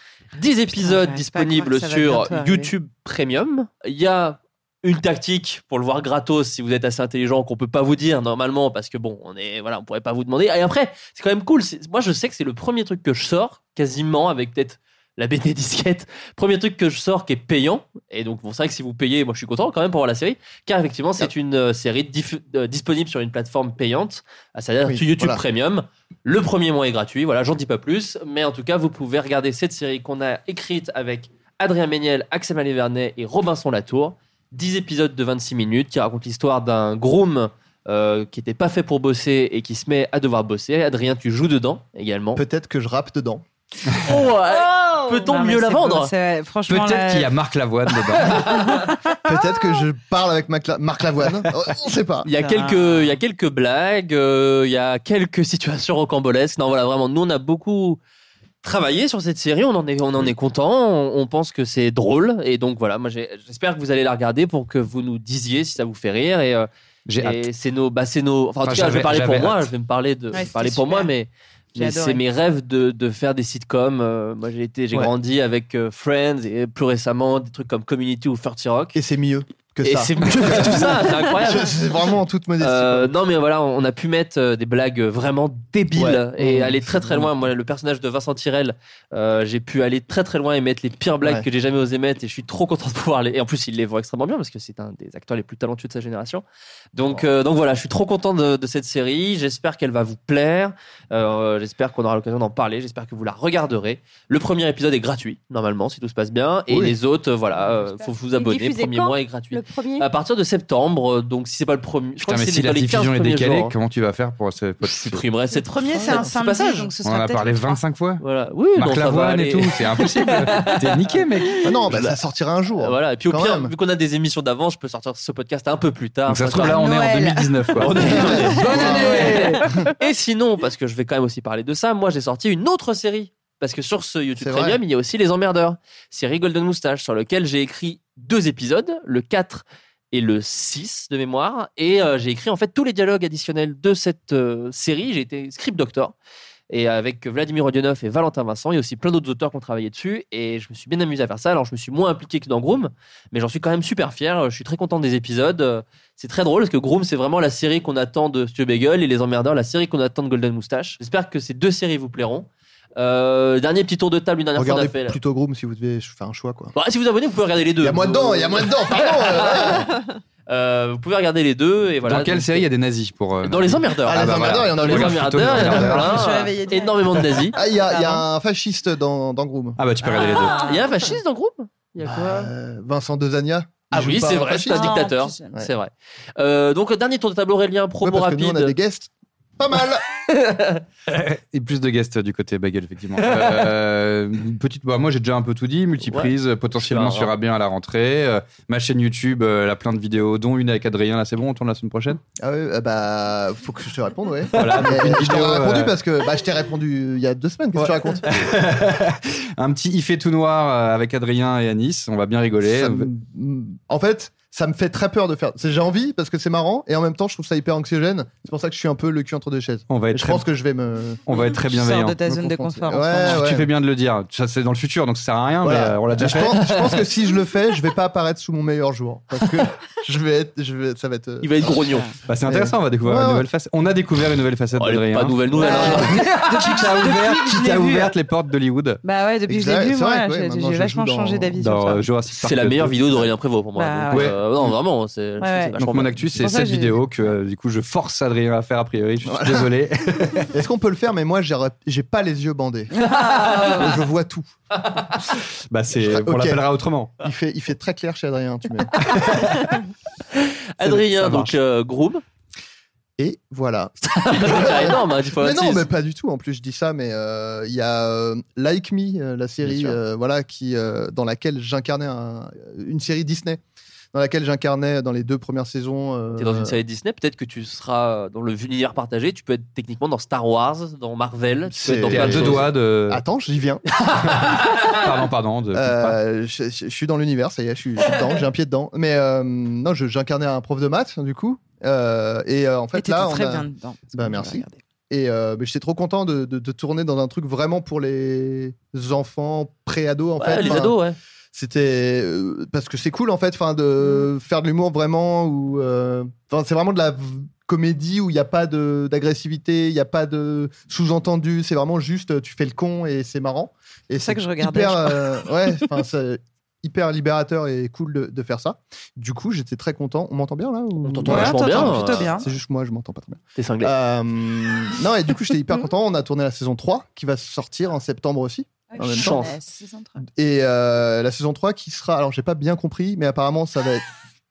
10 épisodes
j'arrive pas à
disponibles
croire que ça va
sur
bientôt arriver.
YouTube Premium. Il y a une tactique pour le voir gratos si vous êtes assez intelligent qu'on peut pas vous dire normalement parce que bon on est voilà on pourrait pas vous demander et après c'est quand même cool C'est- moi je sais que c'est le premier truc que je sors quasiment avec peut-être la BD disquette premier truc que je sors qui est payant et donc bon c'est vrai que si vous payez moi je suis content quand même pour voir la série car effectivement c'est une euh, série diff- euh, disponible sur une plateforme payante à savoir
Oui,
YouTube
voilà.
Premium le premier mois est gratuit voilà j'en dis pas plus mais en tout cas vous pouvez regarder cette série qu'on a écrite avec Adrien Méniel Axel Malé-Vernet et Robinson Latour 10 épisodes de 26 minutes qui racontent l'histoire d'un groom euh, qui n'était pas fait pour bosser et qui se met à devoir bosser. Adrien, tu joues dedans également.
Peut-être que je rappe dedans.
Oh, euh,
Oh
Peut-on
Non, mais
mieux la
c'est beau,
vendre
c'est vrai. Franchement,
Peut-être
là,
qu'il y a Marc Lavoine dedans.
Peut-être que je parle avec Mac La- Marc Lavoine. Oh, On sait pas.
Il y, a
Ah.
quelques, il y a quelques blagues, euh, il y a quelques situations rocambolesques. Non, voilà, vraiment, nous, on a beaucoup travaillé sur cette série, on en est, on en est content, on, on pense que c'est drôle. Et donc, voilà, moi, j'ai- j'espère que vous allez la regarder pour que vous nous disiez si ça vous fait rire. Et, euh,
J'ai hâte.
et c'est nos, bah, c'est nos, enfin, en
Enfin,
tout cas, je vais
j'avais-
parler pour
j'avais
moi,
hâte.
je vais me parler de, je vais
c'était
parler pour moi,
super.
mais,
J'ai
mais
adoré.
c'est mes rêves de, de faire des sitcoms. Euh, moi, j'ai été, j'ai
Ouais.
grandi avec euh, Friends et plus récemment des trucs comme Community ou 30 Rock.
Et c'est mieux que
Et
ça.
c'est mieux que tout ça, c'est incroyable.
Je- C'est vraiment en toute modestie.
Euh, non mais voilà, on on a pu mettre euh, des blagues vraiment débiles
Ouais.
et
Mmh,
aller
c'est
très très
bon.
loin. Moi, le personnage de Vincent Tirel, euh, j'ai pu aller très très loin et mettre les pires blagues
Ouais.
que j'ai jamais osé mettre et je suis trop content de pouvoir les. Et en plus, il les voit extrêmement bien parce que c'est un des acteurs les plus talentueux de sa génération. Donc euh, donc voilà, je suis trop content de, de cette série. J'espère qu'elle va vous plaire. Euh, j'espère qu'on aura l'occasion d'en parler. J'espère que vous la regarderez. Le premier épisode est gratuit normalement si tout se passe bien et
Oui.
les autres, euh, voilà, euh,
J'espère.
faut vous
Il est
abonner.
diffusé
Premier
quand
mois est gratuit.
Le premier.
À partir de septembre, euh, donc si c'est pas le premier, je crois
Putain, mais
que
si
c'est dans
la
les 15
diffusion est
premiers
décalée,
jours, hein.
comment tu vas faire pour ce
je supprimerai
Le
cette
premier, c'est
fin-
un
ce
samedi,
passage.
donc ce
On en
sera
a
peut-être
parlé
le trois.
25 fois.
Voilà, oui,
Marc
donc ça va
Lavoine et
aller.
tout, c'est impossible. T'es niqué, mec.
Ah non, bah, ça sortira un jour.
Voilà, et puis au
Quand
pire,
même.
vu qu'on a des émissions d'avance, je peux sortir ce podcast un peu plus tard.
Donc ça se trouve,
Enfin,
là, on est en
Noël.
2019. Quoi.
On est-
Bonne
année Et sinon, parce que je vais quand même aussi parler de ça, moi j'ai sorti une autre série. Parce que sur ce YouTube
C'est vrai.
Premium, il y a aussi Les Emmerdeurs, série Golden Moustache, sur lequel j'ai écrit deux épisodes, le 4 et le 6 de mémoire. Et euh, j'ai écrit en fait tous les dialogues additionnels de cette euh, série. J'ai été script doctor. Et avec Vladimir Rodionov et Valentin Vincent, il y a aussi plein d'autres auteurs qui ont travaillé dessus. Et je me suis bien amusé à faire ça. Alors je me suis moins impliqué que dans Groom, mais j'en suis quand même super fier. Je suis très content des épisodes. Euh, C'est très drôle parce que Groom, c'est vraiment la série qu'on attend de Studio Bagel et Les Emmerdeurs, la série qu'on attend de Golden Moustache. J'espère que ces deux séries vous plairont. Euh, dernier petit tour de table, une dernière fois
Regardez
d'appel.
plutôt Groom si vous devez faire un choix, quoi.
Bah, si vous abonnez, vous pouvez regarder les deux.
Il y a moins dedans, il y a moins dedans, pardon euh,
Euh, vous pouvez regarder les deux et voilà.
Dans quelle
Donc,
série il y a des nazis pour. euh,
Dans les emmerdeurs.
Ah, les
bah
emmerdeurs, il y en a
les
plein.
emmerdeurs, il y en a
Emmerdeurs.
plein.
Je me suis réveillée direct.
Énormément de nazis.
Ah, il y, a il y a
Pardon.
un fasciste dans, dans Groom.
Ah bah tu peux regarder les deux.
Il y a un fasciste dans le groupe Il y a quoi
Euh, Vincent Desagna. il
Ah
joue
oui,
pas
c'est
un
vrai, c'est
fasciste.
un dictateur.
Ah, en plus,
ouais.
C'est vrai. Euh, donc, dernier tour de table, Aurélien,
Ouais,
promo
parce que nous, on a des
rapide.
guests. Pas mal.
Et plus de guests du côté bagel, effectivement. Euh, petite, bah, moi j'ai déjà un peu tout dit, multiprise, potentiellement
Je suis
sur
là,
Abien à la rentrée. euh, ma chaîne YouTube, euh, elle a plein de vidéos, dont une avec Adrien, là c'est bon, on tourne la semaine prochaine.
Ah ouais, euh, bah, faut que je te réponde, ouais.
Voilà,
Mais
une
je t'aurais
vidéo,
répondu
euh,
parce que bah, je t'ai
euh,
répondu il y a deux semaines. Qu'est-ce que tu
Ouais.
racontes
un petit Ifé tout noir euh, avec Adrien et Anis, on va bien rigoler.
Ça me- En fait,
ça me mm, fait très peur de faire. c'est- J'ai envie parce que c'est marrant et en même temps, je trouve ça hyper anxiogène. C'est pour ça que je suis un peu le cul entre deux chaises.
On va
Et
être
je
très-
pense que je vais me.
On va être très
Tu sors
bienveillant.
de ta zone de confort. en ce
Ah
moment.
Ouais,
Tu- Tu
ouais.
fais bien de le dire. Ça, c'est dans le futur, donc ça sert à rien,
Voilà.
mais euh, on l'a déjà
je
fait.
pense, je pense que si je le fais, je vais pas apparaître sous mon meilleur jour parce que je vais être, je vais, ça va être. euh,
Il va être grognon.
Bah, c'est intéressant, on va découvrir
Ouais,
une
ouais.
nouvelle facette. On a découvert une nouvelle facette
Oh, elle est
d'Adrien.
pas nouvelle nouvelle.
Bah,
hein.
Qui t'a ouvert,
que je
qui
l'ai
t'a
vu,
ouvert les portes d'Hollywood
Bah ouais, depuis que je
Exact,
l'ai vu,
c'est
moi,
vrai que ouais,
j'ai-
maintenant,
j'ai
je
vachement
joue dans-
changé d'avis sur
dans
ça.
euh, Jurassic Park.
C'est la meilleure vidéo d'Aurélien Prévost pour moi.
Bah,
donc,
ouais.
euh, non, vraiment. C'est, je trouve que c'est
ouais.
vachement
Donc mon
bien.
actu,
pour
c'est
ça
cette
que j'ai-
vidéo que euh, du coup je force Adrien à faire a priori. Je suis désolé.
Est-ce qu'on peut le faire Mais moi, j'ai j'ai pas les yeux bandés. je vois tout.
Bah c'est, on
Ok.
l'appellera autrement.
Il fait, il fait très clair chez Adrien. Tu mets.
ça
Adrien,
marche.
donc euh, Groom.
Et voilà.
C'est énorme, hein, du fois
mais non,
26.
mais pas du tout. En plus, je dis ça, mais euh, il y a euh, Like Me, euh, la
Bien
série,
sûr.
euh, voilà, qui euh, dans laquelle j'incarnais un- une série Disney, dans laquelle j'incarnais dans les deux premières saisons. euh,
T'es dans une série Disney, peut-être que tu seras dans le univers partagé, tu peux être techniquement dans Star Wars, dans Marvel, tu peux
C'est-
être dans
T'es
plein
à
de
deux
choses.
doigts de.
Attends, j'y viens.
Pardon, pardon. de-
Euh, je, je- je suis dans l'univers, ça y est, je suis, je suis dedans, j'ai un pied dedans. Mais euh, non, je- j'incarnais un prof de maths, du coup. Euh, et euh, en
Et
fait,
t'étais
là, on
très
a-
bien dedans.
Bah, merci. Et euh, mais j'étais trop content de, de- de tourner dans un truc vraiment pour les enfants pré-ados, en
Ouais,
fait.
les
Enfin,
ados, ouais.
C'était euh, parce que c'est cool, en fait, enfin,
Mm.
de faire de l'humour vraiment où. euh, enfin, c'est vraiment de la v- comédie où il n'y a pas de- d'agressivité, il n'y a pas de sous-entendu. C'est vraiment juste euh, tu fais le con et c'est marrant. Et
ça que je regardais,
Hyper,
je
euh, ouais, enfin, c'est hyper libérateur et cool de, de faire ça. Du coup, j'étais très content. On m'entend bien là ou-
On t'entend
Ouais,
vachement
t'entends
bien.
plutôt
euh,
bien.
C'est juste moi, je m'entends pas très bien.
T'es cinglé.
Euh, non, et du coup, j'étais hyper content. On a tourné la saison 3 qui va sortir en septembre aussi. En même
temps.
Et euh, la saison 3 qui sera. Alors, j'ai pas bien compris, mais apparemment, ça va être.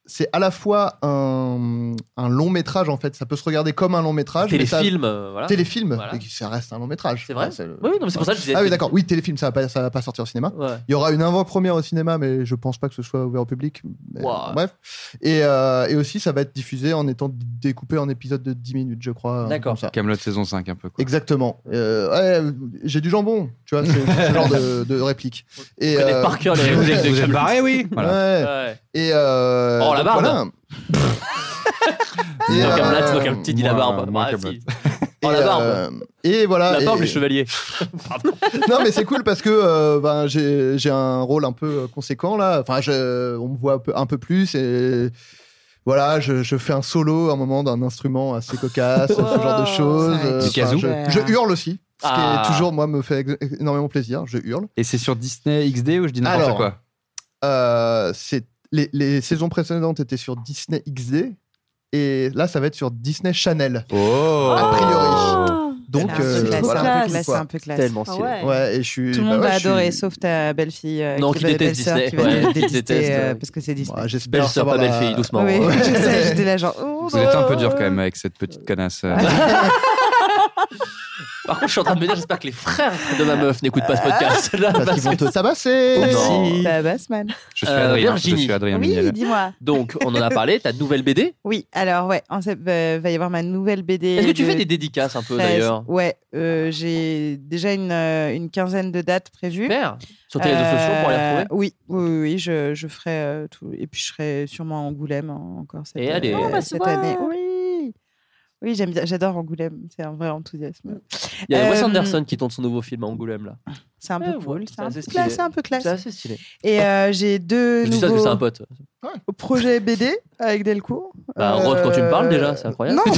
C'est à la fois un, un long métrage en fait. Ça peut se regarder comme un long métrage. mais ça-
Téléfilm, euh, voilà.
Téléfilm.
Voilà.
Et que ça reste un long métrage.
C'est vrai
Enfin, le-
Oui, oui, non, mais c'est pour ça que je disais.
Ah oui, d'accord. Oui, téléfilm, ça va pas, ça va pas sortir au cinéma.
Ouais.
Il y aura une avant-première au cinéma, mais je pense pas que ce soit ouvert au public. Mais
Wow.
Bref. Et, euh, et aussi, ça va être diffusé en étant découpé en épisodes de 10 minutes, je crois. un truc
D'accord.
comme ça.
Camelot saison 5 un peu. Quoi.
Exactement. Euh, ouais, j'ai du jambon, tu vois, c'est c'est ce genre de, de réplique. Et,
Je connais
euh,
par cœur les
Vous êtes, vous êtes
Camelot.
barrés, oui. Voilà.
ouais.
Ouais.
Et euh,
Oh, la
donc
barbe.
voilà. Et,
Moins
euh,
Camelot, moins Camelot, il dit la
moins-
barbe.
moins
Ah,
Camelot.
si.
et,
Oh, la barbe.
euh, et voilà.
La barbe,
et-
les chevaliers.
non mais c'est cool parce que euh, ben, j'ai j'ai un rôle un peu euh, conséquent là. Enfin, je- on me voit un peu, un peu plus et voilà, je, je fais un solo à un moment d'un instrument assez cocasse, ce genre de choses.
Ça va être
enfin,
kazoo.
je, je hurle aussi, ce qui
Ah.
est toujours moi me fait ex- énormément plaisir. Je hurle.
Et c'est sur Disney XD ou je dis n'importe
Alors.
quoi
Euh, c'est les, les saisons précédentes étaient sur Disney XD et là ça va être sur Disney Channel.
Oh
A priori. Donc
C'est un peu
euh,
classe,
voilà.
un peu
Classe.
classe,
quoi.
un peu classe.
Tellement
Ah
stylé.
ouais.
Ouais, et je suis.
Tout le
bah
monde
ouais,
va
je suis-
adorer, sauf ta belle-fille. euh,
Non, qui
va-
déteste
belle-sœur
Disney,
qui va
ouais,
le
qui
détester,
déteste,
euh,
ouais.
parce que c'est Disney.
Bah, J'espère
Belle sœur,
savoir
pas
la-
belle
euh,
fille, doucement.
oui,
ouais.
je sais, j'étais là genre. oh,
Vous êtes un peu dur quand même avec cette petite connasse. euh.
Par contre, je suis en train de me dire, j'espère que les frères de ma meuf n'écoutent pas ce podcast. Là,
Parce
parce
qu'ils vont
que-
te
Oh
tabasser.
Non.
Bah, Bassman.
Je suis
Euh,
Adrien. Je
Virginie.
suis Adrien
Oui,
Méniel.
dis-moi.
Donc, on en a parlé, ta nouvelle BD.
Oui, alors ouais, en sept- euh, va y avoir ma nouvelle BD.
Est-ce que tu
de
fais des dédicaces un peu
13.
d'ailleurs
Ouais, euh, j'ai déjà une, euh, une quinzaine de dates prévues.
Super. Sur tes réseaux sociaux pour les
Euh,
retrouver.
Oui, oui, oui, oui, je, je ferai euh, tout. Et puis je serai sûrement à Angoulême hein, encore cette,
Et
euh,
allez. On va se
cette
voir.
année. Oui, oui j'aime bien, j'adore Angoulêmes, c'est un vrai enthousiasme.
Il y a Wes
Euh,
Anderson qui tourne son nouveau film hein. à Angoulême là.
C'est un
Ouais,
peu
ouais,
cool,
c'est
c'est un,
assez
peu
stylé.
classe, c'est un peu classe.
C'est assez stylé.
Et euh, j'ai deux
Je dis ça parce que c'est un
nouveaux
pote.
projets BD avec Euh, Delcourt.
Bah, Rod, quand tu me parles, déjà, c'est incroyable.
Non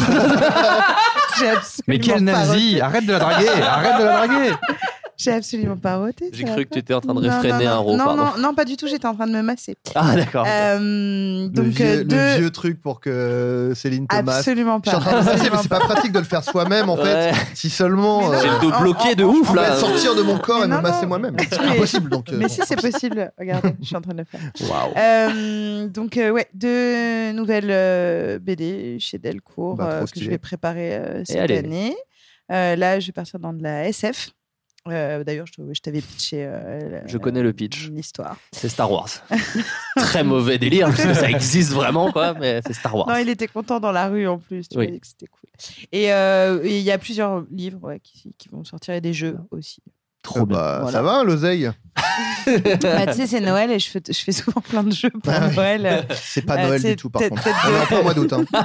J'ai absolument
Mais quel
pas
nazi
roté.
Arrête de la draguer Arrête de la draguer
J'ai absolument pas roté.
J'ai
ça
cru
va
que tu étais en
pas.
train de
Non, non,
réfréner
non.
un rond.
Non,
pardon.
non, non, pas du tout, j'étais en train de me masser.
Ah d'accord.
Euh,
le,
donc,
vieux,
euh,
le
deux.
vieux truc pour que Céline Thomas.
Absolument
Je suis
pas.
en train de me passer, mais
absolument
c'est
pas.
pas pratique de le faire soi-même en fait. Si seulement.
Mais
euh,
J'ai le
non,
dos
en-
bloqué de
en-
ouf
je
là.
vais sortir de mon corps et me
Mais non,
masser
non.
moi-même. C'est
Mais-
impossible donc. euh,
Mais si, c'est possible. Regardez, je suis en train de le faire.
Waouh.
Euh, donc, euh, ouais, deux nouvelles euh, BD chez Delcourt
Bah, trop
euh, que
stylé.
je vais préparer euh, cette
allez.
année. Euh, là, je vais partir dans de la SF. Euh, D'ailleurs, je te- je t'avais pitché. euh, la-
Je connais le pitch.
L'histoire.
C'est Star Wars. Très mauvais délire parce que ça existe vraiment quoi, mais Oh, c'est Star Wars.
Non, il était content dans la rue en plus. Tu
Oui.
m'as dit que c'était cool. Et euh, et il y a plusieurs livres ouais, qui, qui vont sortir et des jeux aussi.
Trop
bien. Ça va, l'oseille
Bah, tu sais, c'est Noël et je fais, je fais souvent plein de jeux pour
Ah oui.
Noël. euh,
C'est pas
euh,
Noël
tu sais,
du tout, par
tête-
contre.
tête
On est un peu au mois d'août. hein.
Ah,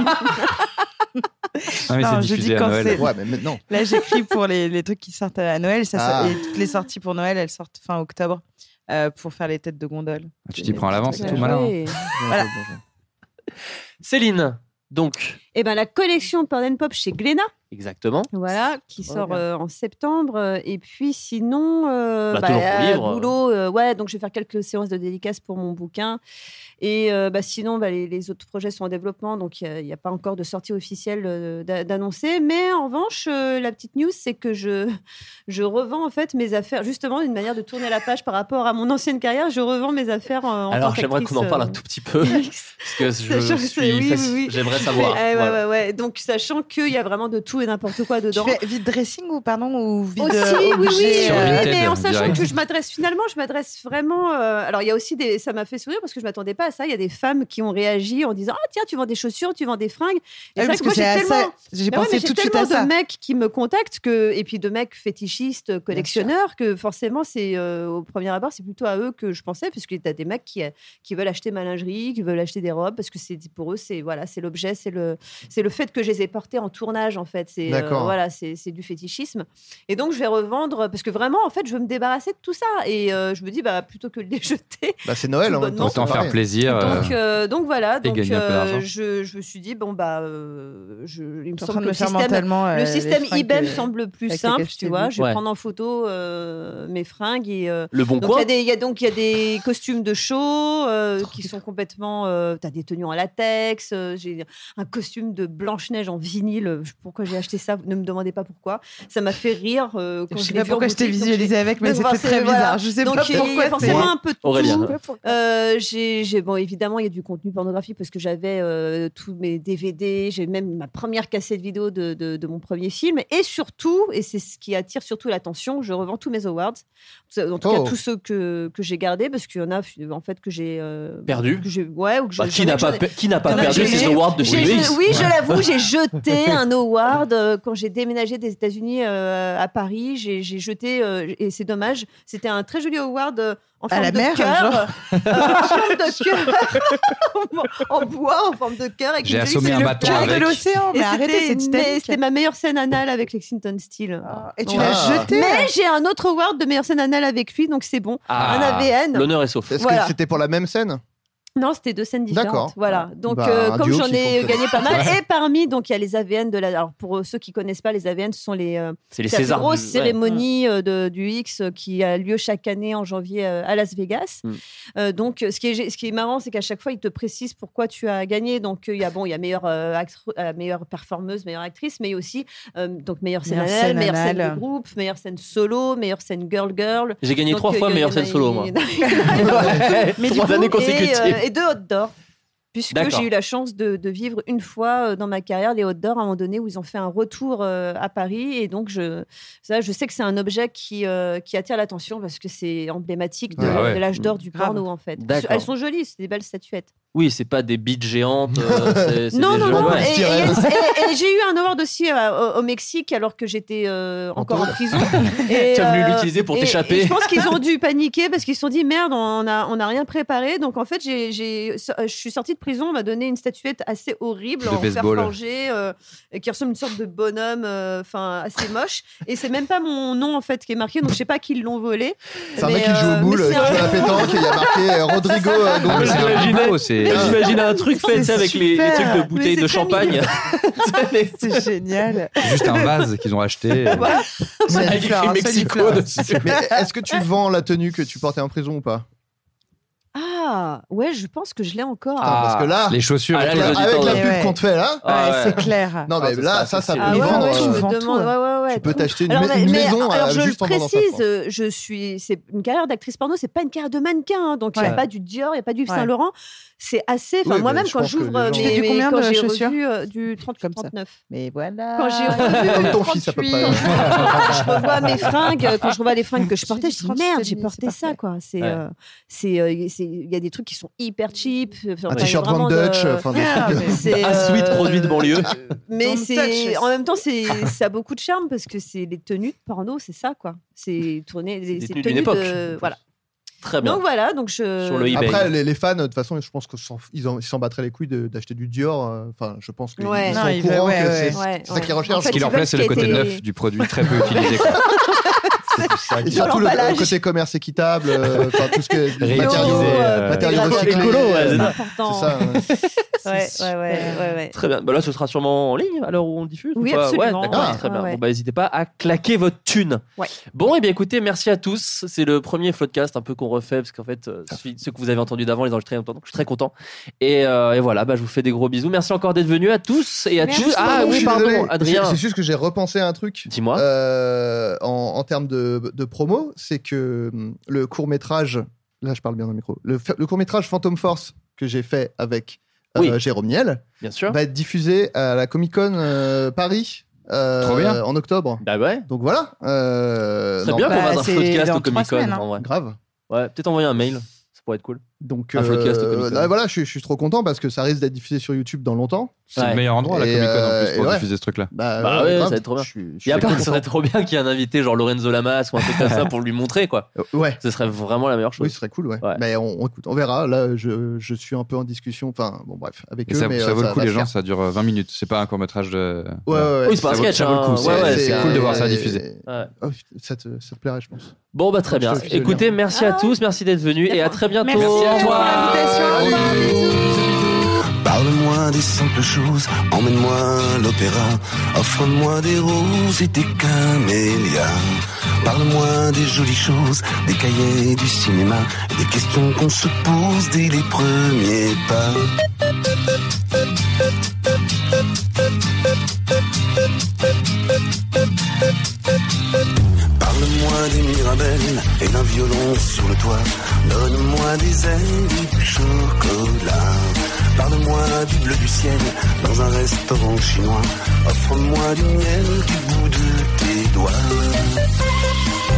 mais
Non, je
c'est diffusé
dis
à
quand
Noël.
c'est-
Ouais, mais maintenant.
Là, j'écris pour les, les trucs qui sortent à Noël. Ça, ça-
Ah.
et toutes les sorties pour Noël, elles sortent fin octobre euh, pour faire les têtes de gondole.
Ah, tu t'y prends à l'avance, c'est
Bien
tout malin. hein.
joué.
Voilà.
Céline, donc,
Eh ben, la collection de Porn and Pop chez Glénat,
exactement.
voilà, qui
Oh,
sort
bien.
euh, en septembre. euh, Et puis, sinon, euh,
Bah, toujours ton
euh,
livre.
boulot, euh, ouais, donc je vais faire quelques séances de dédicaces pour mon bouquin. Et euh, bah, sinon, bah, les, les autres projets sont en développement, donc il n'y a, il y a pas encore de sortie officielle euh, d'a- d'annoncer. Mais en revanche, euh, la petite news, c'est que je, je revends en fait mes affaires, justement, d'une manière de tourner la page par rapport à mon ancienne carrière. Je revends mes affaires euh, en- en
Alors,
tant
j'aimerais qu'on en
qu'actrice,
parle un
euh,
tout petit peu. parce que je
C'est sûr,
suis
c'est- oui,
fasc-
oui, oui.
J'aimerais savoir.
Eh, ouais,
Voilà.
ouais, ouais. Donc, sachant qu'il y a vraiment de tout et n'importe quoi
Tu
dedans.
fais vide dressing ou pardon ou vide
Aussi,
euh,
oui, oui,
objet,
Sur
euh,
euh,
Vinted,
mais en sachant
direct.
que je m'adresse finalement, je m'adresse vraiment. euh, alors, il y a aussi des. Ça m'a fait sourire parce que je m'attendais pas à ça. Il y a des femmes qui ont réagi en disant Ah, tiens, tu vends des chaussures, tu vends des fringues. Et
Ah oui,
c'est vrai
parce
que
que
moi, j'ai
c'est à ça-
tellement.
J'ai
Mais ouais,
pensé
mais
tout
j'ai
de suite à
tellement
ça.
de mecs qui me contactent que, et puis de mecs fétichistes, collectionneurs, que forcément, c'est euh, au premier abord, c'est plutôt à eux que je pensais, parce que t'as des mecs qui, qui veulent acheter ma lingerie, qui veulent acheter des robes, parce que c'est pour eux, c'est voilà, c'est l'objet, c'est le, c'est le fait que je les ai portés en tournage, en fait. C'est euh,
D'accord.
voilà, c'est c'est du fétichisme. Et donc, je vais revendre, parce que vraiment, en fait, je veux me débarrasser de tout ça. Et euh, je me dis, bah, plutôt que de les jeter,
Bah, c'est Noël
Tout
en même temps.
bonnement.
c'est
Autant faire
pareil.
plaisir. euh,
donc, euh, donc voilà,
Et
donc,
gagner un peu
euh,
d'argent.
je, je me suis dit, bon, bah, euh, je, il me
T'es en train
semble
de
que
me
le
faire
système,
mentalement. euh,
le
les
système
fringues,
eBay me
euh,
semble le plus
avec
simple,
lesquelles je t'ai
tu vois.
vu.
Je vais
Ouais.
prendre en photo euh, mes fringues et. euh,
Le bon
donc il y
coin.
a des- il y, a donc il y a des costumes de show euh, qui sont complètement. euh, T'as des tenues en latex. euh, j'ai un costume de Blanche Neige en vinyle. euh, je- Pourquoi j'ai acheté ça Ne me demandez pas pourquoi. Ça m'a fait rire euh, quand
Je
je,
sais
l'ai
pas
vu
pourquoi
en
je t'ai
boutique, donc j'ai-
visualisé avec, mais
donc,
c'était
c'est-
très
voilà.
bizarre. Je sais
donc
pas
il y a
pourquoi. c'est-
forcément un peu de
Aurélien.
tout. Euh, j'ai, j'ai- bon, évidemment, il y a du contenu pornographique parce que j'avais euh, tous mes DVD, j'ai même ma première cassette vidéo de, de- de mon premier film. Et surtout, et c'est ce qui attire surtout l'attention, je revends tous mes awards. En tout cas,
Oh.
tous ceux que, que j'ai gardés parce qu'il y en a en fait que j'ai. euh,
Perdu.
que j'ai- Ouais, ou que
Bah,
je-
qui n'a pas,
j'en ai-
pe- qui n'a pas
j'en ai-
perdu
j'ai-
ses awards de
j'ai-
chez lui
je- oui, je l'avoue, j'ai jeté un award euh, quand j'ai déménagé des États-Unis euh, à Paris. J'ai j'ai jeté, euh, et c'est dommage, c'était un très joli award euh, en
À
forme
la
de
mer,
cœur.
genre
euh, en forme de cœur, en, en bois, en forme de cœur. avec
J'ai
une jolie-
assommé un
le
bâton
cœur
Cœur de
avec.
l'océan.
Et
Mais arrêtez, c'est
c'était- mais
Titanic.
c'était ma meilleure scène anale avec Lexington Steele.
Ah, Et tu
Ouais.
l'as jeté.
Mais j'ai un autre award de meilleure scène anale avec lui, donc c'est bon.
Ah,
un AVN.
L'honneur est sauf.
Est-ce
Voilà.
que c'était pour la même scène
Non, c'était deux scènes différentes.
D'accord.
Voilà. Donc,
Bah,
euh,
un
comme
duo
j'en
qui
ai
fonctionne.
gagné pas mal, et parmi, donc il y a les AVN de la. Alors, pour euh, ceux qui connaissent pas, les AVN, ce sont les, euh,
C'est les
c'est la plus
Césars.
grosse
du- ouais. Mm.
cérémonie euh, de- du X euh, qui a lieu chaque année en janvier euh, à Las Vegas.
Mm.
Euh, donc, euh, ce qui est, gé- ce qui est marrant, c'est qu'à chaque fois, ils te précisent pourquoi tu as gagné. Donc, euh, il y a bon, il y a meilleure euh, actr- euh, meilleure performeuse, meilleure actrice, mais aussi euh, donc meilleure scène
Meilleure
anale,
scène
meilleure scène
anale.
de groupe, meilleure scène solo, meilleure scène girl girl.
J'ai gagné
Donc,
trois
euh,
fois
il y
meilleure
en a-
scène solo,
il y
moi.
en a- il y en a-
Ouais, Trois
du coup,
années
Et, euh,
consécutives.
et deux hot d'or. Puisque
D'accord.
j'ai eu la chance de, de vivre une fois euh, dans ma carrière les hot d'or à un moment donné où ils ont fait un retour euh, à Paris. Et donc, je, ça, je sais que c'est un objet qui, euh, qui attire l'attention parce que c'est emblématique de,
Ah ouais.
de l'âge d'or du
Grave.
porno, en fait.
D'accord.
Elles sont jolies, c'est des belles statuettes.
Oui, c'est pas des bites géantes. euh, c'est- c'est
Non,
des
non,
jeux-
non.
ouais.
Et,
je
et-
dirais.
et- et j'ai eu un award aussi euh, au, au Mexique alors que j'étais euh,
En
encore en
tôle.
prison. Et,
Tu as voulu
euh,
l'utiliser pour
et-
t'échapper.
et Je pense qu'ils ont dû paniquer parce qu'ils se sont dit merde, on n'a on a rien préparé. Donc en fait, j'ai, j'ai- so- euh, je suis sortie de prison, on m'a donné une statuette assez horrible
De
en fer
baseball.
forgé euh, et qui ressemble à une sorte de bonhomme euh, enfin assez moche. Et c'est même pas mon nom en fait qui est marqué, donc je sais pas qui l'ont volé.
C'est un
Mais,
mec qui joue
euh,
au boule,
mais
qui
c'est
joue à
un-
la pétanque, et il y a marqué euh, Rodrigo euh,
Ah, mais
Gomez.
c'est un
J'imagine-
beau, c'est-
Et J'imagine un truc fait tu sais, avec les, les
super.
trucs de bouteilles
c'est
de
très
champagne. Les-
C'est génial.
juste un vase qu'ils ont acheté.
Avec
Solifleur,
écrit
un
Mexico
solifleur.
dessus.
Mais est-ce que tu vends la tenue que tu portais en prison ou pas
Ah ouais, je pense que je l'ai encore.
Putain, parce que là-
les chaussures.
Ah, là,
et
les
tout.
Avec
auditeurs,
la pub
ouais. Ouais.
qu'on te fait là
Ah
Ouais,
ouais.
C'est clair.
Non, mais
Ah, ça,
là,
ça,
ça, ça
c'est-
Ah
peut
ouais,
vendre.
ouais,
tu
je
euh,
me
vends tout,
demande-
ouais.
ouais, ouais, ouais,
Tu peux
tout.
t'acheter une,
Alors,
ma-
mais-
une
mais-
maison
alors,
euh,
je le
juste en vendant ça.
précise, euh, je suis, c'est une carrière d'actrice porno, c'est pas une carrière de mannequin, hein, donc il n'y a
Ouais.
pas du Dior, il n'y a pas du Yves
Ouais.
Saint Laurent, c'est assez. Enfin,
Oui,
moi-même
bah, je
quand
pense que
j'ouvre, euh,
les gens-
mes-
Tu
fais du
mes-
combien
quand
de
j'ai
chaussures
revu euh, du 30
Comme ça.
39.
Mais voilà.
Quand j'ai revu
Comme
du
ton fils, à peu
38,
près.
quand je revois mes fringues, euh, quand je revois les fringues que je portais, je dis
J'ai dit
merde,
38,
j'ai porté
c'est
ça
parfait.
quoi. C'est,
Ouais.
euh, c'est, euh, c'est- il y a des trucs qui sont hyper cheap.
Un t-shirt Van Dutch, enfin des
Ah,
trucs.
mais-
C'est, euh,
Un sweat produit de banlieue.
Mais
Don't touch
c'est
us.
en même temps c'est ça a beaucoup de charme parce
parce que c'est des tenues de porno, c'est ça, quoi. C'est tourné,
des
c'est
tenues d'une
tenues
époque,
de. Voilà.
Très bien.
Donc voilà, donc je.
Sur le eBay.
Après, les, les fans, de toute façon, je pense qu'ils s'en ils en- ils s'en battraient les couilles de- d'acheter du Dior. euh, Enfin, je pense qu'ils
Ouais.
ils
Non,
sont au
ils
courant
veulent- ouais, ouais.
que c'est
Ouais,
c'est ça qui
ouais.
recherche.
En fait,
Ce qui leur plaît, c'est le côté
Ils veulent
neuf du produit très peu utilisé.
Et
Sur
surtout le,
Bah,
l'emballage.
le côté commerce équitable, euh, enfin tout ce que les
Réutilisé,
matériaux,
euh,
matériaux
gratuit.
recyclés,
Écolo, ouais, c'est
euh,
ça.
c'est
Important.
ça. hein. ouais.
Ouais,
C'est
ouais, ouais, ouais, ouais.
Très bien. Bah là, ce sera sûrement en ligne à l'heure où on le diffuse. ou
Oui,
pas
absolument.
Ouais, d'accord.
Ah.
très bien.
Ouais, ouais.
Bon, bah, n'hésitez pas à claquer votre thune.
Ouais.
Bon, et bien écoutez, merci à tous. C'est le premier Floodcast un peu qu'on refait parce qu'en fait,
Ah.
euh, celui- ceux que vous avez entendus d'avant, les enregistrés il y a longtemps. Donc, je suis très content. Et, euh, et voilà, bah, je vous fais des gros bisous. Merci encore d'être venus à tous et à
Merci
tous. Ah
Je
oui,
suis
pardon,
désolé.
Adrien.
C'est c'est juste que j'ai repensé à un truc.
Dis-moi.
Euh, en, en termes de, de promo, c'est que hum, le court métrage, là je parle bien dans le micro, le, fa- le court métrage Phantom Force que j'ai fait avec euh,
Oui.
Jérôme Niel
bien sûr.
va être diffusé à la Comic Con Paris euh,
Trop bien.
en octobre.
Bah ouais.
Donc voilà. euh,
Très
non,
bien
bah,
qu'on fasse
bah,
un
c'est
Floodcast
dans
au
trois
Comic Con.
semaines, hein.
Grave.
Ouais, peut-être envoyer un mail. Ça pourrait être cool.
Donc
Un Floodcast au
euh,
Comic Con.
là, voilà, je, suis- je suis trop content parce que ça risque d'être diffusé sur YouTube dans longtemps.
C'est
Ouais.
le meilleur endroit, la
Et,
Comic Con, en
euh,
plus, pour
et ouais.
diffuser ce truc-là.
Bah,
Bah ouais,
grave.
ça va être trop bien.
Je suis- je
Et
suis
après,
très
ça serait
content.
trop bien qu'il y ait un invité genre Lorenzo Lamas ou un truc comme ça pour lui montrer quoi.
Ouais.
Ce serait vraiment la meilleure chose.
Oui, ce serait cool, ouais.
Ouais.
Mais on, on- écoute, on verra. Là, je, je suis un peu en discussion. Enfin, bon, bref, avec
Et
eux.
ça,
mais,
ça
euh,
vaut le coup,
va
les
se
gens,
faire.
ça dure 20 minutes. C'est pas un court métrage de.
Ouais, ouais, ouais.
Oui, c'est pas un
Ça vaut-
sketch.
ça vaut le
hein.
coup,
Ouais, ouais,
c'est
c'est-
cool de voir ça diffusé.
Ouais.
Oh, putain, ça, te, ça te plairait, je pense.
Bon bah très bien.
Je- je- je-
Écoutez, merci à tous, merci d'être venus et à très bientôt.
Merci à toi.
Salut.
Parle-moi des simples choses, emmène-moi à l'opéra, offre-moi des roses et des camélias. Parle-moi des jolies choses, des cahiers du cinéma, des questions qu'on se pose dès les premiers pas. Parle-moi des mirabelles et d'un violon sur le toit. Donne-moi des ailes et du chocolat. Parle-moi du bleu du ciel dans un restaurant chinois. Offre-moi du miel du bout de tes doigts.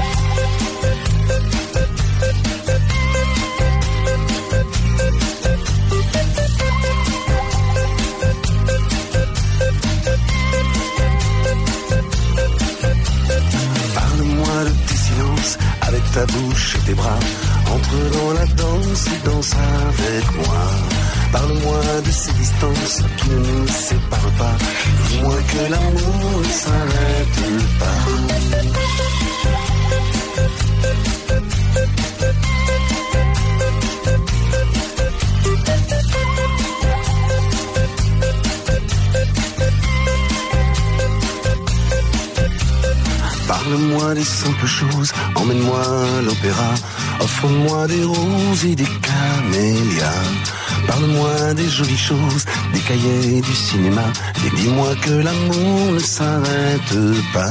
Parle-moi de tes silences avec ta bouche et tes bras. Entre dans la danse et danse avec moi. Parle-moi de ces distances qui ne nous séparent pas. Dis-moi que l'amour ne s'arrête pas. Parle-moi des simples choses, emmène-moi à l'opéra, offre-moi des roses et des camélias. Parle-moi des jolies choses, des cahiers du cinéma, et dis-moi que l'amour ne s'arrête pas.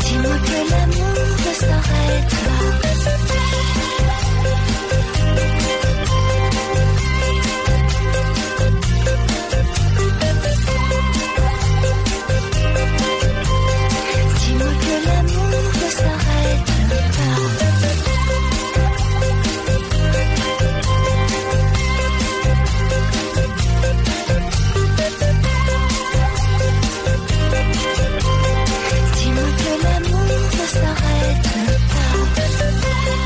Dis-moi que l'amour ne s'arrête pas. Dis-moi que l'amour ne s'arrête pas. Dis-moi que l'amour ne s'arrête pas.